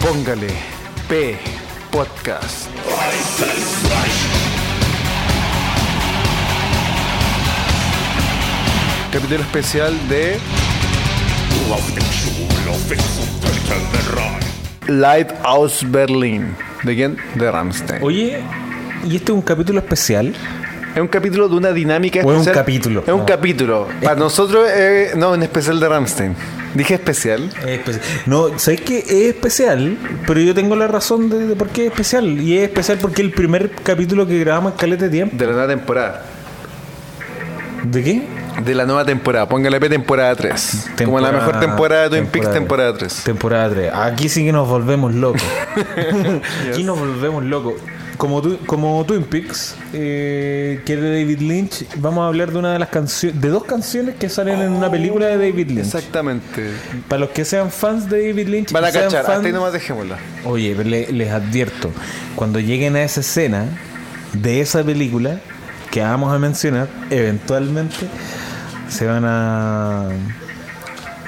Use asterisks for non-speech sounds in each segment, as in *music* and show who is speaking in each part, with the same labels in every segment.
Speaker 1: Póngale P Podcast. Capítulo especial de Lighthouse Berlin. ¿De quién? De Ramstein.
Speaker 2: Oye, y este es un capítulo especial.
Speaker 1: Es un capítulo de una dinámica
Speaker 2: O es un
Speaker 1: especial.
Speaker 2: capítulo.
Speaker 1: Es un
Speaker 2: No.
Speaker 1: capítulo. Para nosotros, eh, no, un especial de Ramstein. Dije especial.
Speaker 2: Es especial. No, sabéis que es especial, pero yo tengo la razón de, de por qué es especial. Y es especial porque es el primer capítulo que grabamos en Caleta de Tiempo.
Speaker 1: De la nueva temporada.
Speaker 2: ¿De qué?
Speaker 1: De la nueva temporada. Póngale P temporada 3. Como la
Speaker 2: Temporada-
Speaker 1: mejor temporada de Twin Peaks, temporada 3.
Speaker 2: Temporada 3. Aquí sí que nos
Speaker 1: *laughs*
Speaker 2: volvemos locos. Aquí nos volvemos locos. Como, tu- como Twin Peaks, eh, que es de David Lynch, vamos a hablar de una de las canciones, de dos canciones que salen en una película de David Lynch.
Speaker 1: Exactamente.
Speaker 2: Para los que sean fans de David Lynch,
Speaker 1: Van a
Speaker 2: y sean
Speaker 1: cachar.
Speaker 2: fan-
Speaker 1: Hasta ahí nomás dejémosla.
Speaker 2: Oye, pero le- les advierto, cuando lleguen a esa escena de esa película que vamos a mencionar, eventualmente se van a...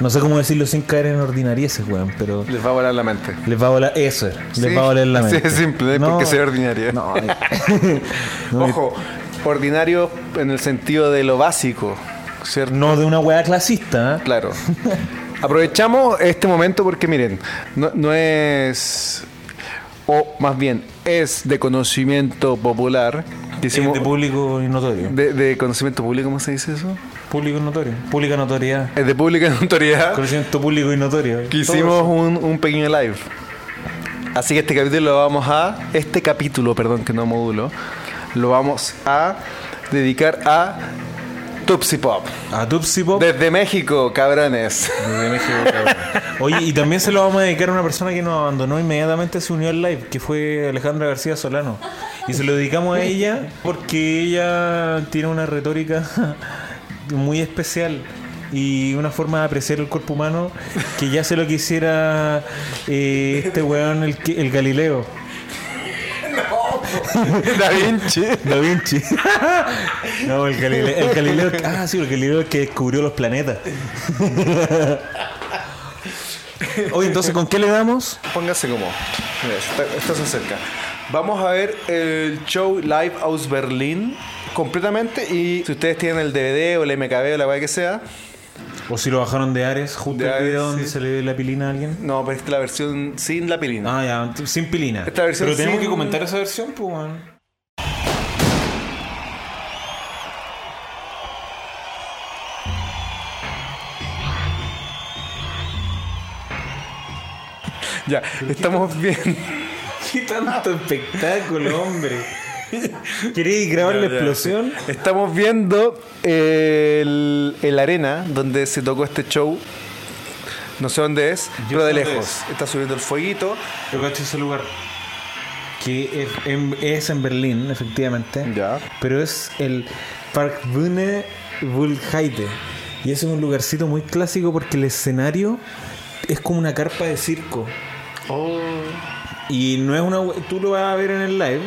Speaker 2: No sé cómo decirlo sin caer en ordinarieces, weón, pero
Speaker 1: Les va a volar la mente.
Speaker 2: les va a volar... Eso es, les
Speaker 1: Sí,
Speaker 2: va a volar la
Speaker 1: así
Speaker 2: mente.
Speaker 1: es simple, ¿eh? porque soy ordinario. *laughs*
Speaker 2: No, no,
Speaker 1: Ojo, ordinario en el sentido de lo básico, ¿cierto?
Speaker 2: no de una weá clasista, ¿eh? *laughs*
Speaker 1: Claro. Aprovechamos este momento porque miren, no, no es, o más bien, es de conocimiento popular. que hicimos-
Speaker 2: de público y notorio.
Speaker 1: de, de conocimiento público, ¿cómo se dice eso?
Speaker 2: Público y notorio. Pública notoriedad.
Speaker 1: Es de pública *laughs* notoriedad.
Speaker 2: Conocimiento público y notorio.
Speaker 1: que hicimos un, un pequeño live. Así que este capítulo lo vamos a. Este capítulo, perdón, que no módulo. Lo vamos a dedicar a Tupsi Pop.
Speaker 2: A Tupsi Pop.
Speaker 1: Desde México, cabrones.
Speaker 2: Desde México, cabrón. Oye, y también se lo vamos a dedicar a una persona que nos abandonó inmediatamente, se unió al live, que fue Alejandra García Solano. Y se lo dedicamos a ella porque ella tiene una retórica *laughs* muy especial y una forma de apreciar el cuerpo humano que ya se lo quisiera eh, este weón, el, que- el Galileo.
Speaker 1: *laughs* Da Vinci.
Speaker 2: Da Vinci. *laughs* No, el Galileo, el Galileo. Ah, sí, el Galileo que descubrió los planetas. *laughs* Oye, entonces, ¿con qué le damos?
Speaker 1: Póngase como. Mira, está- Estás cerca. Vamos a ver el show Live aus Berlin completamente. Y si ustedes tienen el DVD o el MKB o la weá que sea,
Speaker 2: O si lo bajaron de Ares, justo
Speaker 1: De
Speaker 2: el video
Speaker 1: Ares,
Speaker 2: donde
Speaker 1: sí. Mm.
Speaker 2: se le ve la pilina a alguien.
Speaker 1: no, pero esta es la versión sin la pirina.
Speaker 2: Ah, ya, ent- sin pilina.
Speaker 1: Esta versión
Speaker 2: Pero tenemos
Speaker 1: sin-
Speaker 2: que comentar esa versión,
Speaker 1: *laughs*
Speaker 2: pues, weón.
Speaker 1: Ya, estamos bien.
Speaker 2: Qué tanto espectáculo, hombre. *laughs* ¿Queréis grabar la
Speaker 1: Ya, ya,
Speaker 2: explosión?
Speaker 1: sí. Estamos viendo el, el arena donde se tocó este show. No sé dónde es, pero de
Speaker 2: dónde
Speaker 1: lejos. Está subiendo el fueguito.
Speaker 2: Yo cacho ese lugar. Que es en, es en Berlín, efectivamente.
Speaker 1: Ya.
Speaker 2: Pero es el Parkbühne Bulheide. Y ese es un lugarcito muy clásico porque el escenario es como una carpa de circo.
Speaker 1: Oh.
Speaker 2: Y no es una. we- Tú lo vas a ver en el live.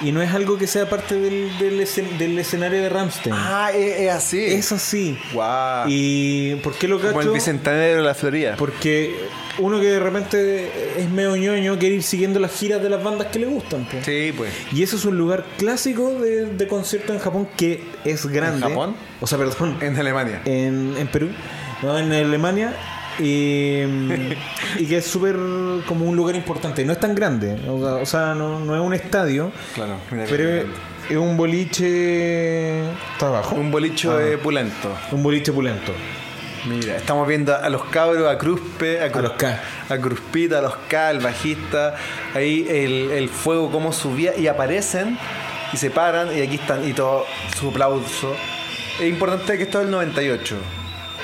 Speaker 2: Y no es algo que sea parte del, del, escen- del escenario de Ramstein.
Speaker 1: Ah, es, es así.
Speaker 2: es eh, así.
Speaker 1: Guau.
Speaker 2: ¿Y por qué lo cacho?
Speaker 1: Como el bicentenario de la Florida.
Speaker 2: Porque uno que de repente es medio ñoño quiere ir siguiendo las giras de las bandas que le gustan. po.
Speaker 1: Sí, pues.
Speaker 2: Y eso es un lugar clásico de, de concierto en Japón que es grande.
Speaker 1: Japón?
Speaker 2: O sea, perdón.
Speaker 1: En Alemania.
Speaker 2: En, en Perú. No, en Alemania. Y, y que es súper como un lugar importante. No es tan grande. O sea, o sea, no, no es un estadio.
Speaker 1: Claro. mira que
Speaker 2: Pero es,
Speaker 1: grande.
Speaker 2: es un boliche... ¿Está abajo?
Speaker 1: un bolicho
Speaker 2: Ah.
Speaker 1: de pulento.
Speaker 2: Un boliche opulento.
Speaker 1: Mira, estamos viendo a los cabros, a Cruspe, a, Cru-
Speaker 2: A los K.
Speaker 1: a Cruspita, a los K, al bajista, ahí el, el fuego cómo subía y aparecen y se paran y aquí están y todo su aplauso. Es importante que esto es el 98.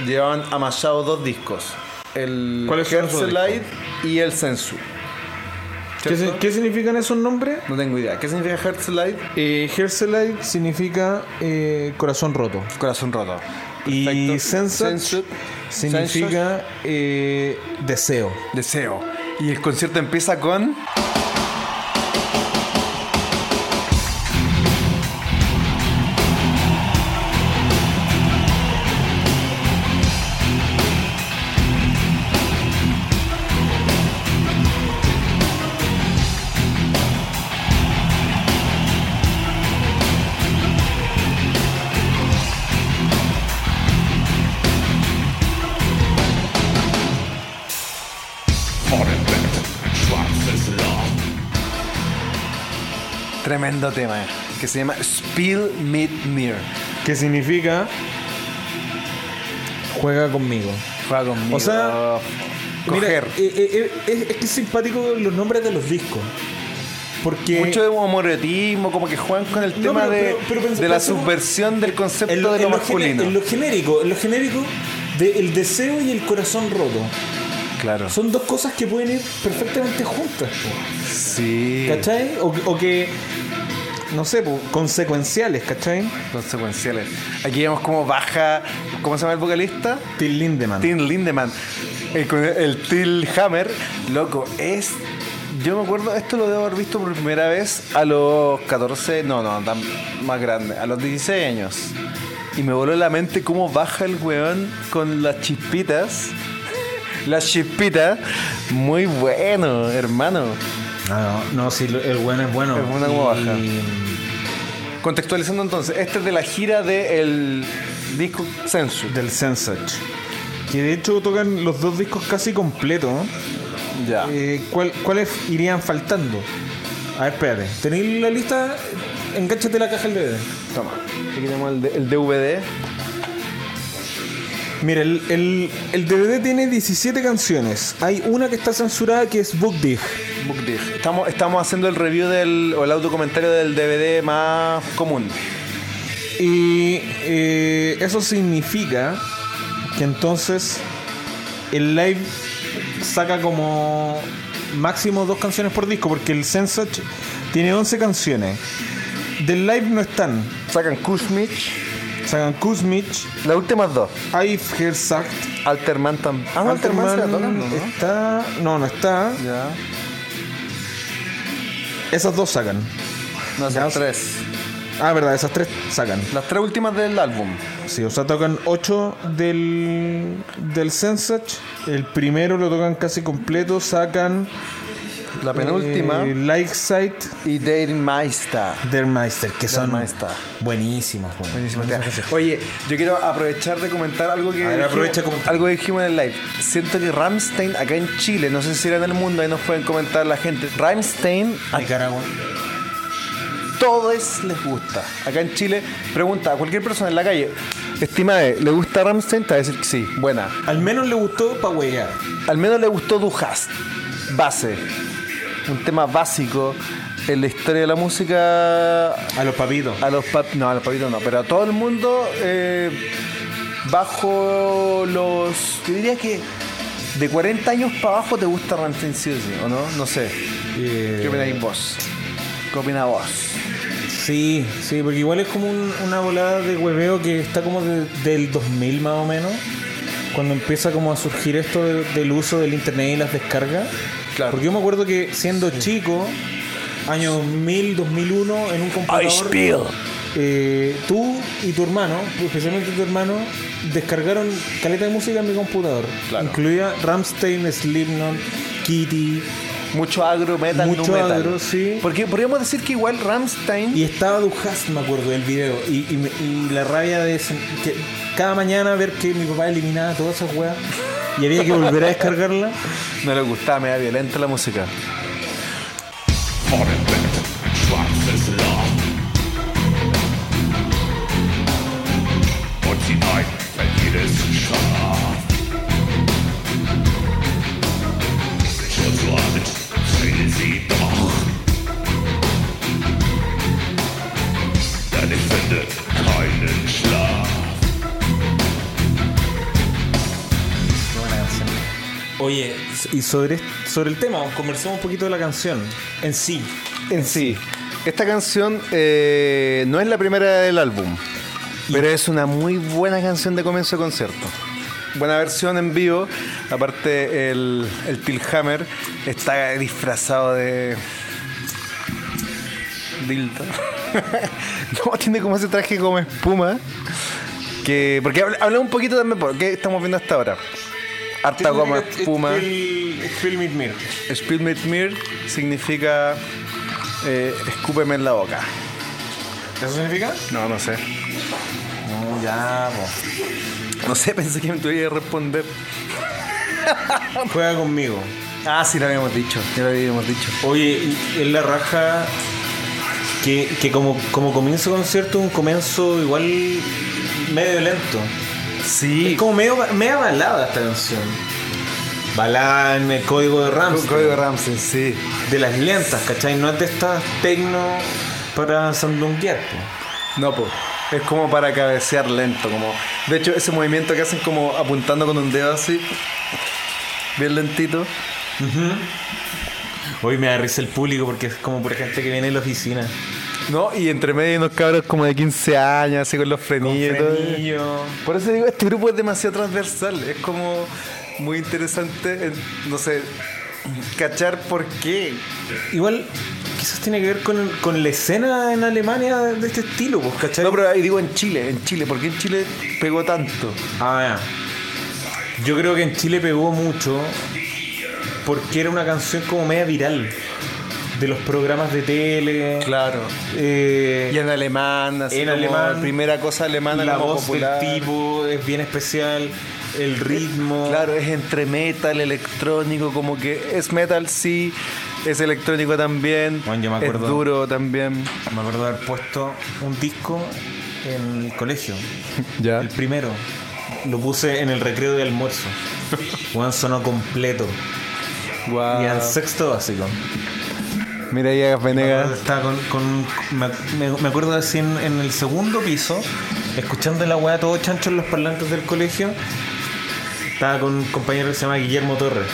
Speaker 1: Llevaban amasado dos discos. El
Speaker 2: ¿Cuáles son esos
Speaker 1: Herzlite y el Sensu.
Speaker 2: ¿Qué,
Speaker 1: ¿Cierto?
Speaker 2: se- ¿Qué significan esos nombres?
Speaker 1: No tengo idea. ¿Qué significa Herzlite?
Speaker 2: Eh, Herzlite significa eh, corazón roto.
Speaker 1: Corazón roto.
Speaker 2: Y
Speaker 1: Perfecto.
Speaker 2: Sensu
Speaker 1: Sensu
Speaker 2: significa eh, deseo.
Speaker 1: Deseo. Y el concierto empieza con. Tremendo tema, que se llama Spill Meet Mirror.
Speaker 2: Que significa juega conmigo.
Speaker 1: Juega conmigo.
Speaker 2: O sea, Mira,
Speaker 1: coger.
Speaker 2: eh, eh, eh, es, es que es simpático los nombres de los discos. Porque
Speaker 1: mucho de homoerotismo, como que juegan con el
Speaker 2: eh, No,
Speaker 1: tema
Speaker 2: pero-
Speaker 1: de,
Speaker 2: pero- pero pens-
Speaker 1: de la
Speaker 2: pensemos-
Speaker 1: subversión del concepto
Speaker 2: en lo,
Speaker 1: de lo
Speaker 2: en lo
Speaker 1: masculino.
Speaker 2: gene- en lo genérico, en lo genérico de el deseo y el corazón roto.
Speaker 1: Claro.
Speaker 2: Son dos cosas que pueden ir perfectamente juntas. po.
Speaker 1: Sí.
Speaker 2: ¿Cachai? O, o que, no sé, po, consecuenciales, ¿cachai?
Speaker 1: Consecuenciales. Aquí vemos cómo baja. ¿Cómo se llama el vocalista?
Speaker 2: Till Lindemann.
Speaker 1: Tim Lindemann. El, con- el Till Hammer. Loco, es. Yo me acuerdo, esto lo debo haber visto por primera vez a los 14, no, no, tan más grande, a los 16 años. Y me voló la mente cómo baja el weón con las chispitas. *laughs* Las chispitas. Muy bueno, hermano.
Speaker 2: No, no, no, si lo- el bueno es bueno.
Speaker 1: Es bueno como baja. Contextualizando entonces, este es de la gira del disco Censure.
Speaker 2: Del Sensage. Que de hecho tocan los dos discos casi completos.
Speaker 1: Ya.
Speaker 2: Eh, ¿cuál- ¿Cuáles irían faltando? A ver, espérate. ¿Tenéis la lista? Enganchate la caja del DVD.
Speaker 1: Toma. Aquí tenemos el, de- el DVD.
Speaker 2: Mira, el, el- el DVD tiene 17 canciones. Hay una que está censurada que es Book Dig.
Speaker 1: Book Dig. Estamos, estamos haciendo el review del, o el autocomentario del DVD más común.
Speaker 2: Y eh, eso significa que entonces el live saca como máximo dos canciones por disco, porque el Sensage tiene 11 canciones. Del live no están.
Speaker 1: Sacan Kuzmich,
Speaker 2: Sacan Kuzmich,
Speaker 1: las últimas dos.
Speaker 2: I've Herzagt,
Speaker 1: Alterman también. Ah, no, Alterman, se la tocan, ¿no?
Speaker 2: está. No, no está.
Speaker 1: Ya.
Speaker 2: Esas dos sacan.
Speaker 1: No,
Speaker 2: Ya.
Speaker 1: son tres.
Speaker 2: Ah, verdad, esas tres sacan.
Speaker 1: Las tres últimas del álbum.
Speaker 2: Sí, o sea, tocan 8 del, del Sensage. El primero lo tocan casi completo. Sacan.
Speaker 1: La penúltima.
Speaker 2: eh, like Sight.
Speaker 1: Y Dating Maestra.
Speaker 2: Der Meister, que son
Speaker 1: Meister.
Speaker 2: buenísimos. weón.
Speaker 1: Buenísimo, tía. Oye, yo quiero aprovechar de comentar algo que
Speaker 2: A ver,
Speaker 1: dijimos-
Speaker 2: aprovecha de comentar.
Speaker 1: algo que dijimos en el live. Siento que Rammstein acá en Chile, no sé si era en el mundo, ahí nos pueden comentar la gente. Rammstein a
Speaker 2: Nicaragua.
Speaker 1: todos les gusta. Acá en Chile, pregunta a cualquier persona en la calle, estimade, ¿le gusta Rammstein? Te va a decir que sí, buena.
Speaker 2: Al menos le gustó para huear.
Speaker 1: Al menos le gustó Du Hast, base. Un tema básico en la historia de la música
Speaker 2: A los papitos.
Speaker 1: a los pap no, a los papitos no, pero a todo el mundo eh, bajo los... Yo diría que de 40 años para abajo te gusta Rammstein sí o sí, ¿o no? No sé.
Speaker 2: Eh,
Speaker 1: ¿Qué opináis vos? ¿Qué opinás vos?
Speaker 2: Sí, sí, porque igual es como un- una volada de hueveo que está como de- del 2000 más o menos, cuando empieza como a surgir esto de- del uso del internet y las descargas.
Speaker 1: Claro.
Speaker 2: Porque yo me acuerdo que siendo chico, año 2000, 2001, en un computador, eh, tú y tu hermano, especialmente tu hermano, descargaron caleta de música en mi computador.
Speaker 1: Claro.
Speaker 2: Incluía Ramstein, Slipknot, Kitty,
Speaker 1: Mucho agro, metal,
Speaker 2: Mucho
Speaker 1: nu metal.
Speaker 2: agro, sí.
Speaker 1: Porque podríamos decir que igual Rammstein.
Speaker 2: Y estaba Duhast, me acuerdo del video. Y, y me- y la rabia de sen- que cada mañana ver que mi papá eliminaba todas esas weas y había que volver a descargarla.
Speaker 1: No le gustaba, me da violenta la música.
Speaker 3: Und die Neid fällt jedes Schaf. Schutzwand, sehen Sie doch. Denn ich finde keinen Schlaf.
Speaker 2: Oye, y sobre, sobre el tema, conversemos un poquito de la canción en sí.
Speaker 1: En sí, esta canción eh, no es la primera del álbum, pero es una muy buena canción de comienzo de concierto. buena versión en vivo. Aparte, el, el Tilhammer está disfrazado de. Dildo. *laughs* no, tiene como ese traje como espuma. Que, porque habla, habla un poquito también, porque estamos viendo hasta ahora. Harta como espuma.
Speaker 2: Mir.
Speaker 1: Spill mit mir significa eh, escúpeme en la boca.
Speaker 2: ¿Eso significa?
Speaker 1: No, no sé.
Speaker 2: No, ya,
Speaker 1: No sé, *laughs* pensé que me tuviera que responder.
Speaker 2: po. Juega conmigo.
Speaker 1: Ah, sí, lo habíamos dicho. Ya lo habíamos dicho.
Speaker 2: Oye, es la raja que, que como, como comienzo concierto, un comienzo igual medio lento.
Speaker 1: Sí.
Speaker 2: Es como medio, media balada esta canción. Balada en el código de Rams.
Speaker 1: Código Ramses, sí.
Speaker 2: De las lentas, ¿cachai? No es de estas tecno para sandunguear, po.
Speaker 1: No, pues. Es como para cabecear lento, como. De hecho, ese movimiento que hacen como apuntando con un dedo así. Bien lentito.
Speaker 2: Hoy me da risa el público porque es como por gente que viene de la oficina.
Speaker 1: No, y entre medio hay unos cabros como de 15 años, así con los
Speaker 2: Con
Speaker 1: frenillos y todo.
Speaker 2: frenillo.
Speaker 1: Por eso digo, este grupo es demasiado transversal. Es como muy interesante, en- no sé, cachar por qué.
Speaker 2: Igual, quizás tiene que ver con, con la escena en Alemania de este estilo, pues, ¿cachai?
Speaker 1: No, pero ahí digo en Chile, en Chile, ¿por qué en Chile pegó tanto?
Speaker 2: Ah, ya. Yo creo que en Chile pegó mucho porque era una canción como media viral de los programas de tele.
Speaker 1: Claro.
Speaker 2: Eh,
Speaker 1: Y en alemán, así
Speaker 2: En
Speaker 1: como
Speaker 2: alemán,
Speaker 1: primera cosa alemana,
Speaker 2: la
Speaker 1: como
Speaker 2: voz
Speaker 1: popular. Eh,
Speaker 2: del tipo es bien especial, el ritmo.
Speaker 1: Claro, es entre metal, electrónico, como que es metal sí, es electrónico también,
Speaker 2: Bueno, yo me
Speaker 1: es
Speaker 2: acuerdo.
Speaker 1: duro también.
Speaker 2: Me acuerdo de haber puesto un disco en el colegio.
Speaker 1: *laughs* Ya.
Speaker 2: El primero. Lo puse en el recreo
Speaker 1: *laughs*
Speaker 2: de almuerzo. Juan sonó completo. Y
Speaker 1: Ah.
Speaker 2: en sexto básico.
Speaker 1: Mira ahí a Venegas.
Speaker 2: Estaba con, con- me, me- me acuerdo de así en, en el segundo piso, escuchando la weá todo chancho en los parlantes del colegio. Estaba con un compañero que se llama Guillermo Torres.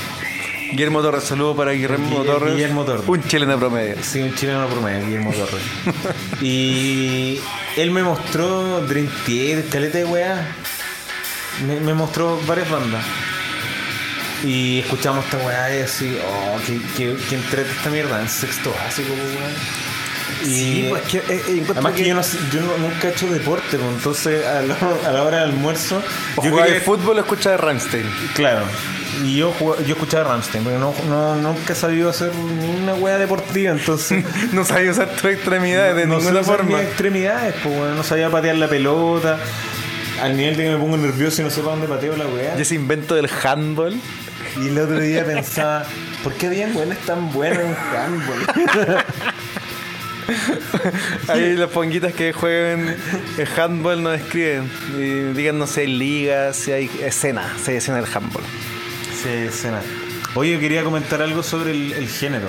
Speaker 1: Guillermo Torres, saludo para Guillermo
Speaker 2: Guille-
Speaker 1: Torres.
Speaker 2: Guillermo Torres.
Speaker 1: Un chileno promedio.
Speaker 2: Sí, un chileno promedio, Guillermo Torres. y él me mostró Dream Theater, caleta de weá. Me, me mostró varias bandas. Y escuchamos esta weá y así, oh, que, que, que entrete esta mierda en sexto básico, pues, weón. Y
Speaker 1: Sí, pues, que, eh, eh, encuentro
Speaker 2: Además que,
Speaker 1: que-
Speaker 2: yo, no, sé- yo no- nunca he hecho deporte, pues, entonces a la, a la hora del almuerzo...
Speaker 1: O
Speaker 2: yo
Speaker 1: jugar
Speaker 2: quería-
Speaker 1: de fútbol o escuchar de Rammstein.
Speaker 2: Claro. Y yo, jugaba- yo escuchaba Ramstein, porque no, no, nunca he sabido hacer ni una wea deportiva, entonces...
Speaker 1: No sabía usar tus extremidades de
Speaker 2: no
Speaker 1: ninguna
Speaker 2: sé usar
Speaker 1: forma.
Speaker 2: mis extremidades, pues, weón. no sabía patear la pelota. Al nivel de que me pongo nervioso y no sé para dónde pateo la weá.
Speaker 1: Y ese invento del handball.
Speaker 2: Y el otro día pensaba, ¿por qué habían weones tan buenos en handball? *laughs*
Speaker 1: Ahí las ponguitas que jueguen el handball nos escriben. Y digan, no sé, liga, si hay escena, si hay escena del handball.
Speaker 2: sí, escena. Oye, yo quería comentar algo sobre el, el género.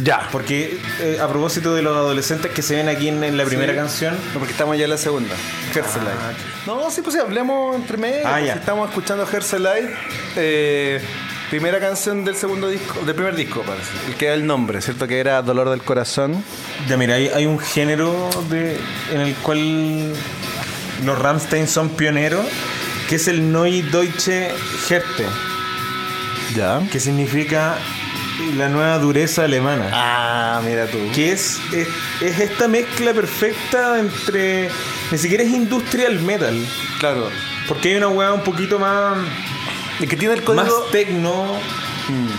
Speaker 1: Ya.
Speaker 2: Porque eh, a propósito de los adolescentes que se ven aquí en, en la primera
Speaker 1: Sí.
Speaker 2: canción,
Speaker 1: No, porque estamos ya en la segunda. Herzlight.
Speaker 2: Ah.
Speaker 1: No, sí, pues sí, hablemos entre medio.
Speaker 2: Ah,
Speaker 1: pues,
Speaker 2: ya.
Speaker 1: si Estamos escuchando Herzlight. Eh, primera canción del segundo disco, del primer disco, parece. El que da el nombre, ¿cierto? Que era Dolor del Corazón.
Speaker 2: Ya mira, hay, hay un género de, en el cual los Rammstein son pioneros, que es el Neue Deutsche Härte,
Speaker 1: Ya.
Speaker 2: que significa la nueva dureza alemana.
Speaker 1: Ah, mira tú.
Speaker 2: Que es, es, es esta mezcla perfecta entre... Ni siquiera es industrial metal,
Speaker 1: Claro.
Speaker 2: porque hay una hueá un poquito más,
Speaker 1: El que tiene el
Speaker 2: más
Speaker 1: código.
Speaker 2: tecno,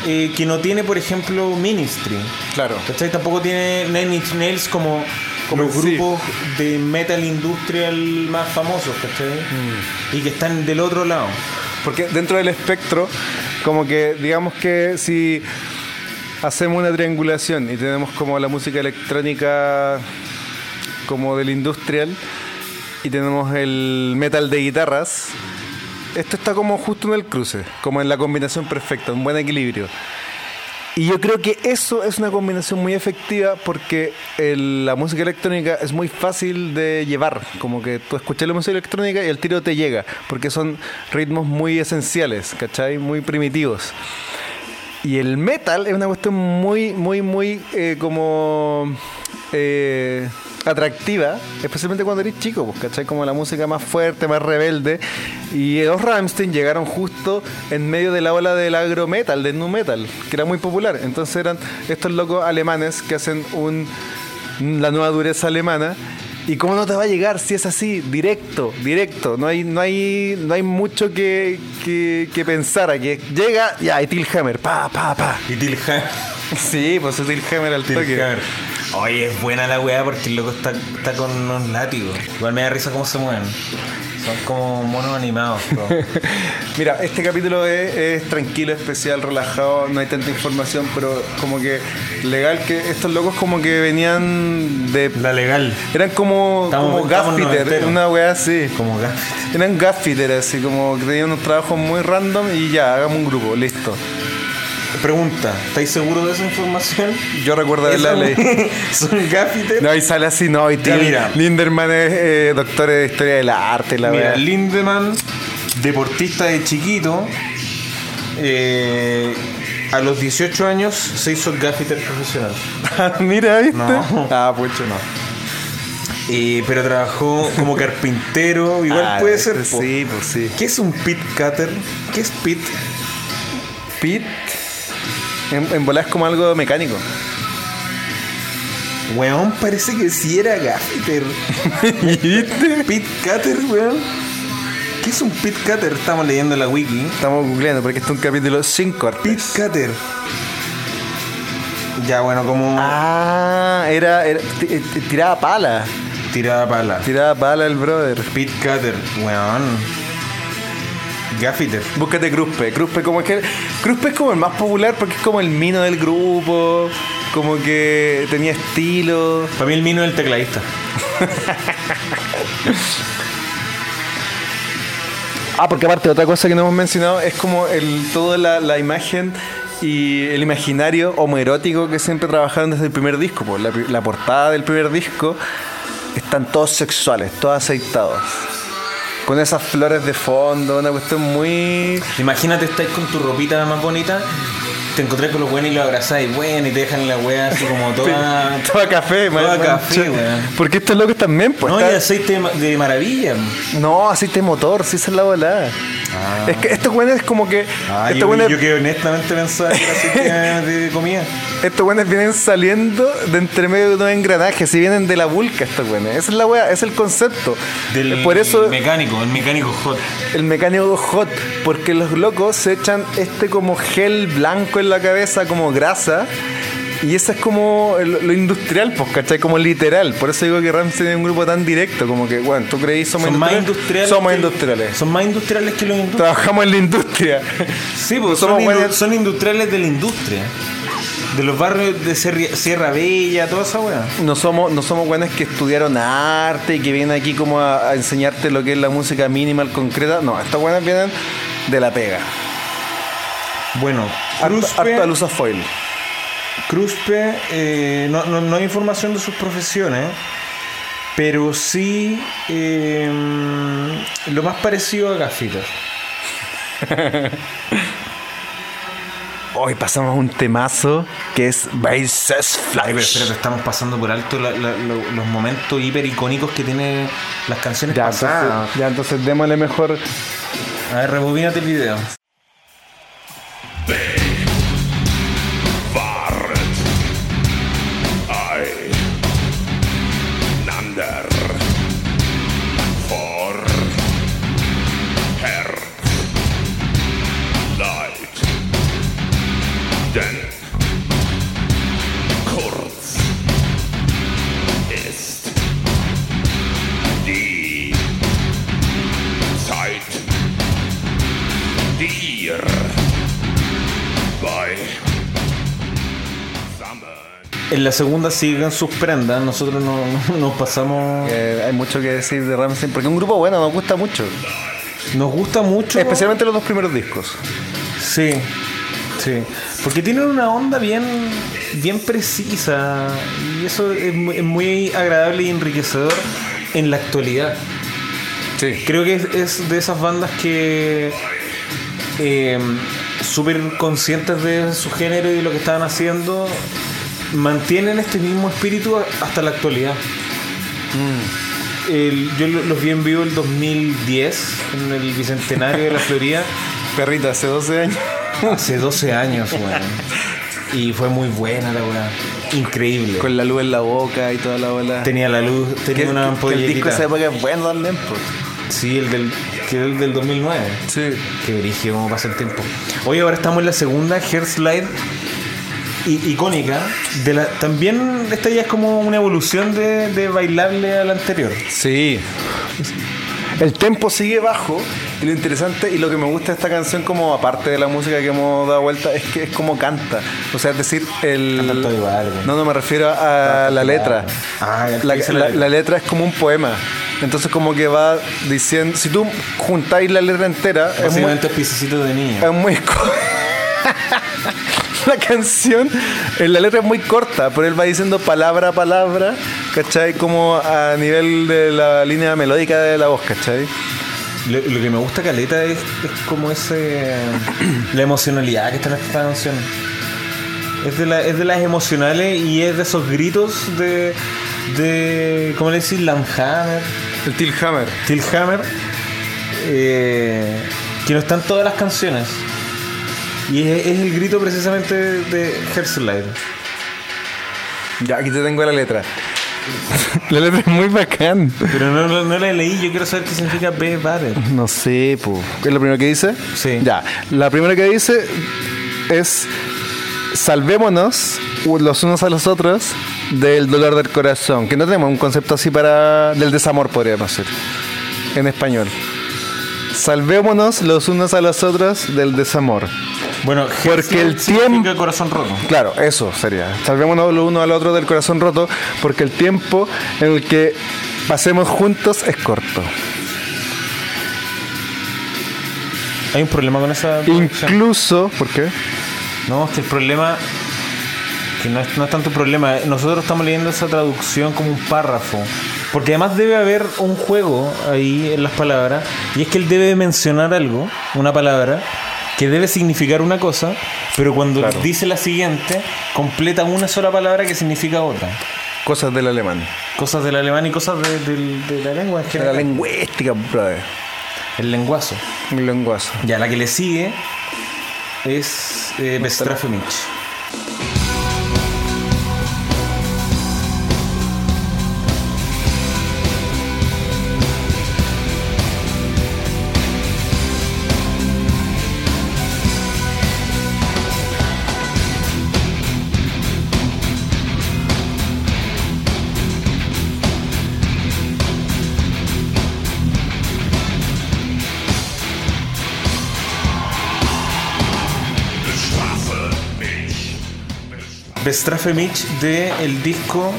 Speaker 2: eh, que no tiene, por ejemplo, Ministry.
Speaker 1: Claro.
Speaker 2: ¿Cachai? Tampoco tiene Nine Inch Nails como, como
Speaker 1: Sí.
Speaker 2: grupos de metal industrial más famosos, ¿cachai? Y que están del otro lado.
Speaker 1: Porque dentro del espectro, como que digamos que si hacemos una triangulación y tenemos como la música electrónica como del industrial y tenemos el metal de guitarras, esto está como justo en el cruce, como en la combinación perfecta, un buen equilibrio. Y yo creo que eso es una combinación muy efectiva porque el- la música electrónica es muy fácil de llevar. Como que tú escuchas la música electrónica y el tiro te llega. Porque son ritmos muy esenciales, ¿cachai? Muy primitivos. Y el metal es una cuestión muy, muy, muy eh, como eh, atractiva, especialmente cuando eres chico, pues, ¿cachai? Como la música más fuerte, más rebelde. Y los Ramstein llegaron justo en medio de la ola del agro metal, del nu metal, que era muy popular. Entonces eran estos locos alemanes que hacen un la nueva dureza alemana. ¿Y cómo no te va a llegar si es así? Directo, directo. No hay, no hay, no hay mucho que, que, que pensar aquí. Llega, ya, y Tilhammer, pa, pa, pa.
Speaker 2: Y Till Ham-
Speaker 1: Sí, pues su Tilhammer al
Speaker 2: Till
Speaker 1: toque.
Speaker 2: Hammer. Oye, es buena la weá porque el loco está, está con unos látigos. Igual me da risa cómo se mueven. Son como monos animados. bro.
Speaker 1: *laughs* Mira, este capítulo es, es tranquilo, especial, relajado, no hay tanta información, pero como que legal que estos locos como que venían de...
Speaker 2: la legal.
Speaker 1: Eran como,
Speaker 2: Estamos-
Speaker 1: como
Speaker 2: estamos
Speaker 1: gaffiter,
Speaker 2: noventeros.
Speaker 1: una weá así.
Speaker 2: Como gas.
Speaker 1: Eran gaffiter, así como que tenían unos trabajos muy random y ya, hagamos un grupo, listo.
Speaker 2: Pregunta, ¿estáis seguros de esa información?
Speaker 1: Yo recuerdo haberla
Speaker 2: *laughs* Esa-
Speaker 1: leído.
Speaker 2: *laughs* Son gaffiter.
Speaker 1: No, y sale así, no, y
Speaker 2: Ya,
Speaker 1: Till
Speaker 2: mira.
Speaker 1: Linderman es eh, doctor de historia de la arte, la
Speaker 2: Mira,
Speaker 1: verdad.
Speaker 2: Lindemann, deportista de chiquito, eh, a los 18 años se hizo gaffiter profesional.
Speaker 1: *laughs* Mira, ¿viste?
Speaker 2: No.
Speaker 1: Ah, pucho, no.
Speaker 2: Eh, pero trabajó *laughs* como carpintero, igual
Speaker 1: Ah,
Speaker 2: puede
Speaker 1: este
Speaker 2: ser. po.
Speaker 1: Sí, pues sí.
Speaker 2: ¿Qué es un pit cutter? ¿Qué es pit?
Speaker 1: Pit. En, en bolas como algo
Speaker 2: *laughs*
Speaker 1: mecánico.
Speaker 2: Weón, parece que sí era gaffiter.
Speaker 1: ¿Viste?
Speaker 2: Pit cutter, weón. ¿Qué es un pit cutter? Estamos leyendo la wiki.
Speaker 1: Estamos googleando porque este es un capítulo sin
Speaker 2: Pit
Speaker 1: cortes.
Speaker 2: cutter. Ya, bueno, como
Speaker 1: Ah, era, era- t- t- tiraba pala.
Speaker 2: tirada pala.
Speaker 1: Tiraba pala el brother.
Speaker 2: Pit cutter, weón. Gaffiter.
Speaker 1: Búscate Cruzpe. Cruzpe como es que. Cruzpe es como el más popular porque es como el mino del grupo. Como que tenía estilo.
Speaker 2: Para mí el mino es el tecladista.
Speaker 1: Ah, porque aparte otra cosa que no hemos mencionado es como el toda la, la imagen y el imaginario homoerótico que siempre trabajaron desde el primer disco. po. La, pri- la portada del primer disco están todos sexuales, todos aceitados. Con esas flores de fondo, una cuestión muy...
Speaker 2: Imagínate, estáis con tu ropita más bonita, te encontrás con los buenos y lo abrazáis, bueno, y te dejan la weá así como toda.
Speaker 1: *laughs* Toda café,
Speaker 2: Toda
Speaker 1: man-
Speaker 2: café,
Speaker 1: mancha-
Speaker 2: weón.
Speaker 1: Porque estos locos también, pues...
Speaker 2: No, y
Speaker 1: están-
Speaker 2: aceite de ma- de maravilla.
Speaker 1: No, aceite de motor, sí, esa es la volada.
Speaker 2: Ah.
Speaker 1: Es que estos güeyes como que...
Speaker 2: Ah,
Speaker 1: estos
Speaker 2: yo,
Speaker 1: güeyes-
Speaker 2: yo que honestamente pensaba que era aceite de de comida.
Speaker 1: Estos güeyes vienen saliendo de entre medio de unos engranajes y vienen de la vulca estos güeyes. Esa es la weá, es el concepto.
Speaker 2: Del
Speaker 1: Por eso
Speaker 2: mecánico, el mecánico hot.
Speaker 1: el mecánico hot, porque los locos se echan este como gel blanco en la cabeza, como grasa. Y eso es como el- lo industrial, pues, ¿cachai? Como literal. Por eso digo que Ramsey es un grupo tan directo, como que, bueno, tú creís somos
Speaker 2: Son más
Speaker 1: industriales.
Speaker 2: industriales.
Speaker 1: Somos
Speaker 2: que-
Speaker 1: industriales.
Speaker 2: Son más industriales que los industriales.
Speaker 1: Trabajamos en la industria.
Speaker 2: Sí, porque
Speaker 1: Somos
Speaker 2: son, indu-
Speaker 1: buenos-
Speaker 2: son industriales de la industria. De los barrios de Serri- Sierra Bella, toda esa weá.
Speaker 1: No somos, no somos buenas que estudiaron arte y que vienen aquí como a, a enseñarte lo que es la música minimal concreta. No, estas buenas vienen de la pega.
Speaker 2: Bueno,
Speaker 1: Harto,
Speaker 2: Cruzpe,
Speaker 1: harto luz a foil.
Speaker 2: Cruzpe, eh, no, no- no hay información de sus profesiones, pero sí eh, lo más parecido a Gaffiter.
Speaker 1: Hoy pasamos un temazo que es Bases
Speaker 2: Ay, pero
Speaker 1: Flash.
Speaker 2: espérate, estamos pasando por alto la- la- lo- los momentos hiper icónicos que tienen las canciones
Speaker 1: Ya, entonces,
Speaker 2: pasadas.
Speaker 1: ya, entonces démosle mejor.
Speaker 2: A ver, rebobínate el video.
Speaker 3: Waret. Ei. Nander. For. Herz. Leid. Denn. Kurz. Ist. Die. Zeit. Dir. Bei.
Speaker 2: En la segunda siguen sus prendas, nosotros no- no- nos pasamos...
Speaker 1: Eh, hay mucho que decir de Ramsey porque es un grupo bueno, nos gusta mucho.
Speaker 2: Nos gusta mucho...
Speaker 1: Especialmente los dos primeros discos.
Speaker 2: Sí, sí. Porque tienen una onda bien, bien precisa y eso es mu- es muy agradable y enriquecedor en la actualidad.
Speaker 1: Sí.
Speaker 2: Creo que es, es de esas bandas que em, eh, súper conscientes de su género y de lo que estaban haciendo mantienen este mismo espíritu a- hasta la actualidad.
Speaker 1: Mm.
Speaker 2: El- yo lo- los vi en vivo el 2010, en el Bicentenario de la
Speaker 1: *laughs*
Speaker 2: Florida,
Speaker 1: Perrito, hace 12 años.
Speaker 2: hace 12 años, weón. Y fue muy buena la weá. Increíble.
Speaker 1: Con la luz en la boca y toda la bola.
Speaker 2: Tenía la luz, tenía
Speaker 1: Que-
Speaker 2: una
Speaker 1: que- que el disco
Speaker 2: ampolleta.
Speaker 1: de esa época es bueno también, pues.
Speaker 2: Sí, el del, que era el del 2009.
Speaker 1: Sí.
Speaker 2: Qué brígido cómo pasa el tiempo. Hoy ahora estamos en la segunda Hair Slide i- icónica. De la, también esta ya es como una evolución de, de bailable a la anterior.
Speaker 1: Sí. El tempo sigue bajo y lo interesante y lo que me gusta de esta canción como aparte de la música que hemos dado vuelta es que es como canta. O sea, es decir,
Speaker 2: Cantan
Speaker 1: el...
Speaker 2: todo igual, güey.
Speaker 1: No, no, me refiero a la letra.
Speaker 2: Ah, el que
Speaker 1: La,
Speaker 2: dice
Speaker 1: la-
Speaker 2: la letra.
Speaker 1: la letra es como un poema. Entonces como que va diciendo... Si tú juntáis la letra entera, es muy,
Speaker 2: Básicamente es piececito de niño.
Speaker 1: es muy co- *laughs* la canción, eh, la letra es muy corta, pero él va diciendo palabra a palabra, ¿cachai? Como a nivel de la línea melódica de la voz, ¿cachai?
Speaker 2: Lo, lo que me gusta Caleta es, es como *clears throat* ese la emocionalidad que está en esta canción. Es de, la- es de las emocionales y es de esos gritos de, de ¿cómo le decís? Landhammer,
Speaker 1: El Tilhammer.
Speaker 2: Tilhammer, eh, que no están todas las canciones. Y es, es el grito precisamente de Herzlide.
Speaker 1: Ya, aquí te tengo la letra. *laughs* la letra es muy bacán.
Speaker 2: Pero no, no- no la leí, yo quiero saber qué significa B. Butter.
Speaker 1: No sé, po. ¿Qué es lo primero que dice?
Speaker 2: Sí.
Speaker 1: Ya. La primera que dice es salvémonos los unos a los otros del dolor del corazón. Que no tenemos un concepto así para. del desamor, podríamos decir. En español. Salvémonos los unos a los otros del desamor.
Speaker 2: Bueno,
Speaker 1: Porque el
Speaker 2: Herzlide significa
Speaker 1: tiempo-
Speaker 2: corazón roto.
Speaker 1: Claro, eso sería. Salvémonos lo uno al otro del corazón roto, porque el tiempo en el que pasemos juntos es corto.
Speaker 2: Hay un problema con esa... traducción.
Speaker 1: Incluso. ¿Por qué?
Speaker 2: No, es que el problema. Que no es, no es tanto un problema. Nosotros estamos leyendo esa traducción como un párrafo. Porque además debe haber un juego ahí en las palabras. Y es que él debe mencionar algo, una palabra, que debe significar una cosa. Pero cuando
Speaker 1: Claro.
Speaker 2: dice la siguiente, completa una sola palabra que significa otra.
Speaker 1: Cosas del alemán.
Speaker 2: Cosas del alemán y cosas de, del- de la lengua en
Speaker 1: De la
Speaker 2: general.
Speaker 1: lingüística, brother.
Speaker 2: El lenguazo.
Speaker 1: Un lenguazo.
Speaker 2: Ya, la que le sigue es eh, Bestrafemich.
Speaker 3: Bestrafe mich. Bestrafe
Speaker 2: Bestrafe Mitch de el disco.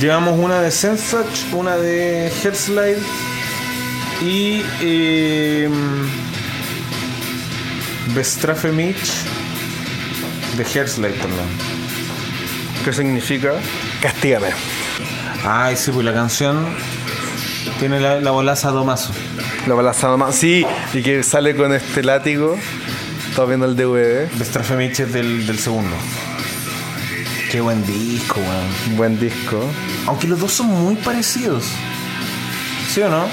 Speaker 2: Llevamos una de Sensach, una de Herzlide y em, Bestrafe Mitch de Herzlide, perdón.
Speaker 1: ¿Qué significa? Castígame.
Speaker 2: Ay, sí, pues la canción tiene la, la bolaza Domazo.
Speaker 1: La balazada más. Sí, y que sale con este látigo. Estaba viendo el DVD.
Speaker 2: Bestrafe Mitch es del, del segundo. Qué buen disco, weón.
Speaker 1: Un buen disco.
Speaker 2: Aunque los dos son muy parecidos. ¿Sí o no?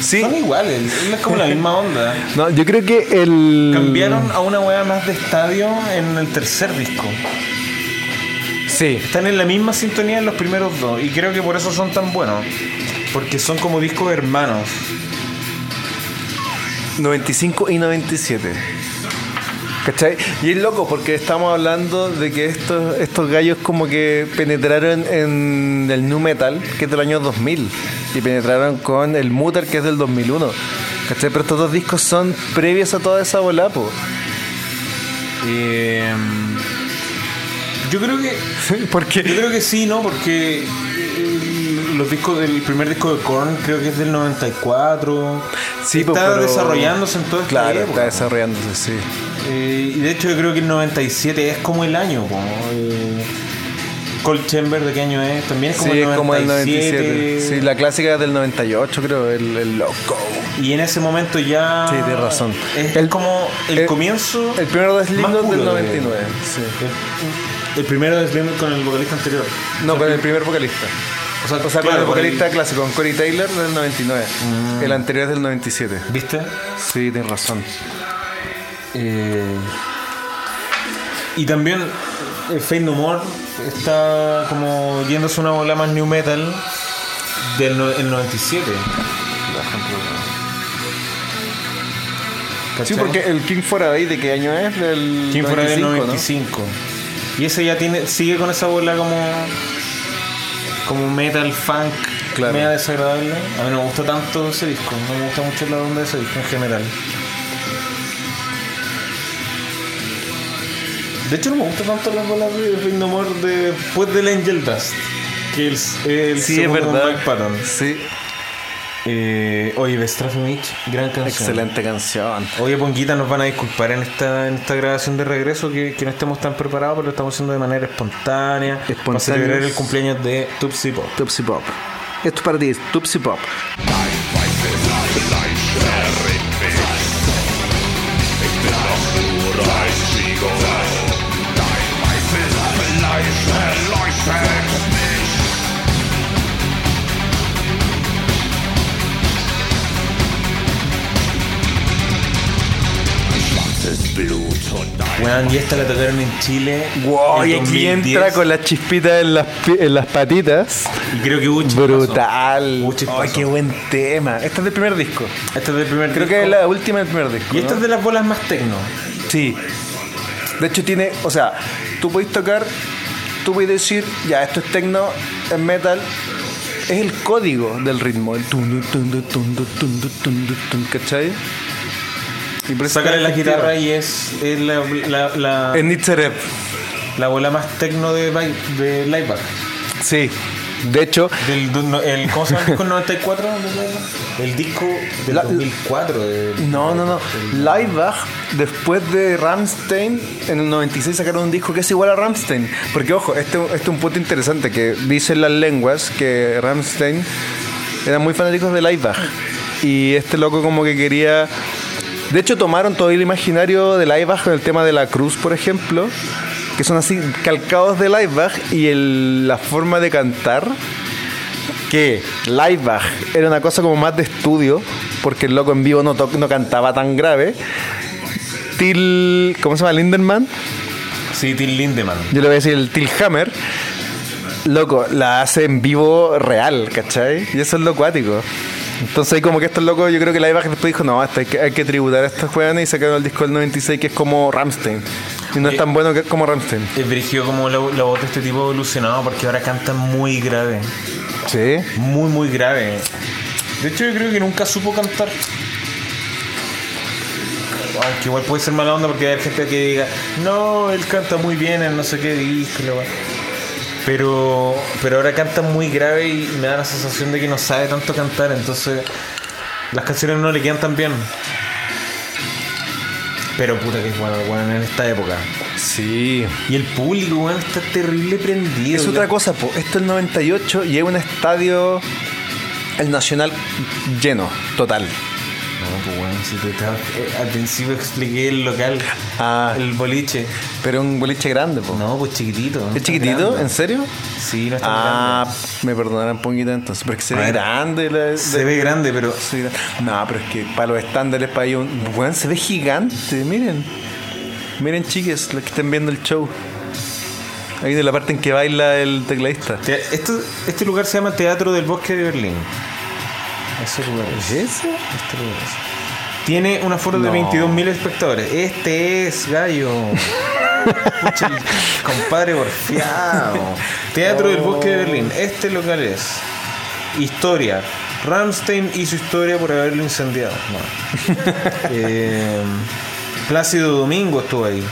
Speaker 1: Sí.
Speaker 2: Son iguales, es como la misma onda.
Speaker 1: No, yo creo que el.
Speaker 2: Cambiaron a una weá más de estadio en el tercer disco.
Speaker 1: Sí.
Speaker 2: Están en la misma sintonía en los primeros dos. Y creo que por eso son tan buenos. Porque son como discos hermanos.
Speaker 1: 95 y 97. ¿Cachai? Y es loco porque estamos hablando de que estos, estos gallos como que penetraron en el nu metal, que es del año 2000, y penetraron con el mutter, que es del 2001. ¿Cachai? Pero estos dos discos son previos a toda esa bola,
Speaker 2: *laughs*
Speaker 1: po.
Speaker 2: Eh, yo creo que. Yo
Speaker 1: Porque
Speaker 2: creo que sí, ¿no? Porque. eh, Los discos del el primer disco de Korn creo que es del 94. está
Speaker 1: po, pues, pero-
Speaker 2: desarrollándose en toda esta
Speaker 1: Claro,
Speaker 2: época.
Speaker 1: está desarrollándose, sí.
Speaker 2: Eh, y de hecho yo creo que el 97 es como el año. po. Eh, Cold Chamber, ¿de qué año es? También es como
Speaker 1: sí,
Speaker 2: el
Speaker 1: es
Speaker 2: 97.
Speaker 1: como el 97. Sí, la clásica es del 98, creo, el, el loco.
Speaker 2: Y en ese momento ya...
Speaker 1: Sí, tienes razón.
Speaker 2: Es
Speaker 1: El-
Speaker 2: como el,
Speaker 1: el-
Speaker 2: comienzo...
Speaker 1: El primero de
Speaker 2: más eh.
Speaker 1: Slipknot
Speaker 2: puro
Speaker 1: del
Speaker 2: de-
Speaker 1: 99, sí.
Speaker 2: Eh, El primero es Slipknot con el vocalista anterior.
Speaker 1: No, con el primer vocalista.
Speaker 2: O sea,
Speaker 1: O sea, con
Speaker 2: claro,
Speaker 1: el
Speaker 2: con el- Mm.
Speaker 1: vocalista clásico, con Corey Taylor del 99. El anterior es del 97.
Speaker 2: ¿Viste?
Speaker 1: Sí, tienes razón.
Speaker 2: Eh, y también eh, Fate No More está como yéndose una bola más new metal del no- el 97.
Speaker 1: Sí,
Speaker 2: ¿cachai?
Speaker 1: porque el King Foray, ¿de qué año es? Del
Speaker 2: ¿Quién fuera del
Speaker 1: 95, ¿no?
Speaker 2: 95? Y ese ya tiene sigue con esa bola como como metal funk
Speaker 1: Claro.
Speaker 2: media desagradable. A mí no me gusta tanto ese disco, no me gusta mucho la onda de ese disco en general. De hecho no me gustan tanto las bolas de Fate No More de- después del Angel Dust. Que el, el
Speaker 1: Sí, es
Speaker 2: segundo con
Speaker 1: verdad.
Speaker 2: Mike Patton.
Speaker 1: Sí,
Speaker 2: Eh, oye, de Strafe Mitch, gran canción.
Speaker 1: excelente canción.
Speaker 2: Oye, Ponguita, nos van a disculpar en esta, en esta grabación de regreso que, que no estemos tan preparados, pero lo estamos haciendo de manera espontánea. Para
Speaker 1: Espontáneos.
Speaker 2: celebrar el cumpleaños de Tupsi Pop.
Speaker 1: Tupsi Pop. Esto es para ti, Tupsi Pop.
Speaker 2: Weón, y esta la tocaron en Chile.
Speaker 1: Wow,
Speaker 2: en
Speaker 1: y aquí
Speaker 2: 2010,
Speaker 1: entra con las chispitas en las, pi- en las patitas.
Speaker 2: Y creo que Uchi.
Speaker 1: Brutal.
Speaker 2: Un chispazo.
Speaker 1: Ay, qué buen tema. Este es del primer disco.
Speaker 2: pasó. Esta es del primer
Speaker 1: Creo
Speaker 2: disco.
Speaker 1: que es la última del primer disco.
Speaker 2: Y este esta
Speaker 1: ¿no?
Speaker 2: es de las bolas más tecno.
Speaker 1: Sí. De hecho tiene, o sea, tú podés tocar, tú podés decir, ya, esto es techno, es metal. Es el código del ritmo, el tun, tun, tun, tun, tun, tun, tun, tun, tun, ¿cachai? Y por eso
Speaker 2: Sácale
Speaker 1: es
Speaker 2: la
Speaker 1: efectiva.
Speaker 2: guitarra y es, es la, la, la,
Speaker 1: En It's a Rep.
Speaker 2: la bola más tecno de, Bi- de Liveback.
Speaker 1: Sí. De hecho,
Speaker 2: Del, del- no, el, ¿Cómo se llama el disco 94? El disco del
Speaker 1: La-
Speaker 2: 2004. de-
Speaker 1: no, no, no. Livebach, después de Ramstein, en el 96 sacaron un disco que es igual a Ramstein. Porque, ojo, este, este es un punto interesante que dicen las lenguas que Ramstein eran muy fanáticos de Livebach. Y este loco, como que quería. De hecho, tomaron todo el imaginario de Livebach con el tema de la cruz, por ejemplo, que son así calcados de Livebach y el- la forma de cantar que Livebach era una cosa como más de estudio, porque el loco en vivo no, to- no cantaba tan grave. Till. ¿Cómo se llama? Linderman.
Speaker 2: Sí, Till Lindemann.
Speaker 1: Yo le voy a decir el Till Hammer. Loco, la hace en vivo real, ¿cachai? Y eso es lo cuático. Entonces, ahí como que estos locos, yo creo que Livebach después dijo: No, hasta hay, que, hay que tributar a estos jóvenes y sacaron el disco del 96 que es como Ramstein. Y no es tan bueno que, como Ramstein.
Speaker 2: Es dirigido como la, la voz de este tipo evolucionado porque ahora canta muy grave.
Speaker 1: Sí.
Speaker 2: Muy, muy grave. De hecho, yo creo que nunca supo cantar. Aunque igual puede ser mala onda porque hay gente que diga, no, él canta muy bien en no sé qué disco. la weá". Pero, pero ahora canta muy grave y me da la sensación de que no sabe tanto cantar. Entonces, las canciones no le quedan tan bien. Pero puta que es bueno, bueno en esta época.
Speaker 1: Sí.
Speaker 2: Y el público, weón, está terrible prendido.
Speaker 1: Es otra cosa, po. esto es el 98 y es un estadio, el Nacional, lleno, total.
Speaker 2: No, pues weón, si te estaba- eh, al principio expliqué el local,
Speaker 1: Ah.
Speaker 2: el boliche.
Speaker 1: Pero un boliche grande, po.
Speaker 2: No, pues chiquitito. no
Speaker 1: ¿Es
Speaker 2: está
Speaker 1: chiquitito?
Speaker 2: grande.
Speaker 1: ¿En serio?
Speaker 2: Sí, no está
Speaker 1: Ah, me perdonarán poquito entonces, porque se
Speaker 2: A
Speaker 1: ve
Speaker 2: ver.
Speaker 1: grande. La,
Speaker 2: grande. Se ve grande, pero
Speaker 1: se ve gran- No, pero es que para los estándares, para ellos, weón, se ve gigante, miren. Miren, chiques, los que estén viendo el show. Ahí de la parte en que baila el tecladista.
Speaker 2: te- esto- este lugar se llama Teatro del Bosque de Berlín. Ese lugar es.
Speaker 1: ¿Eso?
Speaker 2: Este lugar es. Tiene una foto de
Speaker 1: No.
Speaker 2: 22.000 espectadores. Este es *laughs* Gallo. Pucha, el compadre porfiado. Teatro del Bosque de Berlín. Este local es. Historia. Ramstein hizo historia por haberlo incendiado. No. Eh, Plácido Domingo estuvo ahí.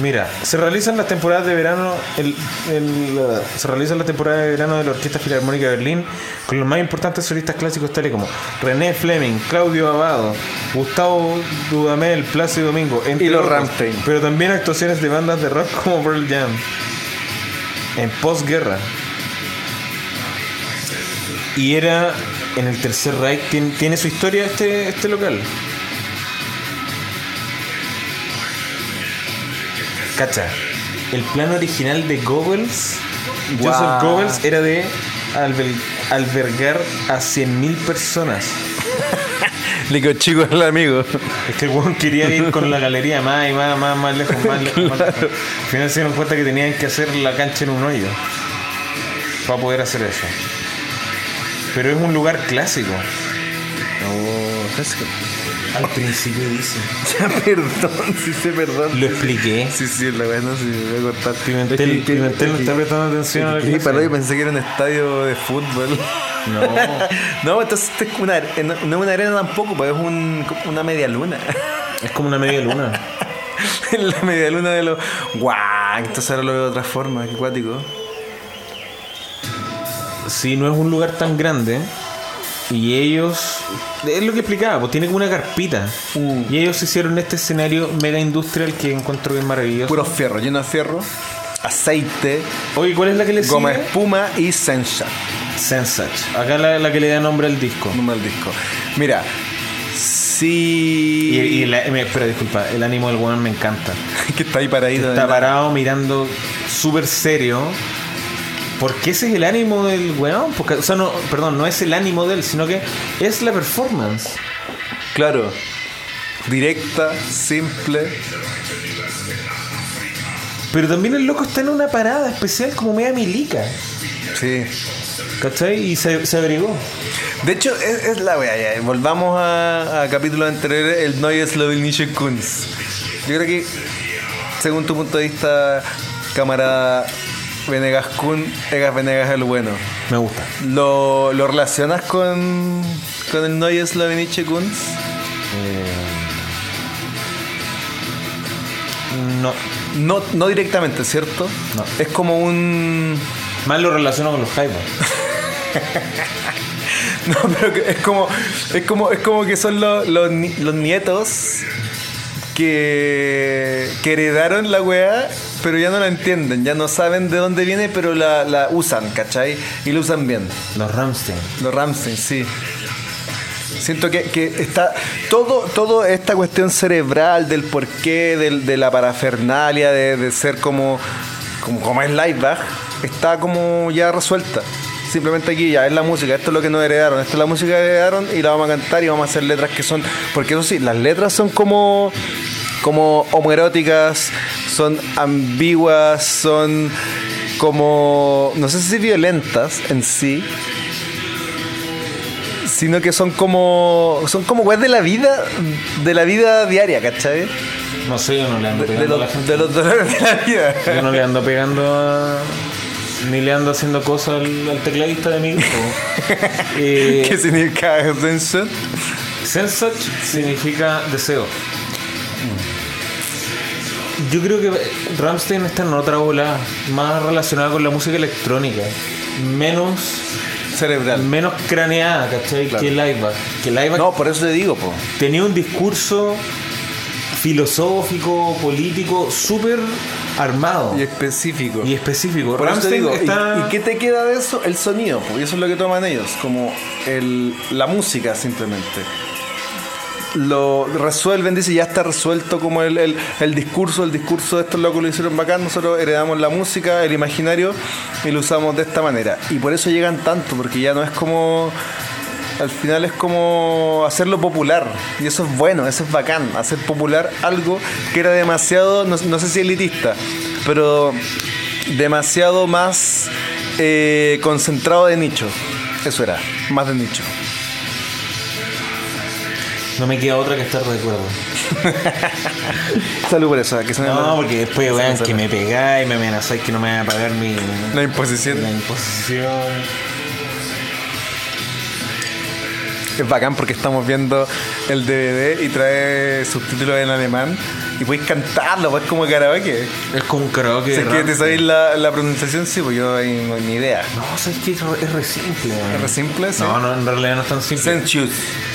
Speaker 2: Mira, se realizan las temporadas de verano, el- el, uh, se realizan las temporadas de verano de la Orquesta Filarmónica de Berlín con los más importantes solistas clásicos tales como René Fleming, Claudio Abado, Gustavo Dudamel, Plácido Domingo, entre
Speaker 1: Y los
Speaker 2: otros,
Speaker 1: Rammstein.
Speaker 2: pero también actuaciones de bandas de rock como Pearl Jam en posguerra. Y era en el Tercer Reich, tien- tiene, su historia este, este local. Cacha, el plan original de Goebbels,
Speaker 1: Guau.
Speaker 2: Joseph Goebbels, era de alber- albergar a 100.000 personas.
Speaker 1: Le quedó chico el amigo. *laughs*
Speaker 2: Es que el weón quería ir con la galería más y más, más, más lejos, más lejos, más lejos. Al final se dieron cuenta que tenían que hacer la cancha en un hoyo para poder hacer eso. Pero es un lugar clásico. Al principio dice.
Speaker 1: Ya, perdón, *laughs* sí sé, perdón.
Speaker 2: Lo expliqué.
Speaker 1: Sí, sí, la verdad, sí, me voy a cortar.
Speaker 2: Pimentel,
Speaker 1: Es que-
Speaker 2: Pimentel no está prestando atención a la
Speaker 1: Sí,
Speaker 2: clase.
Speaker 1: para yo pensé que era un estadio de fútbol. *laughs*
Speaker 2: No.
Speaker 1: No, entonces esto es como una, are- eh, no no es una arena tampoco, pero es un- una media luna. *laughs*
Speaker 2: Es como una media luna.
Speaker 1: la media luna de los. ¡Guau! Entonces ahora lo veo de otra forma, qué cuático.
Speaker 2: Sí, no es un lugar tan grande. Y ellos. Es lo que explicaba, pues tiene como una carpita.
Speaker 1: Mm.
Speaker 2: Y ellos hicieron este escenario mega industrial que encuentro bien maravilloso.
Speaker 1: Puro fierro, lleno de fierro, aceite,
Speaker 2: Oye, ¿cuál es la que le
Speaker 1: goma
Speaker 2: sigue?
Speaker 1: espuma y sencha.
Speaker 2: Sensach. Acá la, la que le da nombre al disco.
Speaker 1: Número del disco. Mira,
Speaker 2: Y,
Speaker 1: sí.
Speaker 2: y la- eh, espera, disculpa, el ánimo del weón me encanta.
Speaker 1: *laughs* que está ahí paradito.
Speaker 2: Está parado mirando súper serio. Porque ese es el ánimo del weón. Porque, o sea, no, perdón, no es el ánimo de él, sino que es la performance.
Speaker 1: Claro. Directa, simple.
Speaker 2: Pero también el loco está en una parada especial como media milica.
Speaker 1: Sí.
Speaker 2: ¿Cachai? Y se, se abrigó.
Speaker 1: De hecho, es, es la wea. ya. Volvamos a, a capítulos anteriores, el Neue Slovenische Kunst. Yo creo que, según tu punto de vista, camarada Venegas Kun, Egas Venegas el bueno.
Speaker 2: Me gusta.
Speaker 1: ¿Lo, lo relacionas con, con el Neue Slovenische Kunst?
Speaker 2: No.
Speaker 1: No, no directamente, ¿cierto?
Speaker 2: No.
Speaker 1: Es como un.
Speaker 2: Más lo relaciono con los Jaivas.
Speaker 1: *laughs* No, pero que- es como. Es como, es como que son los, los ni- los nietos que, que heredaron la weá, pero ya no la entienden, ya no saben de dónde viene, pero la, la usan, ¿cachai? Y la usan bien.
Speaker 2: Los Ramstein.
Speaker 1: Los Ramstein, sí. Siento que, que está todo, todo esta cuestión cerebral del porqué, del, de la parafernalia, de, de ser como, como, como es Lightback, está como ya resuelta. Simplemente aquí ya es la música, esto es lo que nos heredaron, esta es la música que heredaron y la vamos a cantar y vamos a hacer letras que son, porque eso sí, las letras son como, como homoeróticas, son ambiguas, son como, no sé si violentas en sí, sino que son como son como weas de la vida de la vida diaria ¿cachai?
Speaker 2: No sé, yo no le ando
Speaker 1: de, de
Speaker 2: pegando a la
Speaker 1: los,
Speaker 2: gente.
Speaker 1: de los dolores de la vida
Speaker 2: Yo no le ando pegando a- Ni le ando haciendo cosas al, al tecladista de mi grupo.
Speaker 1: *laughs*
Speaker 2: Eh,
Speaker 1: ¿qué significa attention?
Speaker 2: Sensach significa deseo. Yo creo que Ramstein está en otra bola más relacionada con la música electrónica, menos
Speaker 1: cerebral
Speaker 2: menos craneada, ¿cachai?
Speaker 1: Claro.
Speaker 2: Que Laibach. Que Laibach
Speaker 1: no por eso te digo po
Speaker 2: tenía un discurso filosófico, político, súper armado
Speaker 1: y específico
Speaker 2: y específico.
Speaker 1: por eso te
Speaker 2: Rammstein
Speaker 1: digo ¿y-
Speaker 2: está-
Speaker 1: ¿y, qué te queda de eso? el sonido po, y eso es lo que toman ellos como el, la música simplemente lo resuelven, dice, ya está resuelto como el, el- el discurso, el discurso de estos locos lo hicieron bacán, nosotros heredamos la música, el imaginario y lo usamos de esta manera. Y por eso llegan tanto, porque ya no es como, al final es como hacerlo popular. Y eso es bueno, eso es bacán, hacer popular algo que era demasiado, no, no sé si elitista, pero demasiado más eh, concentrado de nicho. Eso era, más de nicho.
Speaker 2: No me queda otra que estar de acuerdo.
Speaker 1: Salud por eso, que se me-
Speaker 2: No, porque después vean que me pegáis, me amenazáis que no me van a pagar mi...
Speaker 1: La imposición.
Speaker 2: La imposición.
Speaker 1: Es bacán porque estamos viendo el DVD y trae subtítulos en alemán y puedes cantarlo, pues como karaoke.
Speaker 2: Es como un karaoke.
Speaker 1: Si
Speaker 2: de
Speaker 1: es que
Speaker 2: rap.
Speaker 1: te sabéis la, la pronunciación, sí, pues yo no tengo ni idea.
Speaker 2: No, sabes que es re, es re simple. weón.
Speaker 1: ¿Es re simple? Sí.
Speaker 2: No, no, en realidad no es tan simple.
Speaker 1: Sensuous.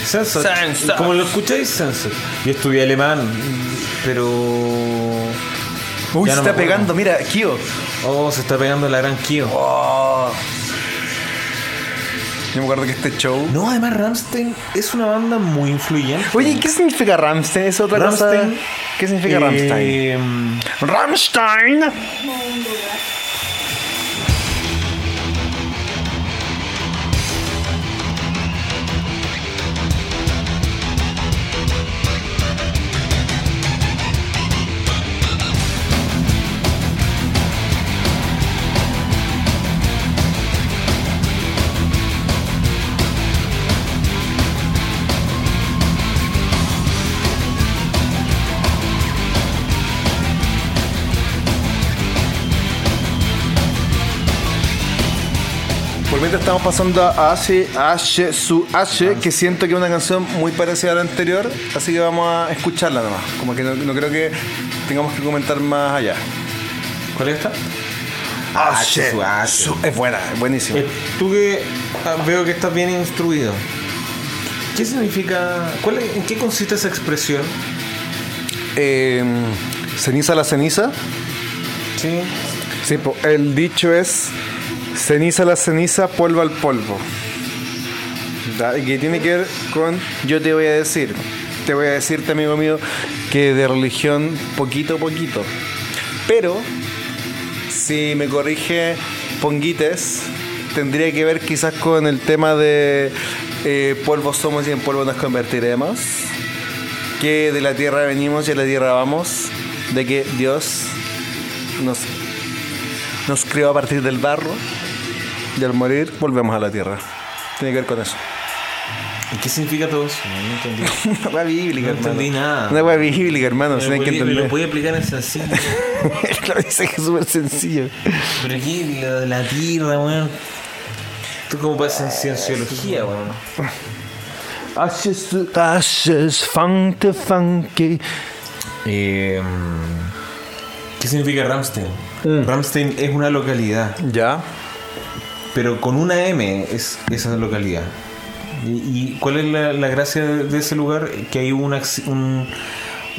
Speaker 2: Sensor.
Speaker 1: Sensor.
Speaker 2: Como lo escucháis, sensor. Yo estudié alemán, pero.
Speaker 1: Uy,
Speaker 2: Ya
Speaker 1: se
Speaker 2: no
Speaker 1: está
Speaker 2: me acuerdo.
Speaker 1: pegando, mira, Kio.
Speaker 2: Oh, se está pegando la gran Kio.
Speaker 1: Oh. Yo me acuerdo que este show.
Speaker 2: No, además Ramstein es una banda muy influyente.
Speaker 1: Oye, ¿qué significa Ramstein? Eh, Es otra cosa.
Speaker 2: Ramstein
Speaker 1: ¿Qué significa Rammstein?
Speaker 2: Rammstein?
Speaker 1: ¡Rammstein! Por mientras estamos pasando a H, H, su H, que siento que es una canción muy parecida a la anterior, así que vamos a escucharla nomás. Como que no, no creo que tengamos que comentar más allá.
Speaker 2: ¿Cuál es esta?
Speaker 1: H,
Speaker 2: su H.
Speaker 1: su- es buena, es buenísima.
Speaker 2: Eh, Tú que ah, veo que estás bien instruido. ¿Qué significa? ¿Cuál es- ¿En qué consiste esa expresión?
Speaker 1: Eh, ceniza la ceniza.
Speaker 2: Sí.
Speaker 1: Sí, po, el dicho es ceniza la ceniza, polvo al polvo. Da- Y que tiene que ver con, yo te voy a decir, te voy a decirte amigo mío, que de religión poquito a poquito. Pero, si me corrige Ponguites, tendría que ver quizás con el tema de eh, polvo somos y en polvo nos convertiremos, que de la tierra venimos y a la tierra vamos, de que Dios nos nos crió a partir del barro y al morir volvemos a la tierra. Tiene que ver con eso. *laughs*
Speaker 2: ¿Y qué significa todo eso? No, no entendí.
Speaker 1: Una hueá bíblica,
Speaker 2: No entendí
Speaker 1: hermano.
Speaker 2: nada.
Speaker 1: Una hueá bíblica, hermano. si no
Speaker 2: Me
Speaker 1: hay
Speaker 2: lo
Speaker 1: que
Speaker 2: podía- me lo
Speaker 1: entender.
Speaker 2: podía aplicar en sencillo.
Speaker 1: *laughs* Lo dice que es súper sencillo.
Speaker 2: Pero aquí lo de la tierra, weón. Tú como pasa en cienciología, weón.
Speaker 1: Ashes, funky, funky.
Speaker 2: Eh, ¿Qué significa Ramstein? Ramstein es una localidad,
Speaker 1: Ya.
Speaker 2: pero con una M es esa localidad. ¿Y, y cuál es la, la gracia de de ese lugar? Que hay un, acci- un,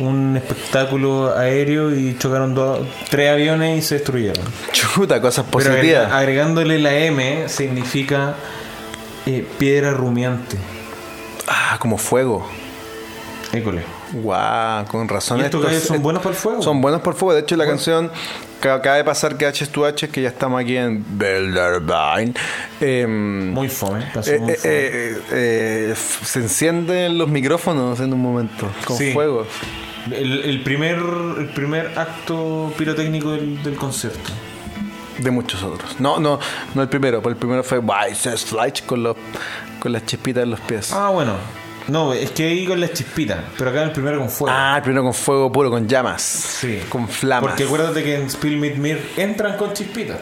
Speaker 2: un espectáculo aéreo y chocaron dos, tres aviones y se destruyeron.
Speaker 1: Chuta, cosas
Speaker 2: Pero agrega-
Speaker 1: positivas.
Speaker 2: agregándole la M significa eh, piedra rumiante.
Speaker 1: Ah, como fuego.
Speaker 2: École.
Speaker 1: Guau, con razón.
Speaker 2: Y estos
Speaker 1: Estos-
Speaker 2: gallos son buenos para el fuego.
Speaker 1: Son buenos por fuego. De hecho, la canción que acaba de pasar que H es tu H, que ya estamos aquí en Bilderbein. em,
Speaker 2: muy fome. canción
Speaker 1: Eh,
Speaker 2: muy
Speaker 1: eh,
Speaker 2: fome.
Speaker 1: eh, eh, f- se encienden los micrófonos en un momento con
Speaker 2: Sí.
Speaker 1: fuego.
Speaker 2: El, el primer, el primer acto pirotécnico del, del concierto.
Speaker 1: De muchos otros. No, no, no el primero, pero el primero fue Biceps Flight con los con las chispitas en los pies. Ah,
Speaker 2: Ah, bueno. No, es que ahí con las chispitas, pero acá el primero con fuego.
Speaker 1: Ah, el primero con fuego puro, con llamas.
Speaker 2: sí.
Speaker 1: Con flamas.
Speaker 2: Porque acuérdate que en Spill Meet Mir entran con chispitas.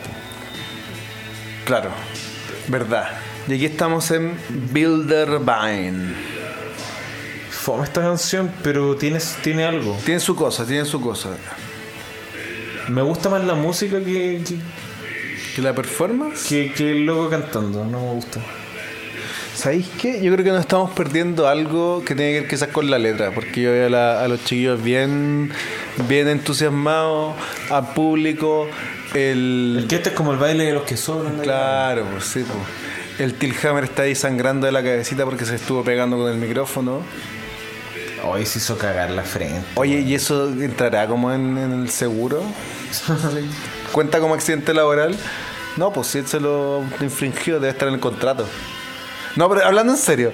Speaker 1: Claro. Verdad. Y aquí estamos en Bilderbein.
Speaker 2: Fome esta canción, pero tiene, tiene algo.
Speaker 1: Tiene su cosa, tiene su cosa.
Speaker 2: Me gusta más la música que, que,
Speaker 1: ¿Y la performance?
Speaker 2: que- que el loco cantando, no me gusta.
Speaker 1: ¿Sabéis qué? Yo creo que nos estamos perdiendo algo que tiene que ver quizás con la letra, porque yo veo a, la- a los chiquillos bien, bien entusiasmados, al público,
Speaker 2: Es
Speaker 1: el...
Speaker 2: que este es como el baile de los que sobran. de acá.
Speaker 1: Claro, pues sí, pues. El Tilhammer está ahí sangrando de la cabecita porque se estuvo pegando con el micrófono. Oh,
Speaker 2: Hoy se hizo cagar la frente.
Speaker 1: Oye, ¿y eso entrará como en, en el seguro? ¿Cuenta como accidente laboral? No, pues si él se lo infringió, debe estar en el contrato. No, pero hablando en serio,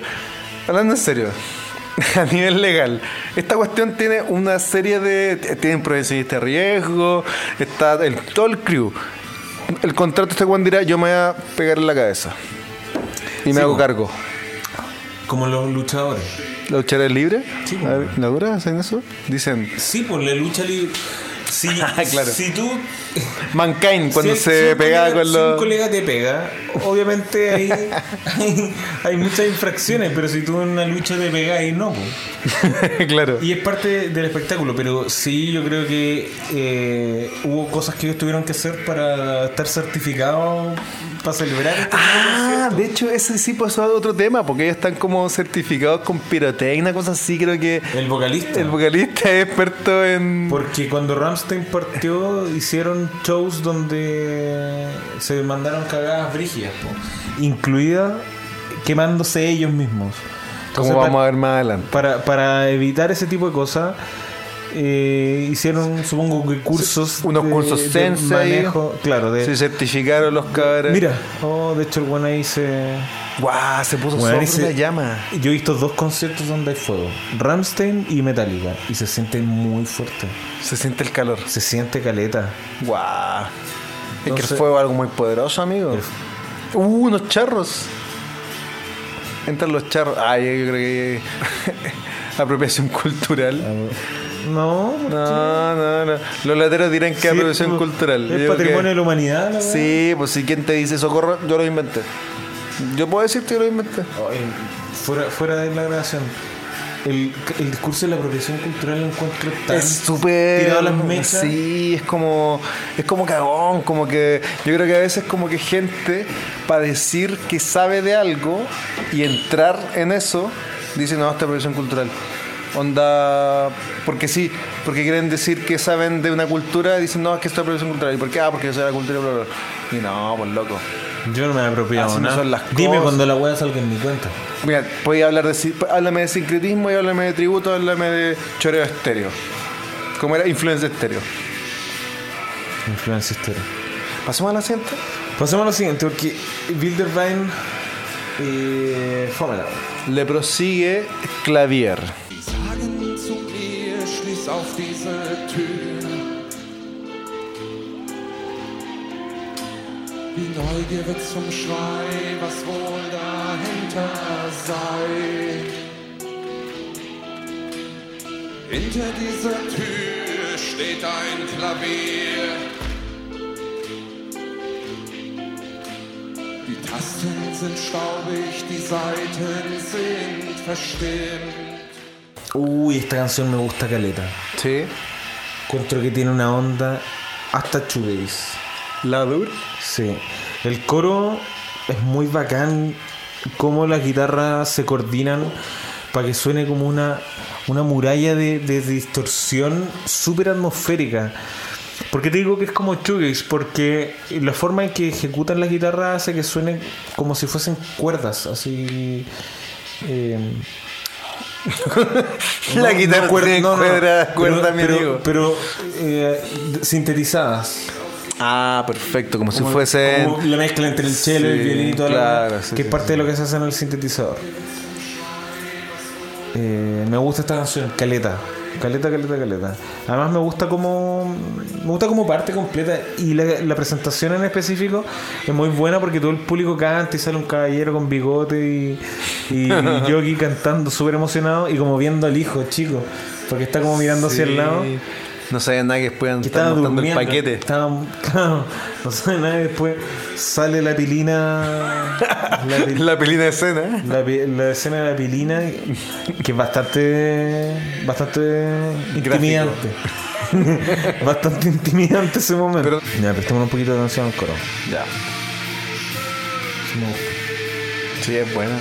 Speaker 1: hablando en serio, *laughs* a nivel legal, esta cuestión tiene una serie de. Tienen profesionistas de riesgo, está el, todo el crew. El contrato este Juan dirá: Yo me voy a pegar en la cabeza y me
Speaker 2: Sí,
Speaker 1: hago
Speaker 2: po.
Speaker 1: cargo.
Speaker 2: Como los luchadores.
Speaker 1: ¿La lucha es libre?
Speaker 2: Sí, po.
Speaker 1: A ver, ¿La dura? ¿Hacen eso? Dicen.
Speaker 2: Sí, por la lucha libre. Si,
Speaker 1: *laughs* Ah, claro.
Speaker 2: si tú.
Speaker 1: Mankind, cuando
Speaker 2: si- si
Speaker 1: se
Speaker 2: un
Speaker 1: pegaba
Speaker 2: colega-
Speaker 1: con
Speaker 2: si un
Speaker 1: los.
Speaker 2: colega te pega,
Speaker 1: *laughs*
Speaker 2: obviamente hay, hay, hay muchas infracciones, pero si tú en una lucha te pegas, ahí no. po.
Speaker 1: *laughs* claro.
Speaker 2: Y es parte del espectáculo, pero sí, yo creo que eh, hubo cosas que ellos tuvieron que hacer para estar certificados, para celebrar. este
Speaker 1: Ah, de hecho, ese sí pasó a otro tema, porque ellos están como certificados con pirotecnia, cosas así. Creo que
Speaker 2: el vocalista.
Speaker 1: el vocalista es experto en.
Speaker 2: Porque cuando Ramstein partió, hicieron shows donde se mandaron cagadas brígidas, po. incluida quemándose ellos mismos.
Speaker 1: Como
Speaker 2: Entonces,
Speaker 1: vamos a ver más adelante.
Speaker 2: para, para evitar ese tipo de cosas, eh, hicieron, supongo que cursos.
Speaker 1: Unos cursos sensei.
Speaker 2: manejo, claro, de.
Speaker 1: Se certificaron los cabros.
Speaker 2: Mira, oh, de hecho el weón ahí se.
Speaker 1: Guau, se puso
Speaker 2: weón
Speaker 1: sobre
Speaker 2: ahí se-
Speaker 1: una llama.
Speaker 2: Yo he visto dos conciertos donde hay fuego: Ramstein y Metallica. Y se siente muy fuerte.
Speaker 1: Se siente el calor.
Speaker 2: Se siente caleta.
Speaker 1: Guau. Es que el
Speaker 2: Entonces-
Speaker 1: fuego es algo muy poderoso, amigo. Uh, unos charros. Entran los charros. Ay, yo creo que. *laughs* apropiación cultural.
Speaker 2: No,
Speaker 1: No, no, no. Los lateros dirán que es apropiación
Speaker 2: pues, es-
Speaker 1: cultural. Yo
Speaker 2: Es
Speaker 1: creo que-
Speaker 2: patrimonio de la humanidad. la weá.
Speaker 1: Sí, pues si quien te dice socorro, yo lo inventé. Yo puedo decir que yo lo inventé.
Speaker 2: Oye, fuera, fuera de la grabación. El, el discurso de la apropiación cultural lo encuentro tan
Speaker 1: Es súper.
Speaker 2: tirado a las mechas.
Speaker 1: Sí, es como. Es como cagón. Como que. Yo creo que a veces, como que gente, para decir que sabe de algo y entrar en eso, dice, no, esta producción cultural. Onda. Porque sí, porque quieren decir que saben de una cultura, dicen, no, es que esta producción cultural. ¿Y por qué? Ah, porque yo soy de la cultura, bla, bla, bla. Y no, pues loco.
Speaker 2: Yo no me he apropiado
Speaker 1: Así no
Speaker 2: nada.
Speaker 1: son las
Speaker 2: Dime
Speaker 1: cosas.
Speaker 2: cuando la weá salga en mi cuenta.
Speaker 1: Mira, podía hablar de si- háblame de sincretismo y háblame de tributo, háblame de choreo estéreo. Como era influencia estéreo.
Speaker 2: Influencia estéreo.
Speaker 1: Pasemos a la siguiente.
Speaker 2: Pasemos a lo siguiente, porque Bilderbein. Eh, fómela.
Speaker 1: Le prosigue Clavier.
Speaker 4: Die sagen zu mir, schließ auf diese Tür. Die Neugier wird zum Schrei, was wohl dahinter sei. Hinter dieser Tür steht ein Klavier. Die Tasten sind staubig, die Saiten sind verstimmt.
Speaker 2: Uy, esta canción me gusta caleta.
Speaker 1: Sí.
Speaker 2: Encuentro que tiene una onda hasta chubis.
Speaker 1: La dur.
Speaker 2: Sí. El coro es muy bacán. Cómo las guitarras se coordinan para que suene como una, una muralla de, de distorsión súper atmosférica. Porque te digo que es como shoegaze? Porque la forma en que ejecutan las guitarras hace que suene como si fuesen cuerdas, así. eh,
Speaker 1: *laughs* la
Speaker 2: no,
Speaker 1: guitarra
Speaker 2: no cuer-
Speaker 1: tiene
Speaker 2: no, no,
Speaker 1: cuerda,
Speaker 2: pero-
Speaker 1: cuerda, mi
Speaker 2: pero-
Speaker 1: amigo.
Speaker 2: Pero eh, d- sintetizadas.
Speaker 1: ah, perfecto. Como, si
Speaker 2: Como-
Speaker 1: fuese.
Speaker 2: como la mezcla entre el cello y el
Speaker 1: Pues, eh, Sí,
Speaker 2: violín y toda
Speaker 1: claro,
Speaker 2: la
Speaker 1: sí,
Speaker 2: que
Speaker 1: sí,
Speaker 2: es parte
Speaker 1: sí.
Speaker 2: de lo que se hace en el sintetizador. Eh, me gusta esta canción, caleta. Caleta, caleta, caleta. Además me gusta como. Me gusta como parte completa. Y la, la presentación en específico es muy buena porque todo el público canta y sale un caballero con bigote y,
Speaker 1: *laughs*
Speaker 2: y yo aquí cantando súper emocionado y como viendo al hijo, chico. Porque está como mirando hacia el lado.
Speaker 1: No sabía nada que puedan
Speaker 2: Que
Speaker 1: estar
Speaker 2: estaba
Speaker 1: montando el
Speaker 2: durmiendo.
Speaker 1: paquete.
Speaker 2: Estaba, *laughs* claro, no sabe nada. y Después sale la pilina.
Speaker 1: *laughs*
Speaker 2: La, pil-
Speaker 1: La pelina de escena.
Speaker 2: la pi- la escena de la pilina, que es bastante. Bastante intimidante. *laughs* bastante intimidante ese momento.
Speaker 1: Pero-
Speaker 2: Ya, prestémonos un poquito de atención al coro.
Speaker 1: Ya.
Speaker 2: Sí, me gusta.
Speaker 1: Sí, es bueno.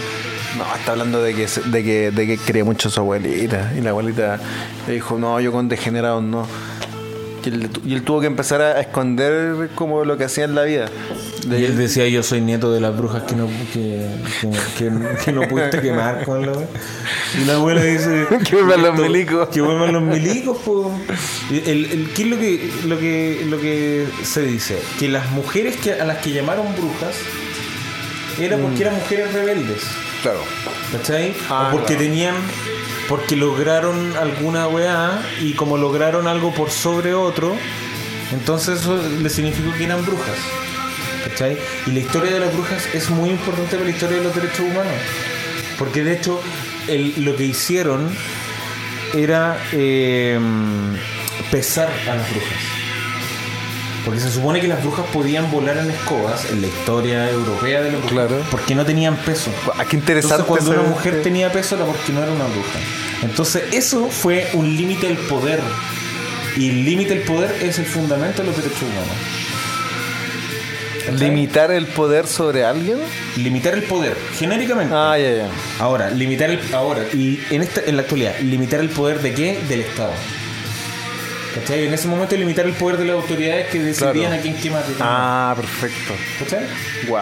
Speaker 1: No, está hablando de que, se- de que, de que quería mucho a su abuelita. Y la abuelita le dijo, no, yo con degenerados no. Y él, y él tuvo que empezar a esconder como lo que hacía en la vida. De-
Speaker 2: Y él decía: Yo soy nieto de las brujas que no, que, que, que- que no pudiste quemar. *laughs* con la wea". Y la abuela dice:
Speaker 1: *laughs* Que vuelvan los milicos.
Speaker 2: Que vuelvan los milicos, po. El, el- ¿Qué es lo que, lo, que, lo que se dice? Que las mujeres que, a las que llamaron brujas era
Speaker 1: Mm.
Speaker 2: porque eran mujeres rebeldes.
Speaker 1: Claro.
Speaker 2: ¿Cachai?
Speaker 1: Ah,
Speaker 2: o porque
Speaker 1: claro.
Speaker 2: tenían. Porque lograron alguna weá y como lograron algo por sobre otro, entonces eso le significó que eran brujas. ¿Cachai? Y la historia de las brujas es muy importante para la historia de los derechos humanos. Porque de hecho, el- lo que hicieron era eh, pesar a las brujas. Porque se supone que las brujas podían volar en escobas en la historia europea de los brujas.
Speaker 1: Claro.
Speaker 2: Porque no tenían peso.
Speaker 1: Ah, qué interesante.
Speaker 2: Entonces, cuando
Speaker 1: ese-
Speaker 2: una mujer tenía peso era porque no era una bruja. Entonces, eso fue un límite al poder. Y el límite al poder es el fundamento de los derechos humanos. ¿Cachai?
Speaker 1: ¿Limitar el poder sobre alguien?
Speaker 2: Limitar el poder, genéricamente.
Speaker 1: Ah, ya, ya.
Speaker 2: Ahora, limitar el. Ahora, y en, esta, en la actualidad, ¿limitar el poder de qué? Del Estado. ¿Cachai? En ese momento, limitar el poder de las autoridades que decidían
Speaker 1: Claro.
Speaker 2: a quién quemar. y quién no.
Speaker 1: Ah, perfecto.
Speaker 2: ¿Cachai?
Speaker 1: Wow.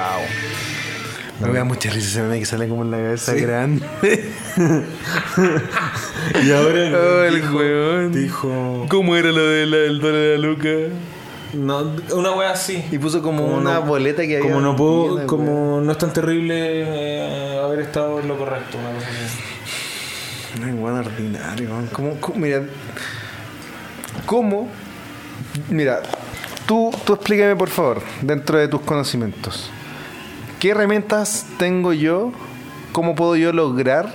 Speaker 1: Me da mucha risa ese meme que sale como en la cabeza *laughs* grande.
Speaker 2: Y ahora el
Speaker 1: Oh,
Speaker 2: weón
Speaker 1: el
Speaker 2: dijo-
Speaker 1: weón.
Speaker 2: dijo.
Speaker 1: ¿Cómo era lo del dólar de la luca?
Speaker 2: No, una wea así.
Speaker 1: Y puso como
Speaker 2: Como
Speaker 1: una
Speaker 2: no-
Speaker 1: boleta que había.
Speaker 2: Como no
Speaker 1: Mira,
Speaker 2: puedo,
Speaker 1: weón.
Speaker 2: como no es tan terrible eh, haber estado en lo correcto, una cosa así.
Speaker 1: Ay, weón, ordinario, weón. ¿Cómo, cómo- mira, ¿cómo? Mira, tú, tú explícame por favor, dentro de tus conocimientos, ¿qué herramientas tengo yo? ¿Cómo puedo yo lograr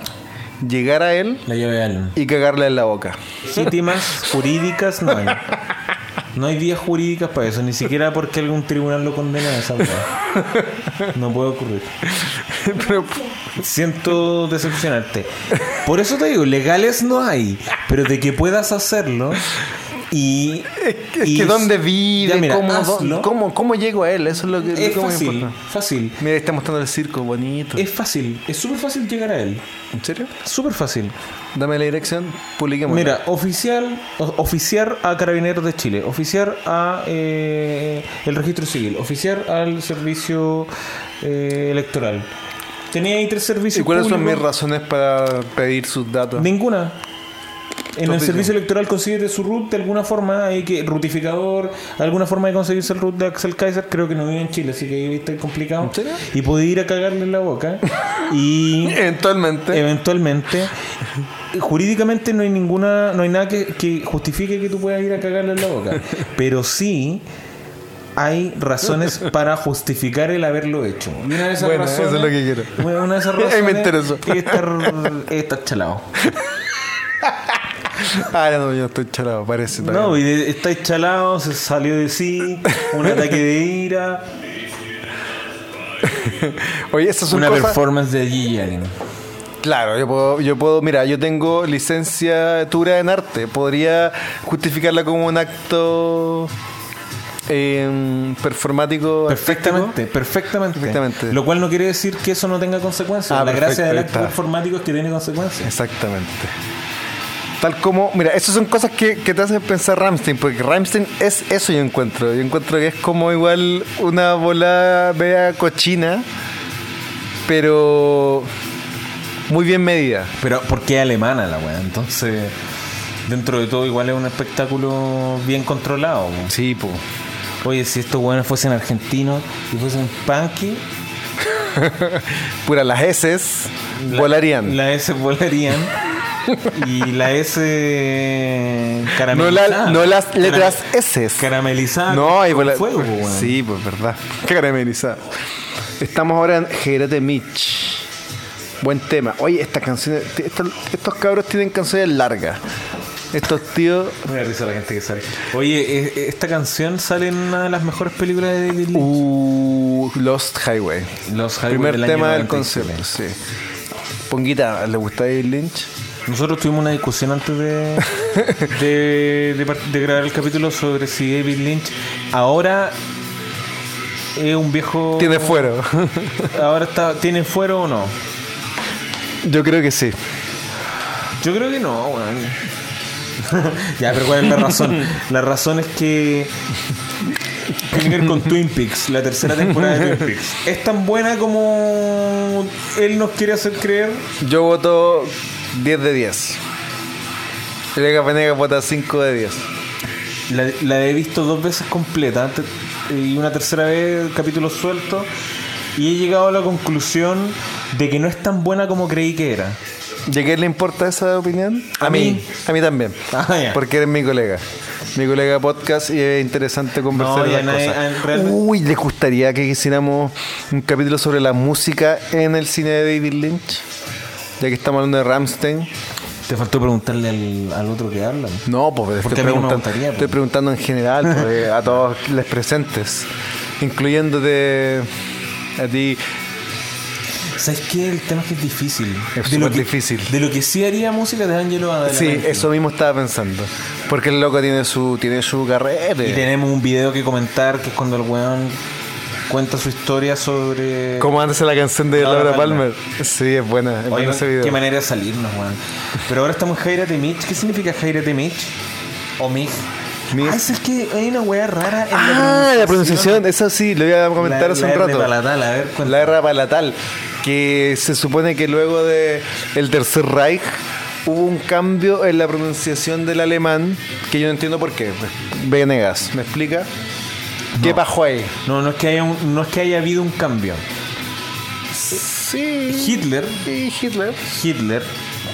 Speaker 1: llegar a él
Speaker 2: La llave de Allen.
Speaker 1: y cagarle en la
Speaker 2: *laughs*
Speaker 1: boca?
Speaker 2: Legítimas jurídicas no hay. No hay vías jurídicas para eso, ni siquiera porque algún tribunal lo condena a esa wea. No puede ocurrir.
Speaker 1: Pero,
Speaker 2: Siento decepcionarte. Por eso te digo, legales no hay, pero de que puedas hacerlo y...
Speaker 1: es
Speaker 2: y-
Speaker 1: que ¿dónde vive?
Speaker 2: Ya, mira,
Speaker 1: ¿Cómo,
Speaker 2: hazlo.
Speaker 1: cómo- cómo llego a él? Eso es lo que
Speaker 2: Es
Speaker 1: lo que me
Speaker 2: fácil,
Speaker 1: importa.
Speaker 2: fácil.
Speaker 1: Mira, ahí está mostrando el circo bonito.
Speaker 2: Es fácil, es súper fácil llegar a él.
Speaker 1: ¿En serio?
Speaker 2: Súper fácil.
Speaker 1: Dame la dirección, publiquemos.
Speaker 2: Mira, oficial, o- oficiar a Carabineros de Chile, oficiar a eh, el Registro Civil, oficiar al Servicio eh, Electoral. Tenía ahí tres servicios.
Speaker 1: ¿Y cuáles son mis
Speaker 2: públicos.
Speaker 1: razones para pedir sus datos?
Speaker 2: Ninguna. En el
Speaker 1: Entonces,
Speaker 2: servicio
Speaker 1: no.
Speaker 2: electoral consíguete su root de alguna forma, hay que rutificador, alguna forma de conseguirse el root de Axel Kaiser, creo que no vive en Chile, así que ahí está el complicado.
Speaker 1: ¿En serio?
Speaker 2: Y puede ir a cagarle en
Speaker 1: *laughs*
Speaker 2: la boca. y
Speaker 1: Eventualmente.
Speaker 2: eventualmente jurídicamente no hay ninguna no hay nada que, que justifique que tú puedas ir a cagarle en la boca pero sí hay razones para justificar el haberlo hecho y una de esas
Speaker 1: Bueno,
Speaker 2: razones
Speaker 1: eso es lo que quiero.
Speaker 2: bueno, una de
Speaker 1: *laughs*
Speaker 2: esas
Speaker 1: Ahí me
Speaker 2: razones
Speaker 1: interesó.
Speaker 2: es estar, es estar chalado
Speaker 1: Ah, no, yo estoy chalado, parece. está
Speaker 2: no
Speaker 1: bien.
Speaker 2: y de- está chalado se salió de sí un ataque de ira
Speaker 1: Oye, esas son
Speaker 2: una
Speaker 1: cosas.
Speaker 2: performance de Gigi Allen
Speaker 1: Claro, yo puedo, yo puedo, mira, yo tengo licenciatura en arte. Podría justificarla como un acto em, performático.
Speaker 2: Perfectamente,
Speaker 1: artístico.
Speaker 2: perfectamente,
Speaker 1: Perfectamente.
Speaker 2: Lo cual no quiere decir que eso no tenga consecuencias.
Speaker 1: Ah,
Speaker 2: la
Speaker 1: perfecto,
Speaker 2: gracia del
Speaker 1: ahí
Speaker 2: acto
Speaker 1: está.
Speaker 2: informático es que tiene consecuencias.
Speaker 1: Exactamente. Tal como, mira, esas son cosas que, que te hacen pensar Ramstein, porque Ramstein es eso yo encuentro. Yo encuentro que es como igual una bola media cochina, pero muy bien medida.
Speaker 2: Pero porque es alemana la weá, entonces dentro de todo igual es un espectáculo bien controlado. po.
Speaker 1: Sí, po.
Speaker 2: Oye, si estos weones fuesen argentinos y fuesen punky,
Speaker 1: Pura, las heces
Speaker 2: la-
Speaker 1: volarían.
Speaker 2: La
Speaker 1: *laughs*
Speaker 2: S volarían. y la S
Speaker 1: no,
Speaker 2: caramelizada.
Speaker 1: la- no las letras heces.
Speaker 2: Caramelizada.
Speaker 1: No, hay
Speaker 2: con
Speaker 1: vola-
Speaker 2: fuego, po, weón.
Speaker 1: Sí, pues verdad. Caramelizada. Estamos ahora en Gerate Mitch. Buen tema. Oye, estas canciones. t- estos- estos cabros tienen canciones largas. Estos tíos.
Speaker 2: Me da risa la gente que sale. Oye, e- e- esta canción sale en una de las mejores películas de David Lynch.
Speaker 1: Uh, Lost Highway.
Speaker 2: Los Highway
Speaker 1: Primer
Speaker 2: año
Speaker 1: tema del
Speaker 2: 97.
Speaker 1: concierto, sí. Ponguita, ¿le gusta David Lynch?
Speaker 2: Nosotros tuvimos una discusión antes de, de, de par- de grabar el capítulo sobre si David Lynch ahora es un viejo.
Speaker 1: Tiene fuero.
Speaker 2: Ahora está, tiene fuero o no.
Speaker 1: *laughs* Yo creo que sí.
Speaker 2: Yo creo que no, weón. *laughs* ya, pero ¿cuál es la razón? La razón es que. Tiene que ver con Twin Peaks, la tercera temporada de Twin Peaks. Es tan buena como él nos quiere hacer creer.
Speaker 1: Yo voto 10 de 10. Vega Venegas vota 5 de 10.
Speaker 2: La, la he visto dos veces completa antes- y una tercera vez capítulo suelto y he llegado a la conclusión de que no es tan buena como creí
Speaker 1: *laughs*
Speaker 2: que era.
Speaker 1: ¿Y a quién le importa esa opinión?
Speaker 2: A mí.
Speaker 1: A mí
Speaker 2: *laughs*
Speaker 1: también.
Speaker 2: Ah, ya.
Speaker 1: Porque eres mi colega. Mi colega de podcast y es interesante conversar
Speaker 2: No, ya
Speaker 1: de
Speaker 2: nadie- ah, realmente-
Speaker 1: Uy, ¿les gustaría que hiciéramos un capítulo sobre la música en el cine de David Lynch? Ya que estamos hablando de Ramstein.
Speaker 2: Te faltó preguntarle al, al otro que habla.
Speaker 1: No, pues estoy,
Speaker 2: Porque a mí no me
Speaker 1: preguntando,
Speaker 2: gustaría, pues.
Speaker 1: estoy preguntando en general pues, a todos los presentes. Incluyéndote a ti.
Speaker 2: ¿Sabes qué? El tema es que es difícil.
Speaker 1: Es
Speaker 2: De lo
Speaker 1: súper
Speaker 2: que-
Speaker 1: difícil.
Speaker 2: De lo que sí haría música de Angelo
Speaker 1: Sí, eso mismo estaba pensando. Porque el loco tiene su, tiene su carrera.
Speaker 2: Y tenemos un video que comentar que es cuando el weón cuenta su historia sobre...
Speaker 1: ¿Cómo antes la canción de
Speaker 2: Laura
Speaker 1: Laura Palmer? Sí, es buena, es
Speaker 2: Oye,
Speaker 1: bueno ese video.
Speaker 2: qué manera de salirnos, weón. Pero ahora estamos en Jaira Temich. ¿Qué significa Jaira Temich? O Mij.
Speaker 1: Ni-
Speaker 2: Ah, es que hay una weá rara en
Speaker 1: Ah, la pronunciación, eso sí, lo voy a comentar
Speaker 2: La-
Speaker 1: hace
Speaker 2: la
Speaker 1: un
Speaker 2: R
Speaker 1: rato.
Speaker 2: palatal, a ver, cuéntame.
Speaker 1: la R palatal, que se supone que luego de el Tercer Reich hubo un cambio en la pronunciación del alemán que yo no entiendo por qué. Venegas, ¿me explica? ¿Qué pasó ahí?
Speaker 2: No, no es, que haya un- no es que haya habido un cambio.
Speaker 1: Sí.
Speaker 2: Hitler,
Speaker 1: Sí, Hitler.
Speaker 2: Hitler,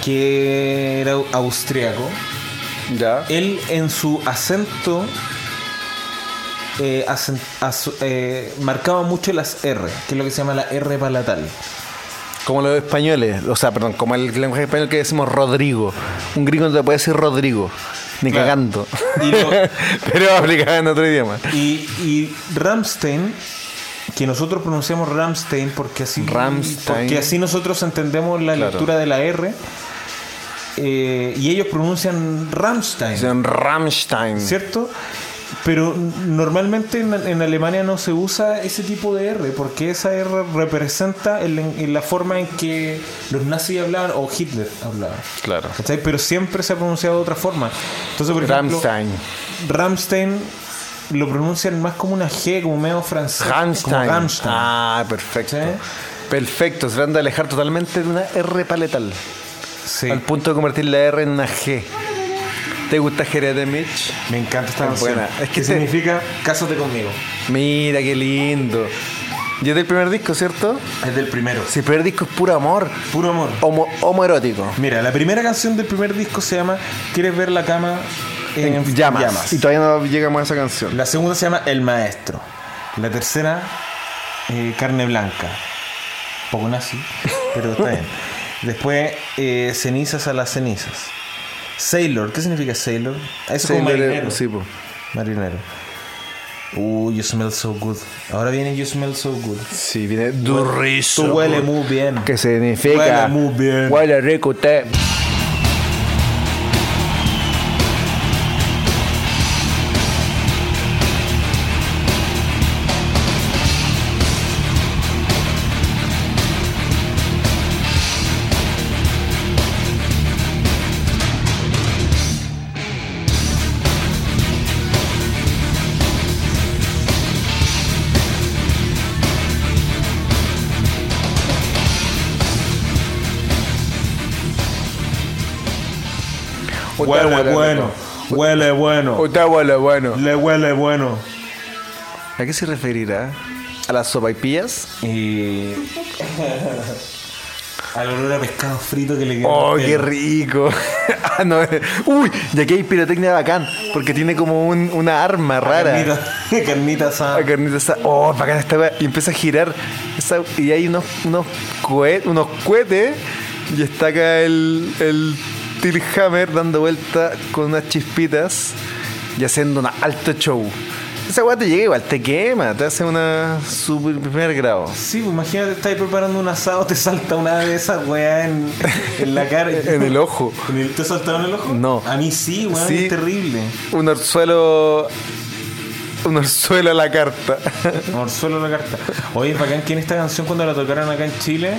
Speaker 2: que era austriaco,
Speaker 1: Ya.
Speaker 2: él en su acento eh, acen- asu- eh, marcaba mucho las R, que es lo que se llama la R palatal.
Speaker 1: Como los españoles, o sea, perdón, como el lenguaje español que decimos Rodrigo. Un gringo no te puede decir Rodrigo, ni
Speaker 2: Claro.
Speaker 1: cagando.
Speaker 2: Y lo-
Speaker 1: *laughs* Pero aplicado en otro idioma.
Speaker 2: Y, y Ramstein, que nosotros pronunciamos Ramstein porque así,
Speaker 1: Rammstein.
Speaker 2: porque así nosotros entendemos la
Speaker 1: Claro.
Speaker 2: lectura de la R, eh, y ellos pronuncian Ramstein,
Speaker 1: Dicen Rammstein.
Speaker 2: ¿cierto? Pero normalmente en, en Alemania no se usa ese tipo de R, porque esa R representa el- en la forma en que los nazis hablaban o Hitler hablaba.
Speaker 1: Claro.
Speaker 2: ¿cachai? Pero siempre se ha pronunciado de otra forma. Entonces, por ejemplo,
Speaker 1: Rammstein.
Speaker 2: Ramstein lo pronuncian más como una G, como medio francés.
Speaker 1: Rammstein.
Speaker 2: Como Rammstein.
Speaker 1: Ah, perfecto.
Speaker 2: Sí.
Speaker 1: Perfecto, se van a alejar totalmente de una R paletal.
Speaker 2: Sí.
Speaker 1: Al punto de convertir la R en una G. ¿Te gusta Gerard Mitch?
Speaker 2: Me encanta esta
Speaker 1: Es
Speaker 2: canción.
Speaker 1: Ah, buena. Es
Speaker 2: Es
Speaker 1: que este-
Speaker 2: que,
Speaker 1: se-
Speaker 2: significa Cásate conmigo.
Speaker 1: Mira, qué lindo. Y es del primer disco, ¿cierto?
Speaker 2: Es del primero.
Speaker 1: Si el primer disco es puro amor,
Speaker 2: Puro amor.
Speaker 1: homo, homoerótico.
Speaker 2: Mira, la primera canción del primer disco se llama ¿Quieres ver la cama en,
Speaker 1: En llamas. Y todavía no llegamos a esa canción.
Speaker 2: La segunda se llama El Maestro. La tercera, eh, Carne Blanca. Un poco nazi, pero
Speaker 1: *laughs*
Speaker 2: está bien. Después, eh, Cenizas a las cenizas. Sailor, ¿qué significa Sailor? Eso es como
Speaker 1: Sailor,
Speaker 2: marinero.
Speaker 1: sí, po.
Speaker 2: Marinero. Uh, you smell so good. Ahora viene You smell so good.
Speaker 1: Sí, viene Durrizo.
Speaker 2: Tú huele muy bien.
Speaker 1: Que significa.
Speaker 2: Huele muy bien.
Speaker 1: Huele rico usted. Usted
Speaker 2: Huele bueno.
Speaker 1: rico.
Speaker 2: Huele bueno.
Speaker 1: Usted huele bueno.
Speaker 2: Le huele bueno.
Speaker 1: ¿A qué se referirá? ¿A las sopaipillas?
Speaker 2: Y... *laughs* Al olor a pescado frito que le queda.
Speaker 1: ¡Oh,
Speaker 2: en el
Speaker 1: qué
Speaker 2: pelo.
Speaker 1: rico! *laughs* Ah, no, eh. ¡Uy! Y aquí hay pirotecnia bacán, porque tiene como un- una arma rara.
Speaker 2: Carnita, *laughs* carnita asada.
Speaker 1: La carnita está. ¡Oh, bacán esta wea! Y empieza a girar. esa- y hay unos, unos, cohe- unos cohetes. Y está acá el, el Tilhammer dando vuelta con unas chispitas y haciendo un alto show. Esa weá te llega igual, te quema, te hace una super primer grado.
Speaker 2: Sí, pues imagínate, estás preparando un asado, te salta una de esas weas en, en la cara.
Speaker 1: *laughs* En el ojo.
Speaker 2: ¿En el- ¿Te saltaron el ojo?
Speaker 1: No.
Speaker 2: A mí sí, weón,
Speaker 1: Sí.
Speaker 2: es terrible.
Speaker 1: Un orzuelo. Un orzuelo a la carta.
Speaker 2: Por solo la carta. Oye, es bacán que en esta canción cuando la tocaron acá en Chile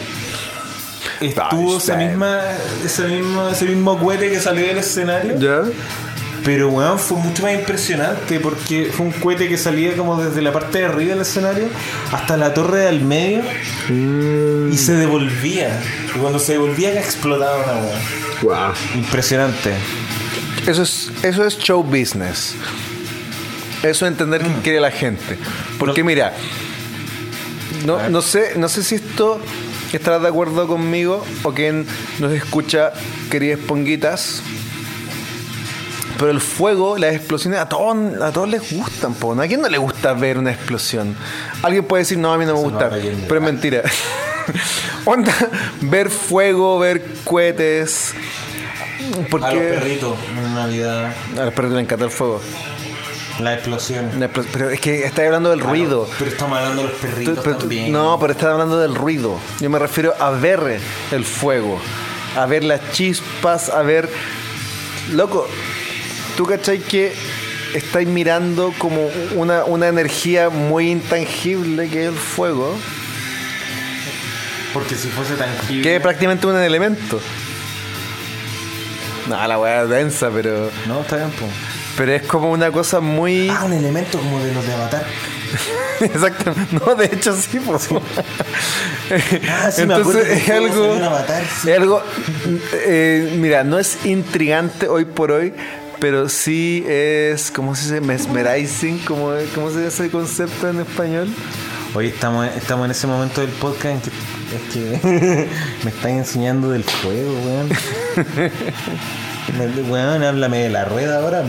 Speaker 2: estuvo esa
Speaker 1: Einstein.
Speaker 2: misma, ese mismo, ese mismo cohete que salió del escenario.
Speaker 1: ¿Ya?
Speaker 2: Pero weón, fue mucho más impresionante porque fue un cohete que salía como desde la parte de arriba del escenario hasta la torre del medio
Speaker 1: Mm.
Speaker 2: y se devolvía. Y cuando se devolvía explotaba una weón. Impresionante.
Speaker 1: Eso es, eso es show business. Eso es entender
Speaker 2: Mm.
Speaker 1: qué quiere la gente. Porque mira, no, no sé, no sé si esto estarás de acuerdo conmigo o quien nos escucha, queridas ponguitas. Pero el fuego, las explosiones, a todos, a todos les gustan. po. ¿A quién no le gusta ver una explosión? Alguien puede decir, no, a mí no me
Speaker 2: Eso no
Speaker 1: gusta.
Speaker 2: va a caer en mi
Speaker 1: pero es mentira. *laughs* Onda, ver fuego, ver cohetes. Porque...
Speaker 2: A los perritos en Navidad,
Speaker 1: A los perros les Ah, encanta el fuego.
Speaker 2: la explosión.
Speaker 1: No, pero- Pero es que estás hablando del ruido.
Speaker 2: Pero estamos hablando de los
Speaker 1: Tú-
Speaker 2: perritos
Speaker 1: pero tú-
Speaker 2: también.
Speaker 1: no, pero estás hablando del ruido. Yo me refiero a ver el fuego, a ver las chispas, a ver. Loco, tú cachai que estáis mirando como una, una energía muy intangible que es el fuego,
Speaker 2: Porque si fuese tangible.
Speaker 1: que es prácticamente un elemento. No, la weá es densa, pero.
Speaker 2: No, está bien, po.
Speaker 1: Pero es como una cosa muy.
Speaker 5: Ah, un elemento como de los de Avatar.
Speaker 1: *laughs* Exacto. No, de hecho sí, pues.
Speaker 5: Ah, sí, me acuerdo
Speaker 1: Entonces
Speaker 5: que
Speaker 1: es
Speaker 5: el juego
Speaker 1: algo.
Speaker 5: salió en Avatar, sí.
Speaker 1: Es algo. eh, mira, no es intrigante hoy por hoy. Pero sí es, ¿cómo se dice? Mesmerizing, ¿cómo, cómo se dice ese concepto en español? *laughs*
Speaker 5: Hoy estamos, estamos en ese momento del podcast en que, es que *laughs* me están enseñando del juego, weón. Me- Weón, háblame de la rueda ahora.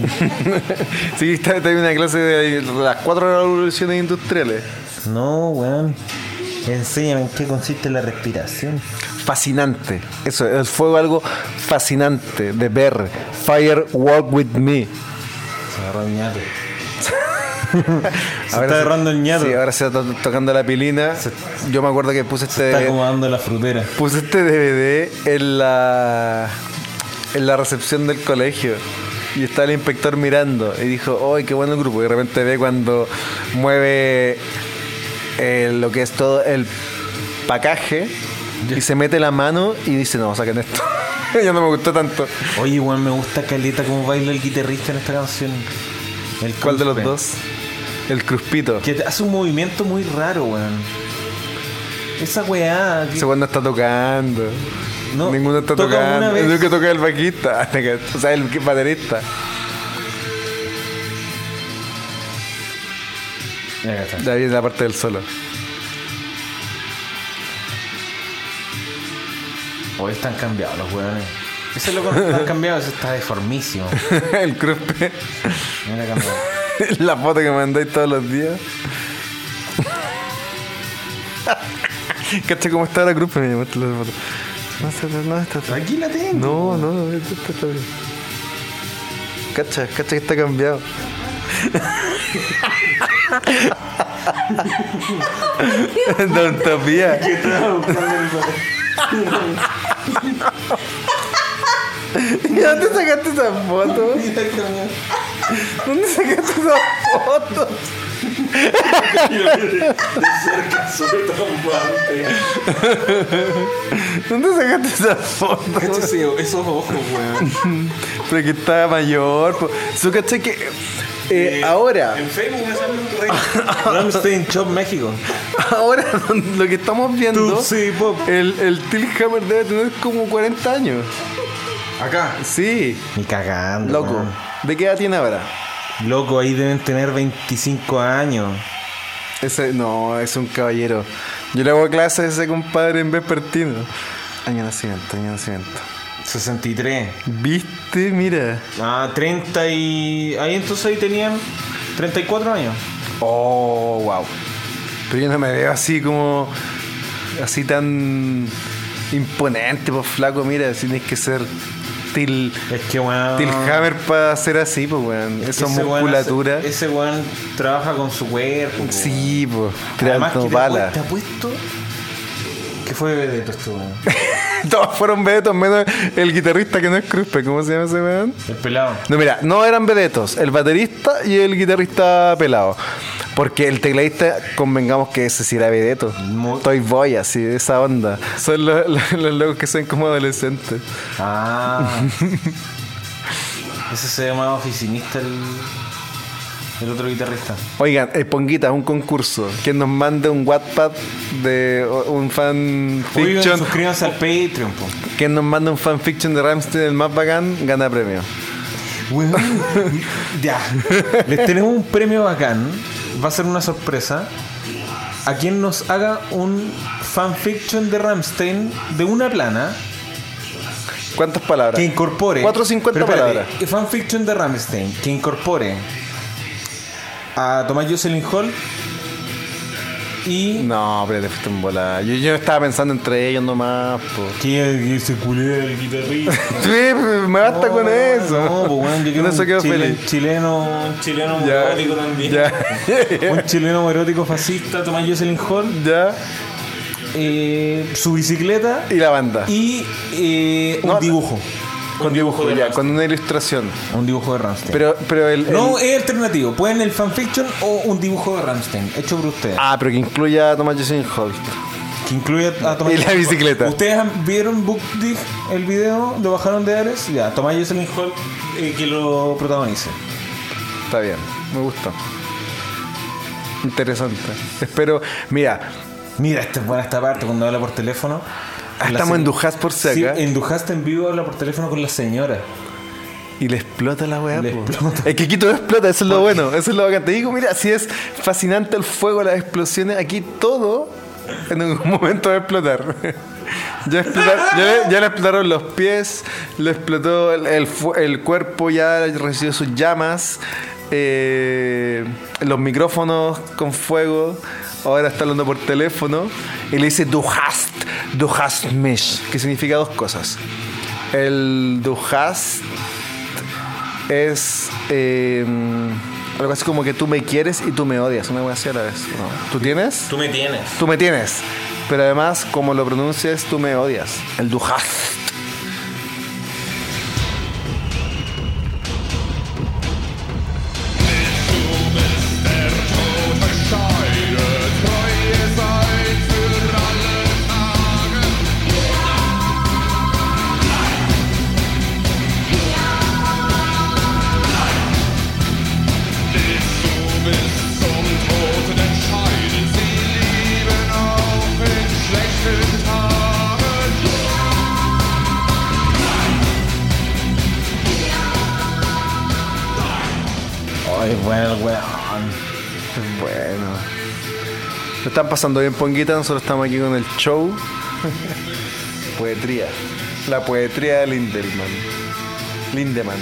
Speaker 1: Sí, está, está en una clase de las cuatro revoluciones industriales.
Speaker 5: No, weón. Enséñame en qué consiste la respiración.
Speaker 1: Fascinante. Eso, el fuego algo fascinante de ver. Fire Walk With Me.
Speaker 5: Se agarró el ñato.
Speaker 1: Ahora
Speaker 2: está agarrando el ñato.
Speaker 1: Sí, ahora se está to- tocando la pilina. Yo me acuerdo que puse
Speaker 5: Está
Speaker 1: este,
Speaker 5: acomodando la frutera.
Speaker 1: puse este DVD en la, en la recepción del colegio. Y estaba el inspector mirando y dijo, ¡ay, qué bueno el grupo! Y de repente ve cuando mueve eh, lo que es todo el pacaje y se mete la mano y dice, no, saquen esto. *laughs* ya no me gustó tanto.
Speaker 5: Oye, weón, me gusta caleta cómo baila el guitarrista en esta canción. El
Speaker 1: ¿Cuál de los
Speaker 5: Cruzpe.
Speaker 1: dos? El Cruspito.
Speaker 5: Que hace un movimiento muy raro, weón. Esa weá. que-
Speaker 1: Ese weón no está tocando.
Speaker 5: No,
Speaker 1: Ninguno está
Speaker 5: toca
Speaker 1: tocando.
Speaker 5: una
Speaker 1: Es
Speaker 5: vez.
Speaker 1: el que toca el *laughs* vaquista. O sea, el baterista.
Speaker 5: Acá está.
Speaker 1: Ya viene la parte del solo. *laughs*
Speaker 5: Hoy están cambiados los weones. Ese loco no está cambiado, ese está deformísimo.
Speaker 1: el Cruspe.
Speaker 5: Mira cambiado.
Speaker 1: *laughs* la foto que mandáis todos los días. *laughs* ¿Cacha cómo está ahora Cruspe? Me llamaste la foto. No, se- no, no, está
Speaker 5: Aquí la tengo.
Speaker 1: No, no, esto está, está bien. Cacha, cacha que está cambiado. *laughs* Don Topía. ¿Y dónde sacaste esa foto? ¿Dónde sacaste esa foto? ¿Dónde sacaste esa foto?
Speaker 2: Esos ojos, weón.
Speaker 1: Pero que está mayor. po. Su caché que. eh, ahora,
Speaker 2: En Facebook me sale un
Speaker 5: *laughs*
Speaker 2: rey. Ramstein Shop México.
Speaker 1: ahora *laughs* lo que estamos viendo,
Speaker 2: Tutsi Pop.
Speaker 1: el, el Tilhammer debe tener como 40 años.
Speaker 2: Acá.
Speaker 1: Sí,
Speaker 5: Ni cagando.
Speaker 1: loco.
Speaker 5: weón.
Speaker 1: ¿De qué edad tiene ahora?
Speaker 5: Loco, ahí deben tener 25 años.
Speaker 1: Ese, no, es un caballero. Yo le hago clases a ese compadre en vespertino. Año de nacimiento, año de nacimiento.
Speaker 5: 63.
Speaker 1: ¿Viste? Mira.
Speaker 5: Ah, 30 y. Ahí entonces ahí tenían 34 años.
Speaker 1: Oh, wow. Pero yo no me veo así como. Así tan. Imponente, pues flaco, mira, si tienes que ser. Til.
Speaker 5: Es que weón.
Speaker 1: Tilhammer para ser así, pues weón. Esa
Speaker 5: ese weón
Speaker 1: musculatura.
Speaker 5: hace- Ese weón trabaja con su cuerpo. weón.
Speaker 1: Sí, pues.
Speaker 5: Además
Speaker 1: Tirando
Speaker 5: que te apu-
Speaker 1: balas.
Speaker 5: te apuesto que fue Bebeto este weón.
Speaker 1: *laughs* Todos fueron vedetos, menos el guitarrista que no es Cruzpe. ¿Cómo se llama ese weón?
Speaker 5: El pelado.
Speaker 1: No, mira, no eran vedetos, el baterista y el guitarrista pelado. Porque el tecladista, convengamos que ese sí era vedeto.
Speaker 5: Muy-
Speaker 1: Toy Boy, así, de esa onda. Son los, los, los locos que son como adolescentes.
Speaker 5: Ah. ese se llamaba oficinista el, el otro guitarrista.
Speaker 1: Oigan, eh, Ponguita, un concurso. Quien nos mande un Wattpad de o- un fan
Speaker 5: Oigan,
Speaker 1: fiction.
Speaker 5: suscríbanse al Patreon, po.
Speaker 1: Quien nos mande un fan fiction de Ramstein, el más bacán, gana premio.
Speaker 5: ya. Les tenemos un premio bacán. Va a ser una sorpresa. A quien nos haga un fanfiction de Ramstein de una plana
Speaker 1: ¿Cuántas palabras?
Speaker 5: que incorpore.
Speaker 1: 450
Speaker 5: Pero espérate,
Speaker 1: palabras.
Speaker 5: Fanfiction de Ramstein que incorpore a Tomás Jocelyn Hall y.
Speaker 1: No, pero te fuiste en bola. Yo, yo estaba pensando entre ellos nomás. po.
Speaker 5: Que se culé el guitarrista.
Speaker 1: Sí, pues, me basta con
Speaker 5: No,
Speaker 1: eso.
Speaker 5: No, pues bueno, yo
Speaker 1: con
Speaker 5: quiero
Speaker 1: eso
Speaker 5: un
Speaker 1: quedo
Speaker 5: chile-
Speaker 1: feliz.
Speaker 5: chileno, un chileno
Speaker 1: Ya, *laughs*
Speaker 5: erótico también.
Speaker 1: ya,
Speaker 5: Un chileno erótico fascista, Tomás Jocelyn Hall,
Speaker 1: ya.
Speaker 5: eh, su bicicleta
Speaker 1: Y la banda.
Speaker 5: y eh, un
Speaker 1: No,
Speaker 5: dibujo.
Speaker 1: con dibujo, ya, con una ilustración.
Speaker 5: Un dibujo de Ramstein.
Speaker 1: Pero, pero el,
Speaker 5: no
Speaker 1: el-
Speaker 5: es alternativo, pueden el fanfiction o un dibujo de Ramstein, hecho por ustedes.
Speaker 1: Ah, pero que incluya a Thomas Jefferson Holt.
Speaker 5: Que incluye a Tomás
Speaker 1: Y la
Speaker 5: Jocelyn Hall.
Speaker 1: bicicleta.
Speaker 5: ¿Ustedes han- vieron Book Dig, el video? ¿Lo bajaron de Ares? Ya, Tomás Jocelyn Hall, eh, que lo protagonice.
Speaker 1: Está bien, me gustó. Interesante. Espero, mira,
Speaker 5: Mira, esta es buena esta parte cuando habla por teléfono.
Speaker 1: Ah,
Speaker 5: La
Speaker 1: estamos
Speaker 5: se-
Speaker 1: en Dujas por si
Speaker 5: Sí,
Speaker 1: acá.
Speaker 5: en Dujaste en vivo habla por teléfono con la señora.
Speaker 1: y le explota la weá.
Speaker 5: Le
Speaker 1: po.
Speaker 5: explota.
Speaker 1: Es que aquí todo explota, eso es lo bueno, eso es lo bacán. Te digo, mira, si es fascinante el fuego, las explosiones, aquí todo en algún *laughs* momento va a explotar. Ya, explotaron, ya, le- ya le explotaron los pies, le explotó el, el fu- el cuerpo, ya recibió sus llamas, eh, los micrófonos con fuego, ahora está hablando por teléfono y le dice Du hast, du hast mich, que significa dos cosas. El Du hast es eh, algo así como que tú me quieres y tú me odias, una cosa así a la vez. ¿no? ¿Tú tienes?
Speaker 5: Tú me tienes.
Speaker 1: Tú me tienes. Pero además, como lo pronuncias, tú me odias. El du hast.
Speaker 5: Ay, bueno, el weón.
Speaker 1: Bueno. Lo están pasando bien, Ponguita. Nosotros estamos aquí con el show. *laughs* poetría. La poetría de Lindelman. Lindemann.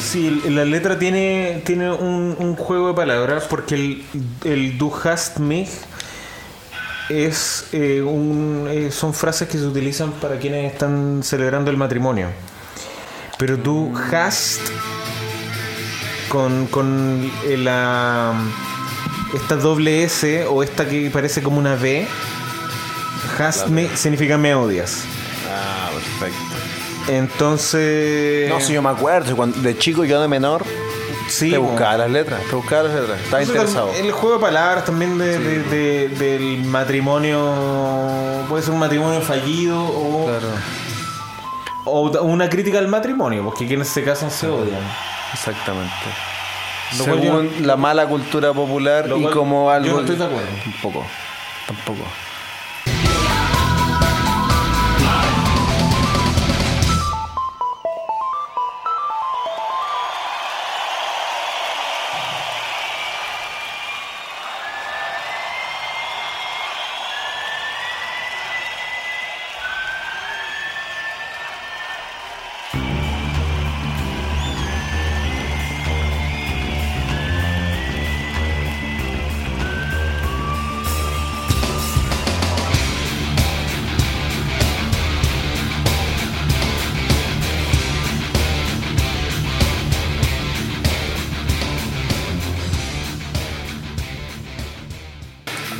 Speaker 5: Sí, la letra tiene, tiene un, un juego de palabras porque el, el Du hast mich es, eh, un, eh, son frases que se utilizan para quienes están celebrando el matrimonio. Pero Du hast con, con eh, la, esta doble S o esta que parece como una V, hast mich significa me odias.
Speaker 1: Ah, perfecto.
Speaker 5: Entonces...
Speaker 1: No, si yo me acuerdo, cuando- de chico yo de menor
Speaker 5: sí,
Speaker 1: te
Speaker 5: po.
Speaker 1: buscaba las letras, te buscaba las letras, estaba
Speaker 5: Eso tam-
Speaker 1: interesado.
Speaker 5: El juego de palabras también de- de- de- del matrimonio. Puede ser un matrimonio fallido o,
Speaker 1: Claro,
Speaker 5: o da- una crítica al matrimonio, porque quienes se casan se odian.
Speaker 1: exactamente.
Speaker 5: Lo cual yo-
Speaker 1: Según la mala cultura popular
Speaker 5: lo
Speaker 1: y
Speaker 5: cual
Speaker 1: como
Speaker 5: yo
Speaker 1: algo.
Speaker 5: no estoy de acuerdo.
Speaker 1: Tampoco, tampoco.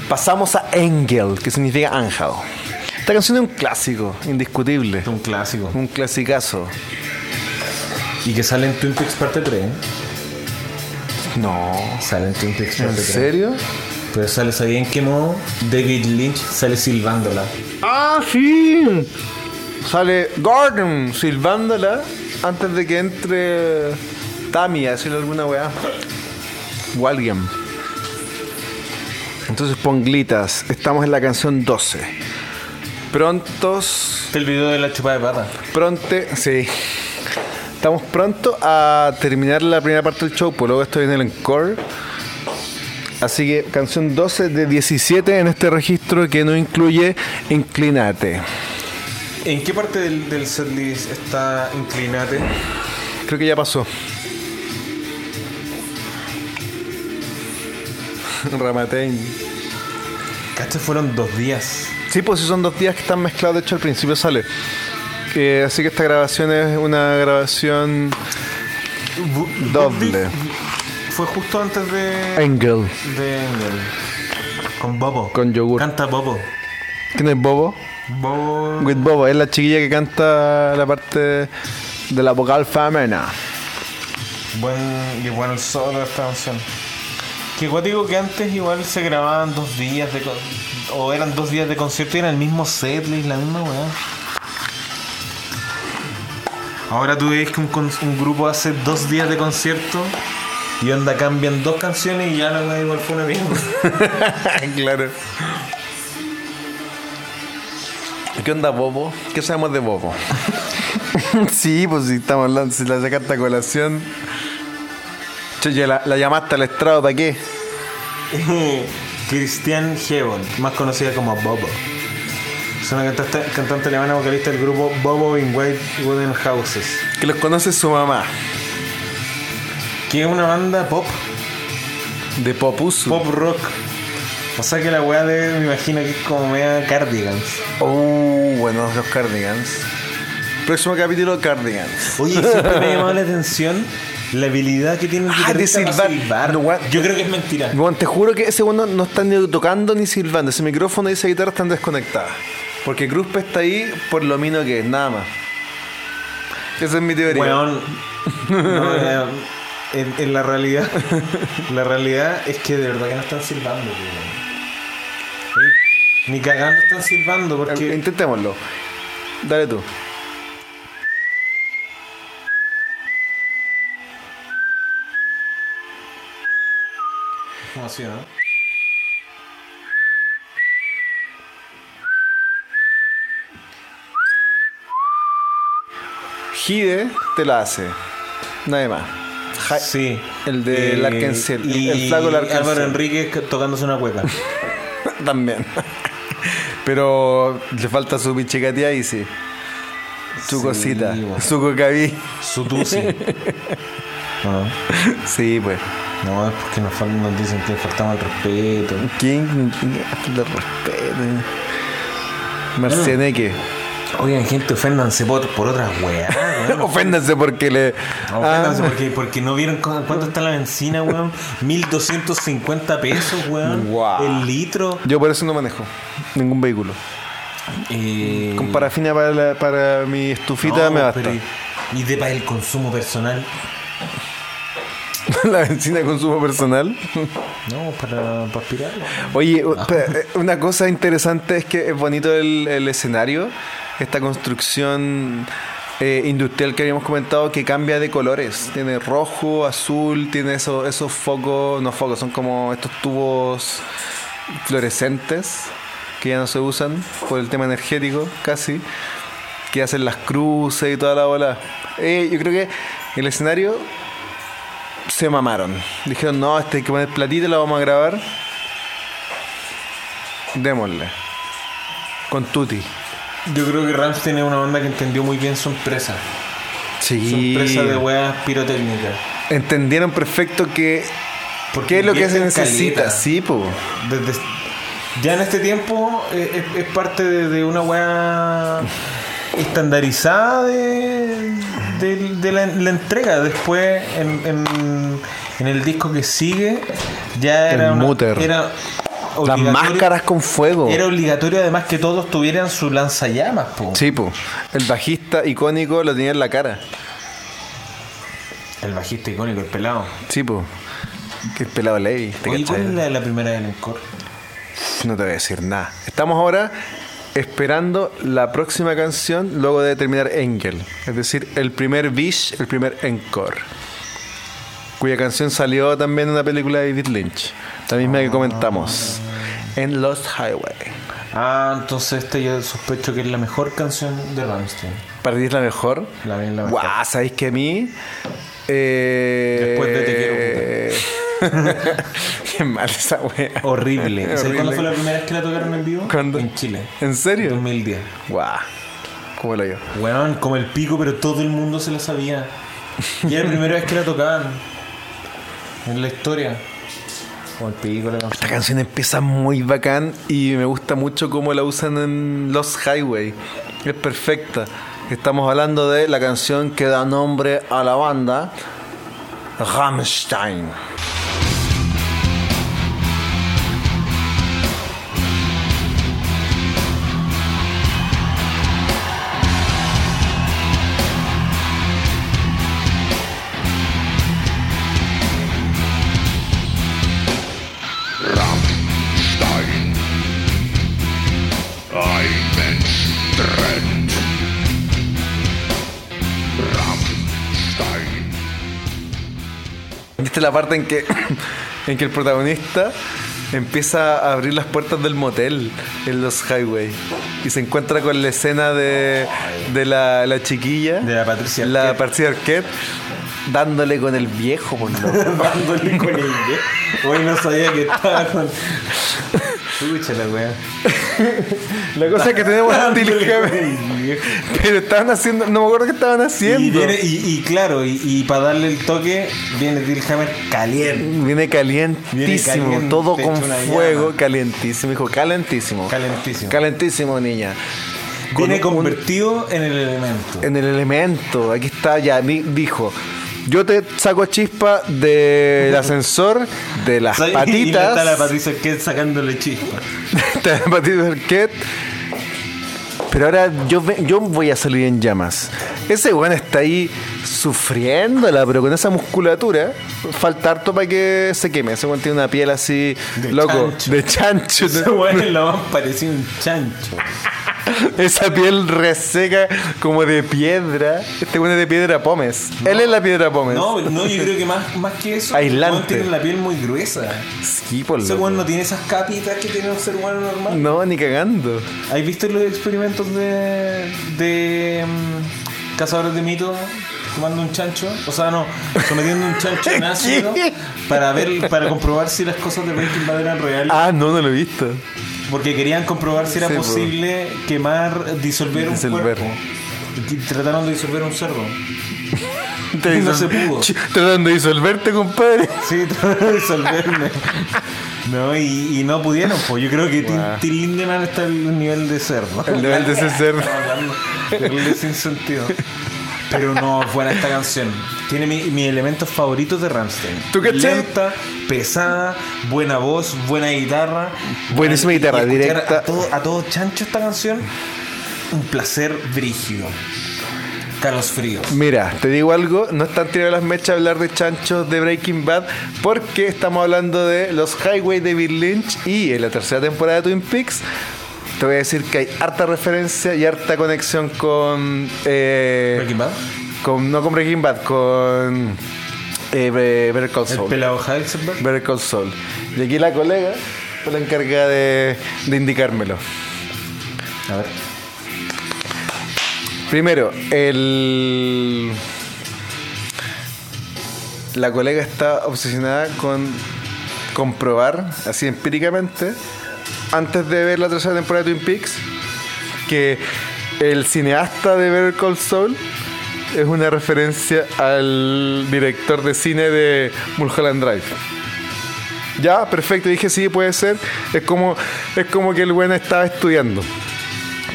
Speaker 1: Pasamos a Engel, que significa ángel. Esta canción es un clásico, indiscutible.
Speaker 5: Es un clásico.
Speaker 1: Un clasicazo.
Speaker 5: Y que sale en Twin Peaks parte 3. ¿eh?
Speaker 1: No.
Speaker 5: Sale en Twin Peaks
Speaker 1: ¿En
Speaker 5: parte 3.
Speaker 1: serio?
Speaker 5: Pero sale, ¿sabía en qué modo? David Lynch sale silbándola.
Speaker 1: ¡Ah, sí! Sale Gordon silbándola antes de que entre Tammy a decirle alguna weá. O alguien. Entonces, Ponglitas, estamos en la canción 12. Prontos
Speaker 5: Este es el video de la chupa de pata.
Speaker 1: Pronte, sí. Estamos pronto a terminar la primera parte del show, pues luego estoy en el encore. Así que canción 12 de 17 en este registro que no incluye Inclinate.
Speaker 5: ¿En qué parte del, del setlist está Inclinate?
Speaker 1: Creo que ya pasó. *laughs* Ramatein.
Speaker 5: Cacha, fueron dos días.
Speaker 1: Sí, pues si son dos días que están mezclados, de hecho al principio sale. Eh, así que esta grabación es una grabación
Speaker 5: Bu-
Speaker 1: Doble.
Speaker 5: Fue justo antes de.
Speaker 1: Engel.
Speaker 5: De Engel. Con Bobo.
Speaker 1: Con yogur.
Speaker 5: Canta Bobo.
Speaker 1: ¿Quién es Bobo?
Speaker 5: Bobo.
Speaker 1: With Bobo es la chiquilla que canta la parte de la vocal femenina.
Speaker 5: Buen, y bueno el solo de esta canción. Que igual digo que antes igual se grababan dos días de. con- O eran dos días de concierto y era el mismo setlist, la misma weá. Ahora tú ves que un, con- un grupo hace dos días de concierto y onda cambian dos canciones y ya la weá igual fue una mierda.
Speaker 1: *laughs* claro. ¿Qué onda, Bobo? ¿Qué sabemos de Bobo? *laughs* sí, pues si estamos hablando, si la sacaste a colación. Che, ya la, la llamaste al estrado, ¿para qué?
Speaker 5: Christian Hebon, más conocida como Bobo. Es una cantante, cantante alemana vocalista del grupo Bobo in White Wooden Houses,
Speaker 1: Que los conoce su mamá,
Speaker 5: que es una banda pop,
Speaker 1: de Popusu.
Speaker 5: pop rock. O sea que la weá de, me imagino que es como media cardigans.
Speaker 1: Oh, buenos los Cardigans. Próximo capítulo, Cardigans.
Speaker 5: Oye, siempre me ha llamado la atención la habilidad que tiene el
Speaker 1: Ah,
Speaker 5: guitarrista
Speaker 1: de
Speaker 5: para
Speaker 1: silbar. No, weá.
Speaker 5: Yo creo que es mentira.
Speaker 1: Bueno, te juro que ese uno no están ni tocando ni silbando. Ese micrófono y esa guitarra están desconectadas. Porque Cruzpe está ahí por lo mino que es, nada más. Esa es mi teoría.
Speaker 5: Weón, no, eh, en, en la realidad, *laughs* la realidad es que de verdad que no están silbando, weón. Ni cagando están silbando
Speaker 1: Eh,
Speaker 5: porque
Speaker 1: Intentémoslo. Dale tú.
Speaker 5: como así, ¿no?
Speaker 1: Hide te la hace. Nada más. Ja-
Speaker 5: Sí.
Speaker 1: El de
Speaker 5: Eh,
Speaker 1: Larkenciel,
Speaker 5: y
Speaker 1: el flaco Larkenciel.
Speaker 5: Álvaro Enrique tocándose una cueca.
Speaker 1: *laughs* También. Pero le falta su pichicatía ahí, sí. Su
Speaker 5: Sí,
Speaker 1: cosita.
Speaker 5: bueno.
Speaker 1: Su cocaví.
Speaker 5: Su
Speaker 1: *laughs*
Speaker 5: tusi. No,
Speaker 1: Sí, pues.
Speaker 5: no, es porque nos, fal- nos dicen que faltamos el respeto.
Speaker 1: ¿Quién? ¿Quién? Le respete. Marcianeque.
Speaker 5: Oigan, gente, oféndanse por, por otras weas. weón.
Speaker 1: Oféndanse porque le.
Speaker 5: No,
Speaker 1: Ah,
Speaker 5: oféndanse porque, porque no vieron cu- cuánto está la benzina, weón. 1250 pesos, weón.
Speaker 1: Guau.
Speaker 5: El litro.
Speaker 1: yo por eso no manejo ningún vehículo.
Speaker 5: Eh,
Speaker 1: Con parafina para, la- para mi estufita
Speaker 5: no,
Speaker 1: me basta.
Speaker 5: pero y, y de para el consumo personal.
Speaker 1: *laughs* la benzina de consumo personal.
Speaker 5: No, para, para aspirar. weón.
Speaker 1: Oye, u- pe- eh, una cosa interesante es que es bonito el, el escenario, esta construcción eh, industrial que habíamos comentado que cambia de colores. Tiene rojo, azul, tiene eso- esos focos, no focos, son como estos tubos fluorescentes que ya no se usan por el tema energético casi, que hacen las cruces y toda la bola. Eh, yo creo que el escenario se mamaron. Dijeron, no, este hay que poner platita, la vamos a grabar. Démosle. Con Tuti.
Speaker 5: Yo creo que Ramstein es una banda que entendió muy bien su empresa. Su empresa de weas pirotécnicas.
Speaker 1: Entendieron perfecto que.
Speaker 5: Porque
Speaker 1: ¿Qué es lo que se
Speaker 5: invierten
Speaker 1: necesita?
Speaker 5: caleta.
Speaker 1: Sí, po.
Speaker 5: Desde- ya en este tiempo eh, es, es parte de, de una weá estandarizada de, de- de la, la entrega. Después, en, en- en el disco que sigue, ya
Speaker 1: El
Speaker 5: era. una-
Speaker 1: muter.
Speaker 5: era
Speaker 1: Las
Speaker 5: obligatorio-
Speaker 1: máscaras con fuego.
Speaker 5: Era obligatorio además que todos tuvieran su lanzallamas, po.
Speaker 1: Sí, po. El bajista icónico lo tenía en la cara.
Speaker 5: El bajista icónico, el pelado.
Speaker 1: Sí, po. Que el pelado Levi. ¿te
Speaker 5: Oye, ¿cuál
Speaker 1: cachai?
Speaker 5: es la, la primera del encore?
Speaker 1: No te voy a decir nada. Estamos ahora esperando la próxima canción luego de terminar Engel. Es decir, el primer Bish, el primer Encore. Cuya canción salió también en una película de David Lynch. La misma que comentamos. En Lost Highway.
Speaker 5: Ah, entonces esta yo sospecho que es la mejor canción de Rammstein.
Speaker 1: ¿Para ti es la mejor?
Speaker 5: La mía es la mejor.
Speaker 1: Guau, ¿sabéis que a mí? Eh,
Speaker 5: Después de Te
Speaker 1: *laughs* Qué mal esa wea. *laughs*
Speaker 5: Horrible. ¿Sabes
Speaker 1: Horrible.
Speaker 5: cuándo fue la primera vez que la tocaron en vivo?
Speaker 1: ¿Cuándo?
Speaker 5: En Chile.
Speaker 1: ¿En serio?
Speaker 5: 2010.
Speaker 1: Guau. ¿Cómo lo yo?
Speaker 5: Weón, como el pico, pero todo el mundo se la sabía. Y era la primera vez que la tocaban. En la historia. Como el pico la
Speaker 1: Esta
Speaker 5: canción.
Speaker 1: canción empieza muy bacán y me gusta mucho cómo la usan en Los Highway. Es perfecta. Estamos hablando de la canción que da nombre a la banda, Rammstein.
Speaker 3: Rammstein. Ein Mensch brennt. Rammstein.
Speaker 1: Esta es la parte en que, *coughs* en que el protagonista empieza a abrir las puertas del motel en los highway y se encuentra con la escena de, de la, la chiquilla,
Speaker 5: De la Patricia
Speaker 1: la
Speaker 5: Arquette.
Speaker 1: Patricia Arquette, dándole con el viejo, pues, por
Speaker 5: *laughs*
Speaker 1: loco.
Speaker 5: Dándole con el pie. Hoy no sabía que estaba con. Escucha la wea.
Speaker 1: La cosa es que
Speaker 5: *laughs*
Speaker 1: tenemos a Tilly
Speaker 5: Dándole con
Speaker 1: Hammer,
Speaker 5: el viejo.
Speaker 1: *laughs* pero estaban haciendo, no me acuerdo qué estaban haciendo.
Speaker 5: Y, viene- y- y claro, y, para darle el toque, viene Bill Hammer caliente.
Speaker 1: Viene calientísimo,
Speaker 5: Viene caliente,
Speaker 1: todo con
Speaker 5: hecho una
Speaker 1: fuego,
Speaker 5: llama.
Speaker 1: calientísimo, hijo, calentísimo.
Speaker 5: Calentísimo.
Speaker 1: Calentísimo, niña.
Speaker 5: Viene
Speaker 1: Con un-
Speaker 5: convertido en el elemento.
Speaker 1: en el elemento, aquí está, ya ni- dijo. Yo te saco chispa
Speaker 5: *laughs*
Speaker 1: del ascensor, de las
Speaker 5: ¿Sabes? Y
Speaker 1: patitas.
Speaker 5: está la Patricia Arquette sacándole chispa.
Speaker 1: *laughs* está la patita del Ket. Pero ahora yo, ve- yo voy a salir en llamas. Ese weón está ahí sufriéndola, pero con esa musculatura falta harto para que se queme. Ese weón tiene una piel así,
Speaker 5: De
Speaker 1: loco,
Speaker 5: chancho.
Speaker 1: de chancho.
Speaker 5: Ese *laughs* weón es lo más parecido a un chancho.
Speaker 1: *laughs* Esa piel reseca como de piedra. Este weón es de piedra pómez. Él es la piedra pómez.
Speaker 5: No, no, yo creo que más, más que eso, el
Speaker 1: Aislante.
Speaker 5: weón tiene la piel muy gruesa.
Speaker 1: Sí, por
Speaker 5: Ese
Speaker 1: loco.
Speaker 5: weón no tiene esas capitas que tiene un ser humano normal.
Speaker 1: No, ni cagando.
Speaker 5: ¿Has visto los experimentos de, de mm, cazadores de mitos tomando un chancho? O sea, no, sometiendo un chancho en
Speaker 1: *laughs*
Speaker 5: ácido
Speaker 1: ¿Qué?
Speaker 5: para ver, para comprobar si las cosas de Breaking Bad eran reales.
Speaker 1: Ah, no, no lo he visto.
Speaker 5: Porque querían comprobar si era
Speaker 1: Sí, po.
Speaker 5: posible quemar, disolver un
Speaker 1: Disolver.
Speaker 5: cuerpo. Y trataron de disolver un cerdo.
Speaker 1: Te
Speaker 5: No
Speaker 1: disol-
Speaker 5: se pudo.
Speaker 1: Ch- Tratando de disolverte,
Speaker 5: *laughs*
Speaker 1: compadre.
Speaker 5: Sí, trataron de disolverme. No, y, y no pudieron, pues yo creo que Tim-
Speaker 1: Guau.
Speaker 5: Tim Lindemann está en el nivel de cerdo.
Speaker 1: El nivel de ese cerdo.
Speaker 5: Terrible sin sentido. Pero no, fuera esta canción. Tiene mi- mis elementos favoritos de Ramstein.
Speaker 1: ¿Tú cachai?
Speaker 5: Lenta, pesada, buena voz, buena guitarra.
Speaker 1: Buenísima
Speaker 5: Y- y
Speaker 1: guitarra,
Speaker 5: escuchar
Speaker 1: directa.
Speaker 5: A todo, a todo chancho esta canción, un placer brígido. Carlos Fríos.
Speaker 1: Mira, te digo algo, no están tirando las mechas hablar de chanchos de Breaking Bad porque estamos hablando de los Highway de Bill Lynch y en la tercera temporada de Twin Peaks te voy a decir que hay harta referencia y harta conexión con... eh,
Speaker 5: Breaking Bad.
Speaker 1: con- no con Breaking Bad, con... Eh, Be- Better Call
Speaker 5: El
Speaker 1: Saul.
Speaker 5: pelado Heisenberg.
Speaker 1: Better Call Saul. Y aquí la colega fue la encargada de, de indicármelo.
Speaker 5: A ver.
Speaker 1: Primero, el... La colega está obsesionada con comprobar, así empíricamente, antes de ver la tercera temporada de Twin Peaks, que el cineasta de Better Call Saul es una referencia al director de cine de Mulholland Drive. Ya, perfecto, dije sí, puede ser. Es como, es como que el bueno estaba estudiando.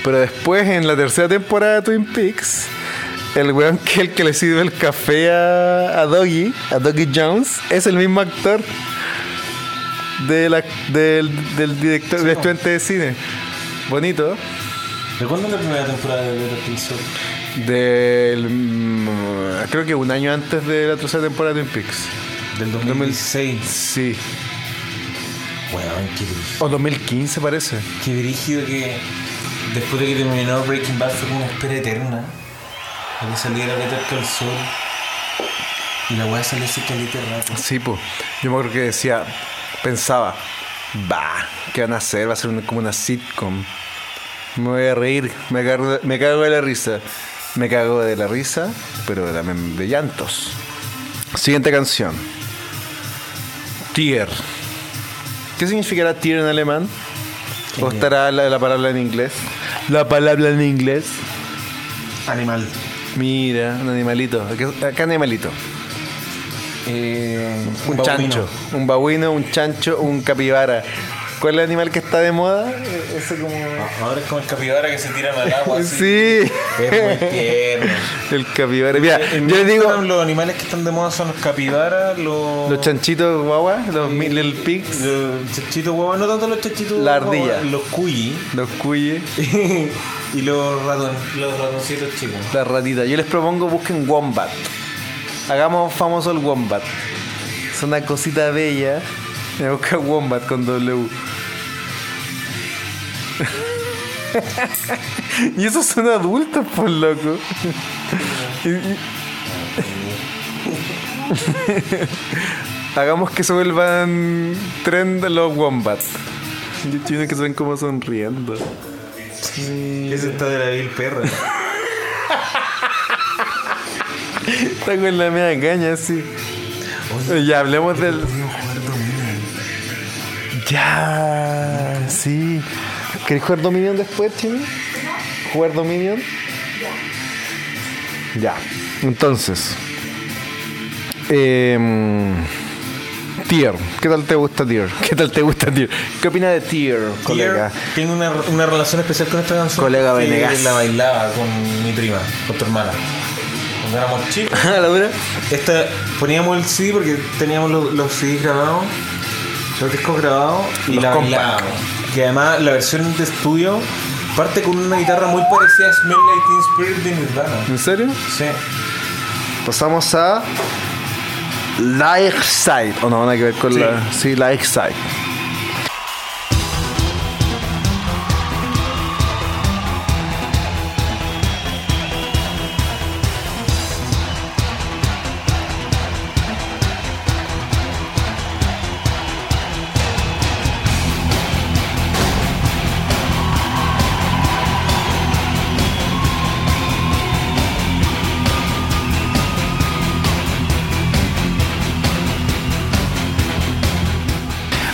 Speaker 1: Pero después, en la tercera temporada de Twin Peaks, el weón que el que le sirve el café a, a Doggy, a Doggy Jones, es el mismo actor de la- del, del director, del estudiante de cine. Bonito.
Speaker 5: ¿Recuerdan la primera temporada de Better Call Saul?
Speaker 1: Del. mm, creo que un año antes de la tercera temporada de Twin Peaks.
Speaker 5: Del 2016.
Speaker 1: Sí.
Speaker 5: Weón, qué brígido.
Speaker 1: O 2015 parece.
Speaker 5: Qué brígido que después de que terminó Breaking Bad fue como una espera eterna. A que saliera Better Call Saul. Y la weá salió así caleta de rato.
Speaker 1: Sí, pues. Yo me acuerdo que decía, pensaba, va, ¿qué van a hacer? Va a ser una- como una sitcom. Me voy a reír, me cago, de- me cago de la risa. Me cago de la risa, pero también de llantos. Siguiente canción. Tier. ¿Qué significará tier en alemán? ¿O estará la, la palabra en inglés? La palabra en inglés.
Speaker 5: Animal.
Speaker 1: Mira, un animalito. ¿Qué- ¿Qué animalito?
Speaker 5: Eh,
Speaker 1: Un
Speaker 5: babuino.
Speaker 1: chancho, un babuino, un chancho, un capibara. ¿Cuál es el animal que está de moda? E- Ese como.
Speaker 5: Ah, Ahora es como el capibara que se tiran al *laughs* agua. Así.
Speaker 1: Sí.
Speaker 5: Es muy tierno.
Speaker 1: El capibara. Mira,
Speaker 5: En
Speaker 1: yo le
Speaker 5: Vietnam
Speaker 1: digo.
Speaker 5: los animales que están de moda son los capibaras, los.
Speaker 1: Los chanchitos guagua, los mi- little pigs,
Speaker 5: Los chachitos huevos, no tanto los chachitos
Speaker 1: La
Speaker 5: huevos,
Speaker 1: ardilla.
Speaker 5: Los cuyi.
Speaker 1: los cuyes,
Speaker 5: y los, raton, los ratoncitos chicos.
Speaker 1: las ratitas. Yo les propongo busquen wombat. Hagamos famoso el wombat. Es una cosita bella. Me busca wombat con W. *laughs* y esos son pues, adultos, por loco. Y- y- *laughs* Hagamos que se vuelvan trend los wombats. Yo tienen que se ven como sonriendo.
Speaker 2: Ese está de la vil perra.
Speaker 1: Está con la media caña así. ya hablemos del. Ya, sí. ¿Querés jugar Dominion después, Chimi? ¿Jugar Dominion? Ya. Entonces. em, tier. ¿Qué tal te gusta Tier? *laughs* ¿Qué tal te gusta Tier? ¿Qué opinas de Tier, colega?
Speaker 5: Tengo una, una relación especial con esta canción.
Speaker 1: Colega
Speaker 5: porque
Speaker 1: Venegas.
Speaker 5: La bailaba con mi prima, con tu hermana. Cuando éramos
Speaker 1: *laughs*
Speaker 5: chicos.
Speaker 1: ¿A la dura?
Speaker 5: Esta, poníamos el CD porque teníamos los, los CDs grabados, los discos grabados y
Speaker 1: Los
Speaker 5: la
Speaker 1: compact.
Speaker 5: bailábamos. Que además la versión de estudio parte con una guitarra muy parecida a Smell Like Teen Spirit de Nirvana.
Speaker 1: ¿En serio?
Speaker 5: Sí.
Speaker 1: Pasamos a Life Side. O no, nada que ver con la. Sí, Life Side.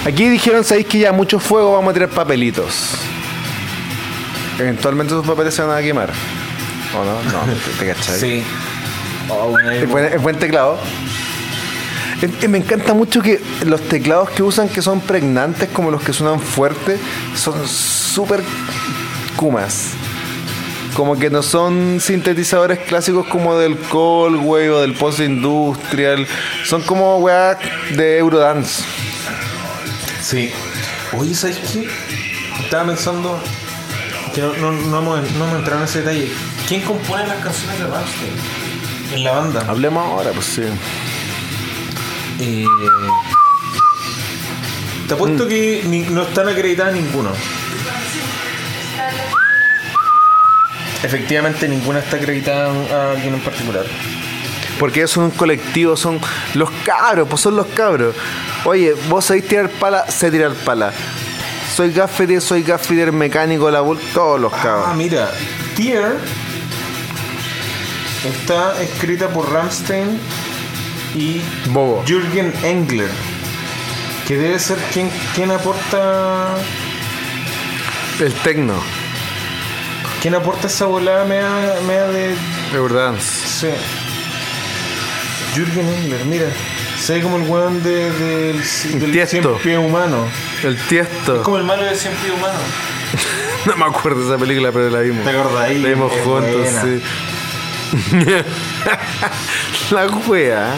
Speaker 1: Aquí dijeron, sabéis que ya mucho fuego, vamos a tirar papelitos. Eventualmente esos papeles se van a quemar. ¿O no? No, te, te cachai.
Speaker 5: Sí. Oh, bueno, ahí-
Speaker 1: Es buen, es buen teclado. Es- es- Me encanta mucho que los teclados que usan, que son pregnantes, como los que suenan fuerte, son súper kumas. Como que no son sintetizadores clásicos como del Colway o del Post Industrial. Son como weá de Eurodance.
Speaker 5: Sí. Oye, ¿sabes qué? Estaba pensando que no, no, no hemos, no hemos entrado en ese detalle. ¿Quién compone las canciones de Rammstein? En la banda.
Speaker 1: Hablemos ahora, pues sí.
Speaker 5: Eh, te apuesto que ni- no están acreditadas ninguno. Efectivamente, ninguna está acreditada a alguien en particular.
Speaker 1: Porque es un colectivo, son los cabros, pues son los cabros. Oye, vos sabés tirar pala, sé tirar pala. Soy gaffeter, soy gaffeter mecánico, la bul, todos los
Speaker 5: Ah,
Speaker 1: cabros.
Speaker 5: mira, Tier está escrita por Rammstein y
Speaker 1: Bobo.
Speaker 5: Jürgen Engler, que debe ser quien, quien aporta
Speaker 1: El tecno,
Speaker 5: quien aporta esa volada media, media de
Speaker 1: Eurodance.
Speaker 5: sí. Jürgen Engler, mira, se ve como el weón de, de- del, del
Speaker 1: Tiesto.
Speaker 5: cien pie humano,
Speaker 1: El tiesto.
Speaker 5: como el malo del cien pie humano.
Speaker 1: No me acuerdo de esa película, pero la vimos.
Speaker 5: ¿Te acordáis?
Speaker 1: La vimos
Speaker 5: Es
Speaker 1: juntos,
Speaker 5: buena.
Speaker 1: sí. *laughs* la wea.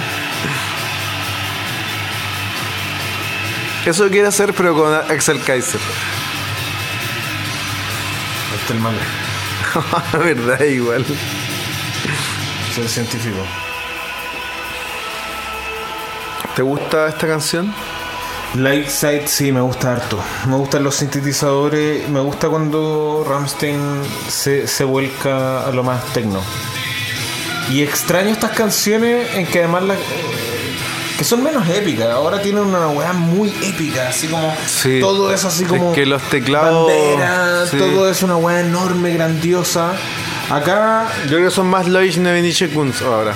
Speaker 1: Eso quiere hacer, pero con Axel Kaiser. *laughs*
Speaker 5: Este es el malo,
Speaker 1: La verdad, igual.
Speaker 5: es el científico.
Speaker 1: ¿Te gusta esta canción?
Speaker 5: Light Side sí, me gusta harto. Me gustan los sintetizadores, me gusta cuando Rammstein se, se vuelca a lo más tecno. Y extraño estas canciones en que además las... eh, que son menos épicas, ahora tienen una weá muy épica, así como
Speaker 1: Sí.
Speaker 5: todo eso así
Speaker 1: Es
Speaker 5: como
Speaker 1: que los teclados-
Speaker 5: bandera,
Speaker 1: sí.
Speaker 5: todo es una weá enorme, grandiosa. Acá
Speaker 1: Yo creo que son más Lois Nevenische Kunz ahora.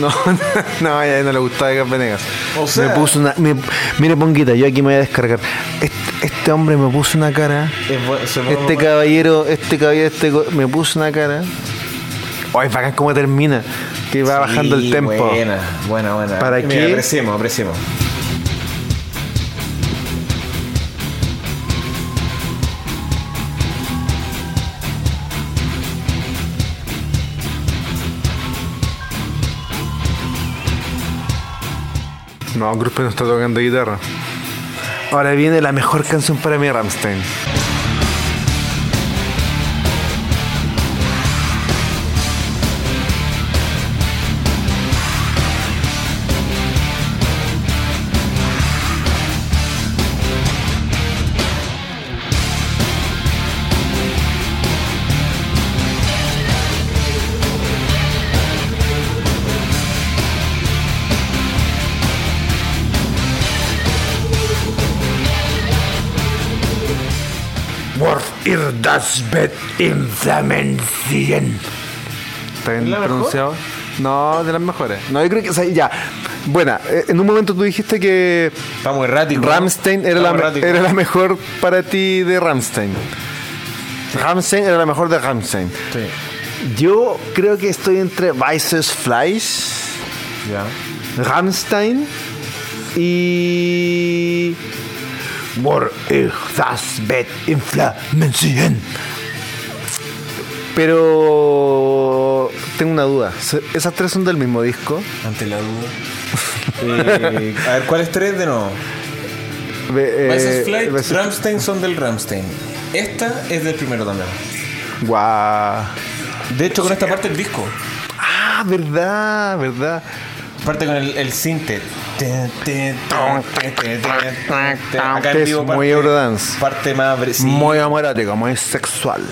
Speaker 1: No, *laughs* no, ya no le gustaba Edgar Venegas.
Speaker 5: O sea-
Speaker 1: me puso una. me- mire, Ponguita, yo aquí me voy a descargar. Este, este hombre me puso una cara.
Speaker 5: es bu- se pone-
Speaker 1: Este caballero, este caballero, este. co- Me puso una cara. Ay, bacán cómo termina. Que va bajando el
Speaker 5: Sí,
Speaker 1: tempo.
Speaker 5: Buena, buena, buena.
Speaker 1: ¿Para
Speaker 5: Mira,
Speaker 1: qué?
Speaker 5: Apreciemos, apreciemos.
Speaker 1: No, Gruspe no está tocando guitarra. Ahora viene la mejor canción para mí, Ramstein. Ir das Bett im Samensien. ¿Está bien
Speaker 5: ¿La mejor?
Speaker 1: pronunciado? No, de las mejores. No, yo creo que, o sea, ya. Buena, eh, en un momento tú dijiste que
Speaker 5: Estamos erráticos.
Speaker 1: Ramstein era la,
Speaker 5: Estamos
Speaker 1: me-
Speaker 5: erráticos.
Speaker 1: era la mejor para ti de Ramstein. Ramstein era la mejor de Ramstein.
Speaker 5: Sí.
Speaker 1: Yo creo que estoy entre Vices Flies,
Speaker 5: Ya.
Speaker 1: Ramstein y. War ich das Bett in Flammen sehen. Pero tengo una duda. ¿Se- ¿Esas tres son del mismo disco?
Speaker 5: Ante la duda.
Speaker 1: *laughs*
Speaker 5: Eh, a ver, ¿cuáles tres de nuevo?
Speaker 1: Ve- eh,
Speaker 5: Vices Pues Flight,
Speaker 1: Vices-
Speaker 5: Ramstein son del Ramstein. Esta es del primero también.
Speaker 1: Guau.
Speaker 5: De hecho, con esta parte el disco.
Speaker 1: Ah, verdad, verdad.
Speaker 5: Parte con el, el sinte. Acá
Speaker 1: Que
Speaker 5: en
Speaker 1: es
Speaker 5: vivo
Speaker 1: muy
Speaker 5: parte-
Speaker 1: Eurodance.
Speaker 5: Parte más bre- sí,
Speaker 1: Muy amorático, muy sexual.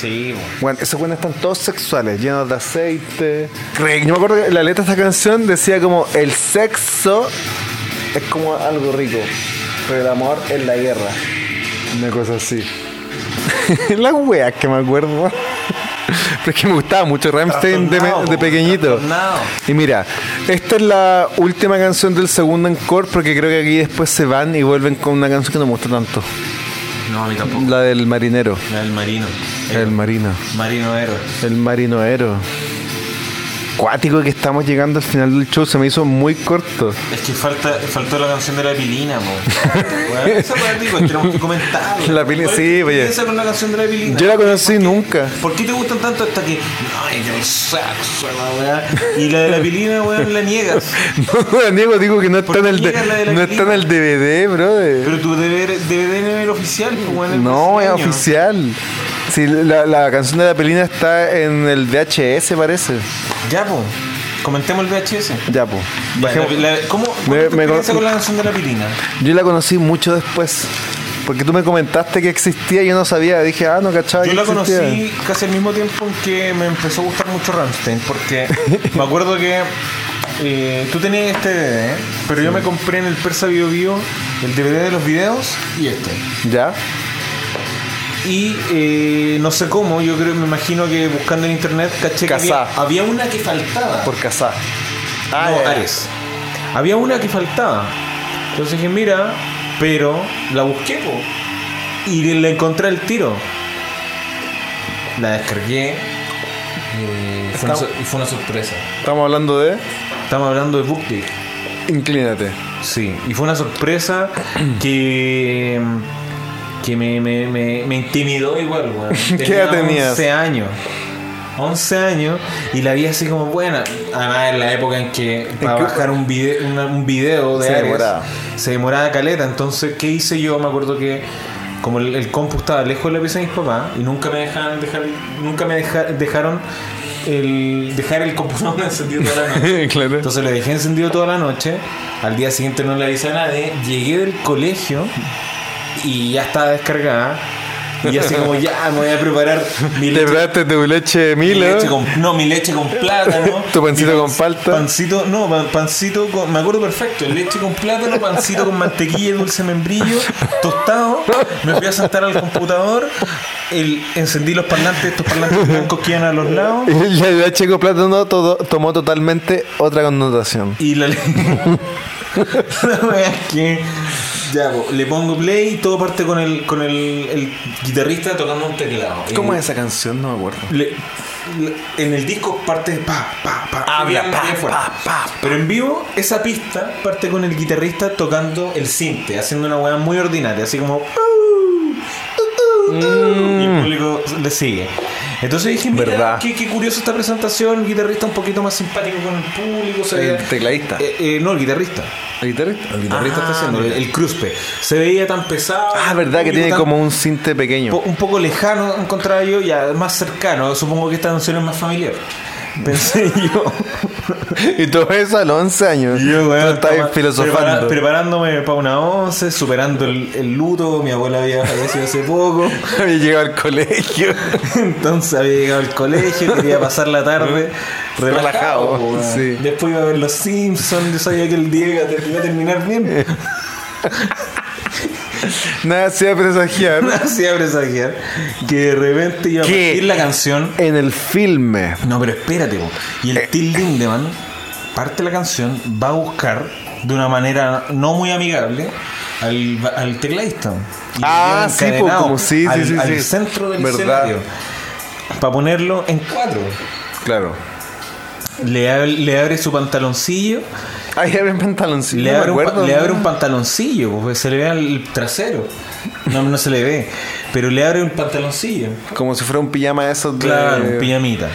Speaker 5: sí, bo.
Speaker 1: Bueno, esos buenos están todos sexuales, llenos de aceite. Craig, Yo me acuerdo que la letra de esta canción decía como el sexo es como algo rico, pero el amor es la guerra. Una cosa así. *laughs* Las weas que me acuerdo. *laughs* Pero es que me gustaba mucho Ramstein de,
Speaker 5: Trastornado,
Speaker 1: de
Speaker 5: po,
Speaker 1: pequeñito.
Speaker 5: trastornado.
Speaker 1: Y mira, esta es la última canción del segundo encore porque creo que aquí después se van y vuelven con una canción que no me gusta tanto.
Speaker 5: No, a mí tampoco.
Speaker 1: La del marinero.
Speaker 5: La del marino.
Speaker 1: El marino.
Speaker 5: Marino héroe.
Speaker 1: El marinoero. Cuático que estamos llegando al final del show, se me hizo muy corto.
Speaker 5: Es que falta, faltó la canción de la
Speaker 1: *laughs*
Speaker 5: pilina, po. Bueno, esa weá, digo, tenemos que comentarla.
Speaker 1: La Pilina,
Speaker 5: ¿Cuál
Speaker 1: sí,
Speaker 5: es tu
Speaker 1: oye.
Speaker 5: experiencia con la canción de la pilina?
Speaker 1: Yo la conocí nunca. *laughs*
Speaker 5: ¿Por qué te gustan tanto hasta que. Ay, del sexo, la weá. Y la de la pilina, weón, la niegas.
Speaker 1: No, la niego, digo que no está,
Speaker 5: ¿Por
Speaker 1: en
Speaker 5: qué
Speaker 1: el, de-
Speaker 5: era la de la
Speaker 1: no está en
Speaker 5: Pilina?
Speaker 1: el DVD, brother.
Speaker 5: Pero tu DVD, DVD no era oficial, po, weón. era
Speaker 1: No, es
Speaker 5: brasileño.
Speaker 1: oficial. Sí, la, la canción de la pelina está en el VHS, parece.
Speaker 5: Ya, po. Comentemos el VHS.
Speaker 1: Ya, pues.
Speaker 5: Ya, la- la- ¿Cómo
Speaker 1: Me- me
Speaker 5: me,
Speaker 1: con-
Speaker 5: con la canción de la pilina?
Speaker 1: Yo la conocí mucho después. Porque tú me comentaste que existía y yo no sabía. Dije, ah, no cachaba
Speaker 5: Yo
Speaker 1: que
Speaker 5: la
Speaker 1: existía.
Speaker 5: conocí casi al mismo tiempo en que me empezó a gustar mucho Rammstein,
Speaker 1: *laughs*
Speaker 5: porque me acuerdo que eh, tú tenías este DVD, pero yo me compré en el Persa Bio Bio el DVD de los videos y este.
Speaker 1: ¿Ya?
Speaker 5: Y eh, no sé cómo, yo creo, me imagino que buscando en internet caché que había,
Speaker 1: Kazaa.
Speaker 5: había una que faltaba.
Speaker 1: Por casar. Ah,
Speaker 5: no, Ares. Había una que faltaba. Entonces dije, mira, pero la busqué po. y le encontré el tiro. La descargué. eh, fue una
Speaker 1: Estamos-
Speaker 5: sor- y fue una sorpresa.
Speaker 1: Estamos hablando de.
Speaker 5: Estamos hablando de Book Dick.
Speaker 1: Inclínate.
Speaker 5: Sí, y fue una
Speaker 1: *clears throat*
Speaker 5: sorpresa que, que me, me- me- me intimidó igual, weón.
Speaker 1: *laughs* ¿Qué edad tenías?
Speaker 5: 11 años. 11 años y la vi así como buena. Además, en la época en que para
Speaker 1: que-
Speaker 5: bajar un video, una- un video de
Speaker 1: Se
Speaker 5: Ares,
Speaker 1: demoraba.
Speaker 5: se demoraba caleta. Entonces, ¿qué hice yo? Me acuerdo que como el, el compu estaba lejos de la pieza de mis papás y nunca me dejaron dejar, nunca me deja- dejaron el, dejar el compu *laughs* encendido toda la noche.
Speaker 1: Claro.
Speaker 5: Entonces lo dejé encendido toda la noche. Al día siguiente no le avisé a nadie. Llegué del colegio y ya estaba descargada. Y así como ya me voy a preparar mi
Speaker 1: Te
Speaker 5: leche,
Speaker 1: preparaste tu leche de
Speaker 5: mi
Speaker 1: Milo.
Speaker 5: leche con, no, mi leche con plátano.
Speaker 1: *laughs* Tu pancito
Speaker 5: Mi
Speaker 1: con palta.
Speaker 5: Pancito, no, pa- pancito con, me acuerdo perfecto, leche con plátano, pancito con mantequilla, y dulce membrillo, tostado. Me fui a sentar al computador, el- encendí los parlantes, estos parlantes blancos que iban a los lados.
Speaker 1: *laughs* Y la leche con plátano todo- tomó totalmente otra connotación.
Speaker 5: Y la, le- *laughs* la wea es que ya, po, le pongo play y todo parte con el con el, el guitarrista tocando un teclado. El-
Speaker 1: esa canción? No me acuerdo.
Speaker 5: le- le- en el disco parte pa pa pa
Speaker 1: Habla,
Speaker 5: bien,
Speaker 1: pa,
Speaker 5: bien fuerte.
Speaker 1: pa, pa, pa.
Speaker 5: Pero en vivo esa pista parte con el guitarrista tocando el cinte, haciendo una weá muy ordinaria, así como y el público le sigue. Entonces dije, mira,
Speaker 1: Mm. Verdad.
Speaker 5: Qué, qué curioso esta presentación, guitarrista un poquito más simpático con el público. se
Speaker 1: El
Speaker 5: veía-
Speaker 1: tecladista.
Speaker 5: eh, eh, no, el guitarrista.
Speaker 1: ¿El guitarrista?
Speaker 5: El guitarrista
Speaker 1: Ah,
Speaker 5: está haciendo el,
Speaker 1: mira.
Speaker 5: el cruspe. Se veía tan pesado.
Speaker 1: Ah, verdad que
Speaker 5: público
Speaker 1: tiene
Speaker 5: tan-
Speaker 1: como un cinte pequeño.
Speaker 5: po- un poco lejano, encontraba yo, y además cercano. Supongo que esta canción es más familiar. *laughs* Pensé yo.
Speaker 1: *laughs* Y todo eso a los 11 años.
Speaker 5: Yo, weón,
Speaker 1: Tú estabas
Speaker 5: estaba prepara-
Speaker 1: filosofando.
Speaker 5: preparándome para una once, superando el, el luto. Mi abuela había fallecido hace poco. *laughs*
Speaker 1: *laughs* Había llegado al colegio.
Speaker 5: Entonces había llegado al colegio, quería pasar la tarde *laughs* relajado.
Speaker 1: Relajado,
Speaker 5: po, weón.
Speaker 1: sí.
Speaker 5: Después iba a ver los Simpsons, yo sabía que el día iba a ter- iba a terminar bien.
Speaker 1: Nada hacía presagiar
Speaker 5: *laughs* Así abre esa guía, que de repente iba a
Speaker 1: ¿Qué?
Speaker 5: partir la canción.
Speaker 1: en el filme.
Speaker 5: No, pero espérate, po. y el Till Lindemann parte la canción, va a buscar de una manera no muy amigable al, ba- al tecladista. Y lo
Speaker 1: Ah,
Speaker 5: lleva
Speaker 1: sí, po,
Speaker 5: encadenado
Speaker 1: como sí, sí,
Speaker 5: al,
Speaker 1: sí,
Speaker 5: al
Speaker 1: sí.
Speaker 5: centro del
Speaker 1: Verdad.
Speaker 5: escenario para ponerlo en cuatro.
Speaker 1: Claro.
Speaker 5: Le, ab- le abre su pantaloncillo,
Speaker 1: Ahí abre un pantaloncillo.
Speaker 5: le,
Speaker 1: me
Speaker 5: abre un, pa-
Speaker 1: acuerdo,
Speaker 5: le
Speaker 1: ¿no?
Speaker 5: abre un pantaloncillo, porque se le ve el trasero. No, no se le ve, pero le abre un pantaloncillo.
Speaker 1: Como si fuera un pijama de esos de-
Speaker 5: Claro, un pijamita.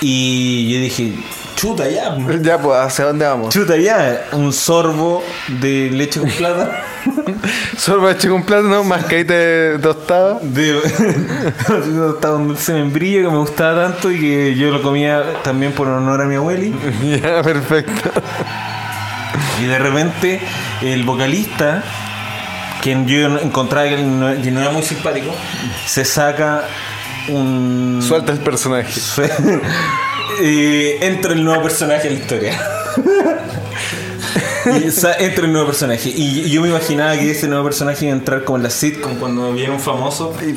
Speaker 5: Y yo dije, chuta ya, po.
Speaker 1: *laughs* Ya, pues, ¿hacia dónde vamos?
Speaker 5: chuta ya, un sorbo de leche con plata.
Speaker 1: Sorba de un plátano, mascarita de tostada.
Speaker 5: *laughs* De, *laughs* estaba un dulce en brillo que me gustaba tanto y que yo lo comía también por honor a mi abueli.
Speaker 1: Ya, perfecto.
Speaker 5: Y de repente el vocalista, quien yo no- encontraba que no, que no era muy simpático, se saca un...
Speaker 1: *laughs* Suelta el personaje.
Speaker 5: *laughs* Eh, entra el nuevo personaje en la historia. *laughs* Y sa- entra el nuevo personaje. Y yo me imaginaba que ese nuevo personaje iba a entrar como en la sitcom cuando viene un famoso y,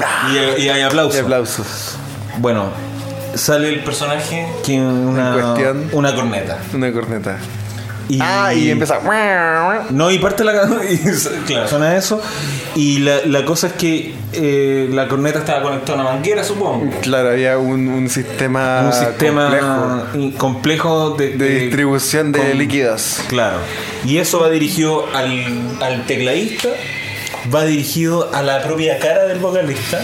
Speaker 5: y hay
Speaker 1: Y
Speaker 5: aplausos.
Speaker 1: aplausos.
Speaker 5: Bueno, sale el personaje que una,
Speaker 1: cuestión.
Speaker 5: una corneta.
Speaker 1: Una corneta.
Speaker 5: Y,
Speaker 1: Ah, y empieza.
Speaker 5: No, y parte la *laughs* y s- claro, suena eso. Y la, la cosa es que eh, la corneta estaba conectada a una manguera, supongo.
Speaker 1: Claro, había un, un sistema.
Speaker 5: un sistema
Speaker 1: Ah, complejo
Speaker 5: y- complejo, de,
Speaker 1: de distribución de
Speaker 5: con-
Speaker 1: líquidos.
Speaker 5: Claro. Y eso va dirigido al, al tecladista, va dirigido a la propia cara del vocalista.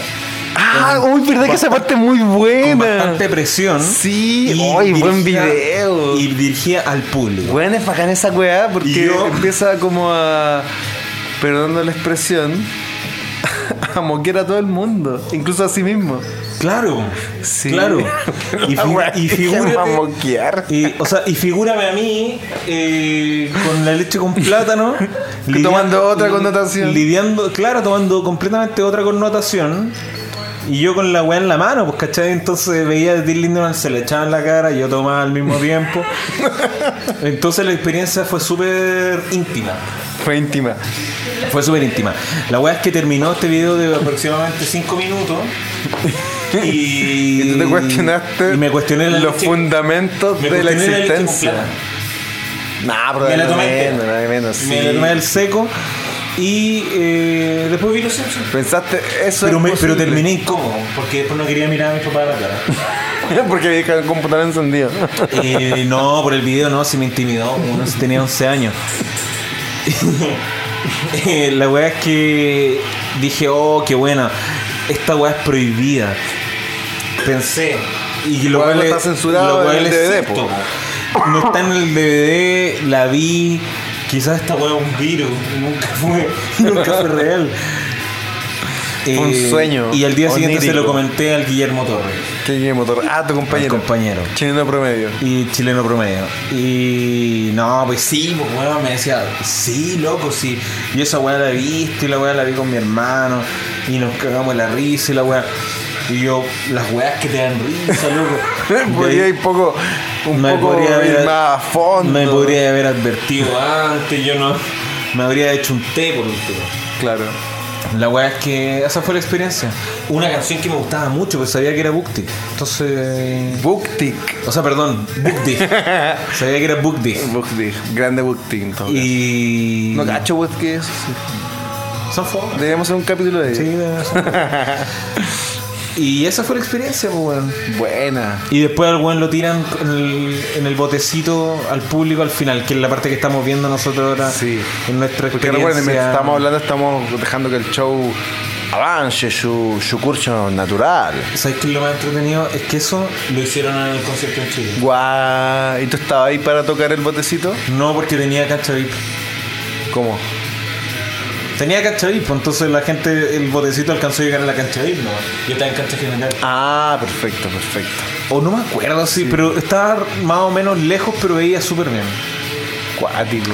Speaker 1: Ah, uy, verdad que esa parte es muy
Speaker 5: Con
Speaker 1: buena.
Speaker 5: bastante presión.
Speaker 1: Sí, uy, buen video.
Speaker 5: Y dirigía al público.
Speaker 1: Bueno, es bacán esa weá
Speaker 5: Y
Speaker 1: porque
Speaker 5: yo-
Speaker 1: empieza como a. Perdonando la expresión. *laughs* A moquear a todo el mundo, incluso a sí mismo.
Speaker 5: Claro.
Speaker 1: Sí. *laughs*
Speaker 5: Claro. Y,
Speaker 1: La
Speaker 5: fi-
Speaker 1: weá
Speaker 5: y
Speaker 1: que
Speaker 5: figúrate-
Speaker 1: llama moquear.
Speaker 5: Y, o sea, y figúrame a mí eh, con la leche
Speaker 1: *laughs*
Speaker 5: con plátano. lidia-
Speaker 1: Tomando otra connotación.
Speaker 5: Lidiando, claro, tomando completamente otra connotación. Y yo con la weá en la mano, pues cachai, entonces veía a Till Lindemann, se le echaba en la cara, yo tomaba al mismo
Speaker 1: *laughs*
Speaker 5: tiempo. Entonces la experiencia fue súper íntima.
Speaker 1: Fue íntima.
Speaker 5: Fue súper íntima. La weá es que terminó este video de aproximadamente 5 minutos. Y,
Speaker 1: *laughs* Y tú te cuestionaste
Speaker 5: y me cuestioné la
Speaker 1: los
Speaker 5: leche-
Speaker 1: fundamentos
Speaker 5: me
Speaker 1: de la
Speaker 5: cuestioné leche con plátano.
Speaker 1: existencia. Nah, pero
Speaker 5: Me la
Speaker 1: dale
Speaker 5: tomé
Speaker 1: menos,
Speaker 5: entera.
Speaker 1: dale menos, sí.
Speaker 5: Me la tomé del seco y eh, después vi los Simpsons.
Speaker 1: Pensaste, eso
Speaker 5: Pero,
Speaker 1: es
Speaker 5: me- pero
Speaker 1: posible.
Speaker 5: terminé incómodo, porque después no quería mirar a mi papá a la cara.
Speaker 1: *laughs* Porque vi que el computador *laughs* encendido.
Speaker 5: Eh, no, por el video no, se me intimidó, uno se tenía 11 años. Eh, la weá es que dije, oh, qué buena, esta weá es prohibida. Pensé. Y lo
Speaker 1: Por algo
Speaker 5: cual
Speaker 1: está
Speaker 5: es-
Speaker 1: censurado
Speaker 5: lo
Speaker 1: en
Speaker 5: cual
Speaker 1: el
Speaker 5: es
Speaker 1: DVD,
Speaker 5: cierto.
Speaker 1: po.
Speaker 5: No está en el DVD, la vi. Quizás esta weá es un virus, nunca fue, *laughs* nunca fue real. Eh,
Speaker 1: Fue un sueño
Speaker 5: Y al día siguiente se lo
Speaker 1: onírico.
Speaker 5: comenté al Guillermo Torres,
Speaker 1: ¿Qué tiene motor? Ah, tu
Speaker 5: al
Speaker 1: compañero.
Speaker 5: compañero.
Speaker 1: Chileno promedio.
Speaker 5: Y chileno promedio. Y no, pues sí, pues weón, me decía, sí, loco, sí. Y esa weá la he visto y la weá la vi con mi hermano. Y nos cagamos la risa y la weá. Y yo, las weas que te dan risa, *laughs*
Speaker 1: *laughs*
Speaker 5: loco.
Speaker 1: Podría ir poco, un poco ir más a fondo.
Speaker 5: Me podría haber advertido antes, yo no. Me habría hecho un té por último.
Speaker 1: Claro.
Speaker 5: La weá es que esa fue la experiencia. Una canción que me gustaba mucho, pero sabía que era Bukti. Entonces.
Speaker 1: Booktick.
Speaker 5: O sea, perdón,
Speaker 1: *laughs*
Speaker 5: Bukti. sabía que era Bukti.
Speaker 1: Booktick. Grande Booktick. en todo caso.
Speaker 5: Y.
Speaker 1: No cacho, güey, que es. sí.
Speaker 5: Son fome.
Speaker 1: Deberíamos hacer un capítulo de
Speaker 5: Sí,
Speaker 1: ello.
Speaker 5: de- son fome. *laughs* Y esa fue la experiencia, pues, weón.
Speaker 1: Buena.
Speaker 5: Y después al weón lo tiran en el, en el botecito al público al final, que es la parte que estamos viendo nosotros ahora
Speaker 1: Sí.
Speaker 5: en nuestra
Speaker 1: Porque
Speaker 5: experiencia.
Speaker 1: recuerden, mientras estamos hablando, estamos dejando que el show avance su, su curso natural.
Speaker 5: ¿Sabes qué es lo más entretenido? Es que eso lo hicieron en el concierto en Chile.
Speaker 1: Guau. ¿Y tú estabas ahí para tocar el botecito?
Speaker 5: No, porque tenía cancha VIP.
Speaker 1: ¿Cómo?
Speaker 5: Tenía cancha VIP, pues, entonces la gente, el botecito alcanzó a llegar a la cancha VIP, ¿no? Yo estaba en cancha general.
Speaker 1: Ah, perfecto, perfecto.
Speaker 5: O no me acuerdo, sí, pero estaba más o menos lejos, pero veía súper bien.
Speaker 1: Cuático.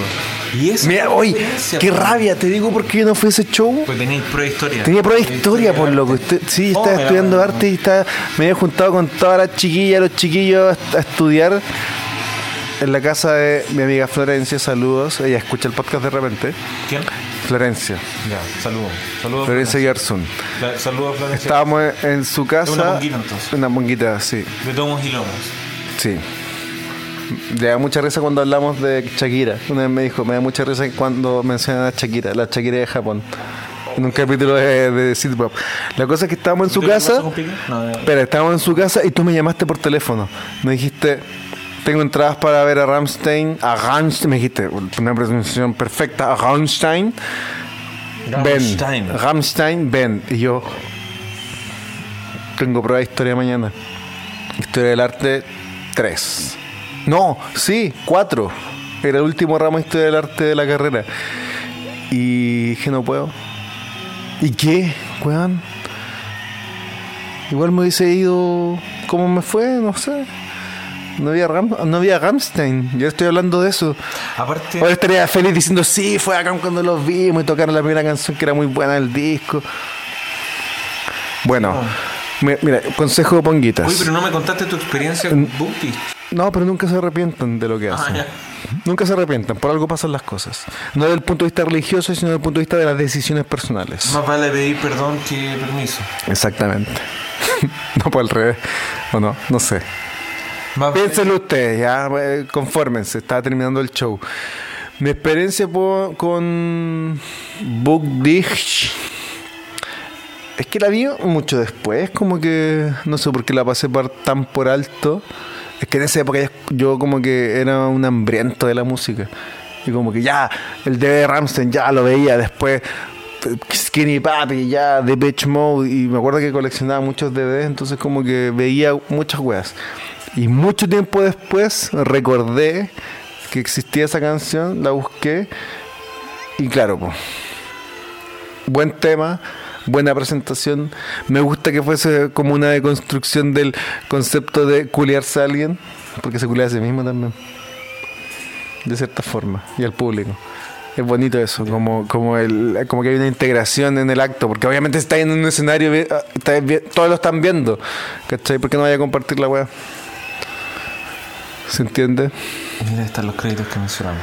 Speaker 5: Y eso.
Speaker 1: Mira, hoy, qué rabia, te digo por qué yo no fui a ese show.
Speaker 5: Pues tenéis prehistoria.
Speaker 1: Tenía prueba de historia, por loco. Usted, sí,
Speaker 5: Oh,
Speaker 1: estaba
Speaker 5: me la
Speaker 1: estudiando
Speaker 5: mandaron.
Speaker 1: arte y estaba, me había juntado con todas las chiquillas, los chiquillos a, a estudiar en la casa de mi amiga Florencia. Saludos, ella escucha el podcast de repente.
Speaker 5: ¿Quién?
Speaker 1: Florencia.
Speaker 5: Ya, saludos. Saludos.
Speaker 1: Florencia Garzón.
Speaker 5: Fla- Saludos, Florencia.
Speaker 1: Estábamos en su casa.
Speaker 5: una monguita, entonces.
Speaker 1: Una monguita, sí.
Speaker 5: De tomos y lomos.
Speaker 1: Sí. Le da mucha risa cuando hablamos de Shakira. Una vez me dijo, me da mucha risa cuando mencionan a Shakira, la Shakira de Japón. En un capítulo de, de Sitpop. La cosa es que estábamos en su
Speaker 5: ¿Tú qué
Speaker 1: casa.
Speaker 5: pasa con Piqué? No, eh,
Speaker 1: Espera, estábamos en su casa y tú me llamaste por teléfono. Me dijiste, tengo entradas para ver a Rammstein, a Rammstein, me dijiste, una pronunciación perfecta, a Rammstein.
Speaker 5: Rammstein.
Speaker 1: Ben. Rammstein, Ben. Y yo tengo prueba de historia mañana. Historia del arte 3. No, sí, 4. Era el último ramo de historia del arte de la carrera. Y dije, no puedo. ¿Y qué, weón? Igual me hubiese ido como me fue, no sé. No había, Ram no había Rammstein. Yo estoy hablando de eso.
Speaker 5: Aparte,
Speaker 1: Ahora estaría feliz diciendo, sí, fue acá cuando los vimos y tocaron la primera canción que era muy buena del disco. Bueno, mi- mira, consejo de Ponguitas.
Speaker 5: uy, Ah. pero no me contaste tu experiencia con Bumpy.
Speaker 1: No, pero nunca se arrepientan de lo que hacen.
Speaker 5: Ah, ya.
Speaker 1: Nunca se arrepientan, por algo pasan las cosas. No desde el punto de vista religioso, sino desde el punto de vista de las decisiones personales.
Speaker 5: Más vale pedir perdón que permiso.
Speaker 1: Exactamente. *laughs* no, por el revés. O no, no sé.
Speaker 5: Más vale-
Speaker 1: Piénsenlo ustedes, ya, eh, confórmense, está terminando el show. Mi experiencia po- con Bugdish es que la vi mucho después, como que no sé por qué la pasé par- tan por alto. Es que en esa época ya- yo como que era un hambriento de la música. Y como que ya, el DVD de Ramstein ya lo veía después. Skinny Papi, ya, The Beach Mode, y me acuerdo que coleccionaba muchos DVDs, entonces como que veía muchas weas. Y mucho tiempo después recordé que existía esa canción, la busqué, y claro, pues, buen tema, buena presentación. Me gusta que fuese como una deconstrucción del concepto de culiarse a alguien, porque se culea a sí mismo también, de cierta forma, y al público. Es bonito eso, como, como, el, como que hay una integración en el acto, porque obviamente está en un escenario, vi- ah, está vi- todos lo están viendo, ¿cachai? ¿Por qué no vaya a compartir la weá? ¿Se entiende?
Speaker 5: Mira, están los créditos que mencionamos.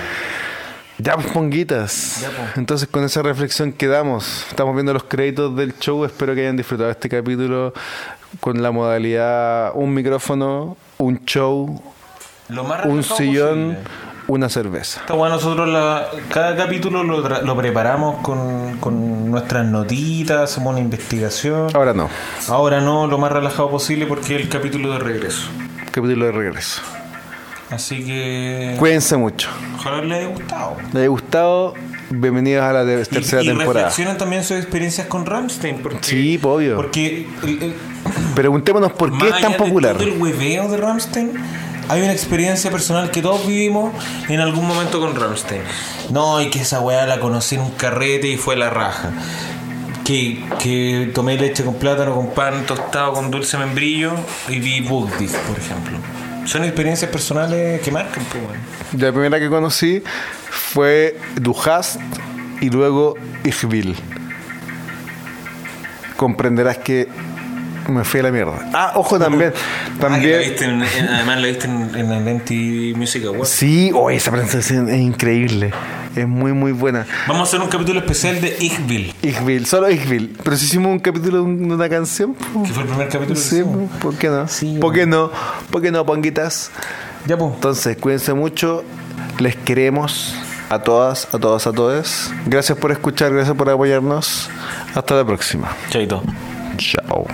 Speaker 1: Ya, pues, ponguitas.
Speaker 5: Ya, pues.
Speaker 1: Entonces, con esa reflexión quedamos. Estamos viendo los créditos del show. Espero que hayan disfrutado este capítulo con la modalidad un micrófono, un show,
Speaker 5: Lo más
Speaker 1: un
Speaker 5: relajado
Speaker 1: sillón,
Speaker 5: posible.
Speaker 1: una cerveza.
Speaker 5: Esta weá nosotros la- cada capítulo lo, tra- lo preparamos con, con nuestras notitas, hacemos una investigación.
Speaker 1: Ahora no.
Speaker 5: Ahora no, lo más relajado posible porque es el capítulo de regreso.
Speaker 1: Capítulo de regreso.
Speaker 5: Así que
Speaker 1: Cuídense mucho.
Speaker 5: ojalá les haya gustado.
Speaker 1: Les haya gustado. Bienvenidos a la de-
Speaker 5: Y-
Speaker 1: tercera
Speaker 5: y,
Speaker 1: temporada.
Speaker 5: reflexionen también sus experiencias con Ramstein. Porque,
Speaker 1: Sí, pues, obvio.
Speaker 5: Porque el- el-
Speaker 1: Preguntémonos por qué
Speaker 5: más
Speaker 1: es tan
Speaker 5: allá de
Speaker 1: popular.
Speaker 5: todo el hueveo de Ramstein, hay una experiencia personal que todos vivimos en algún momento con Ramstein. No, y que esa weá la conocí en un carrete y fue la raja. Que, que tomé leche con plátano, con pan tostado, con dulce membrillo y vi Bugdis, por ejemplo. Son experiencias personales que marcan, pues, weón.
Speaker 1: La primera que conocí fue Duhast y luego Ichvil. Comprenderás que me fui a la mierda. Ah,
Speaker 5: *laughs*
Speaker 1: ojo también.
Speaker 5: Ah, que la
Speaker 1: También.
Speaker 5: viste en- en- además la viste en, en el MTV Music Awards.
Speaker 1: Sí, oh, esa presentación es increíble. Es muy, muy buena.
Speaker 5: Vamos a hacer un capítulo especial de Ichville,
Speaker 1: Ichvil, solo Ichvil. Pero si hicimos un capítulo de un- de una canción. pues,
Speaker 5: que fue el primer capítulo que
Speaker 1: Sí, pues.
Speaker 5: hicimos.
Speaker 1: ¿por qué no?
Speaker 5: Sí,
Speaker 1: ¿Por qué no? ¿Por qué no, ponguitas?
Speaker 5: Ya, pues.
Speaker 1: Entonces, cuídense mucho. Les queremos a todas, a todas, a todos. Gracias por escuchar, gracias por apoyarnos. Hasta la próxima.
Speaker 5: Chaito.
Speaker 1: Chao.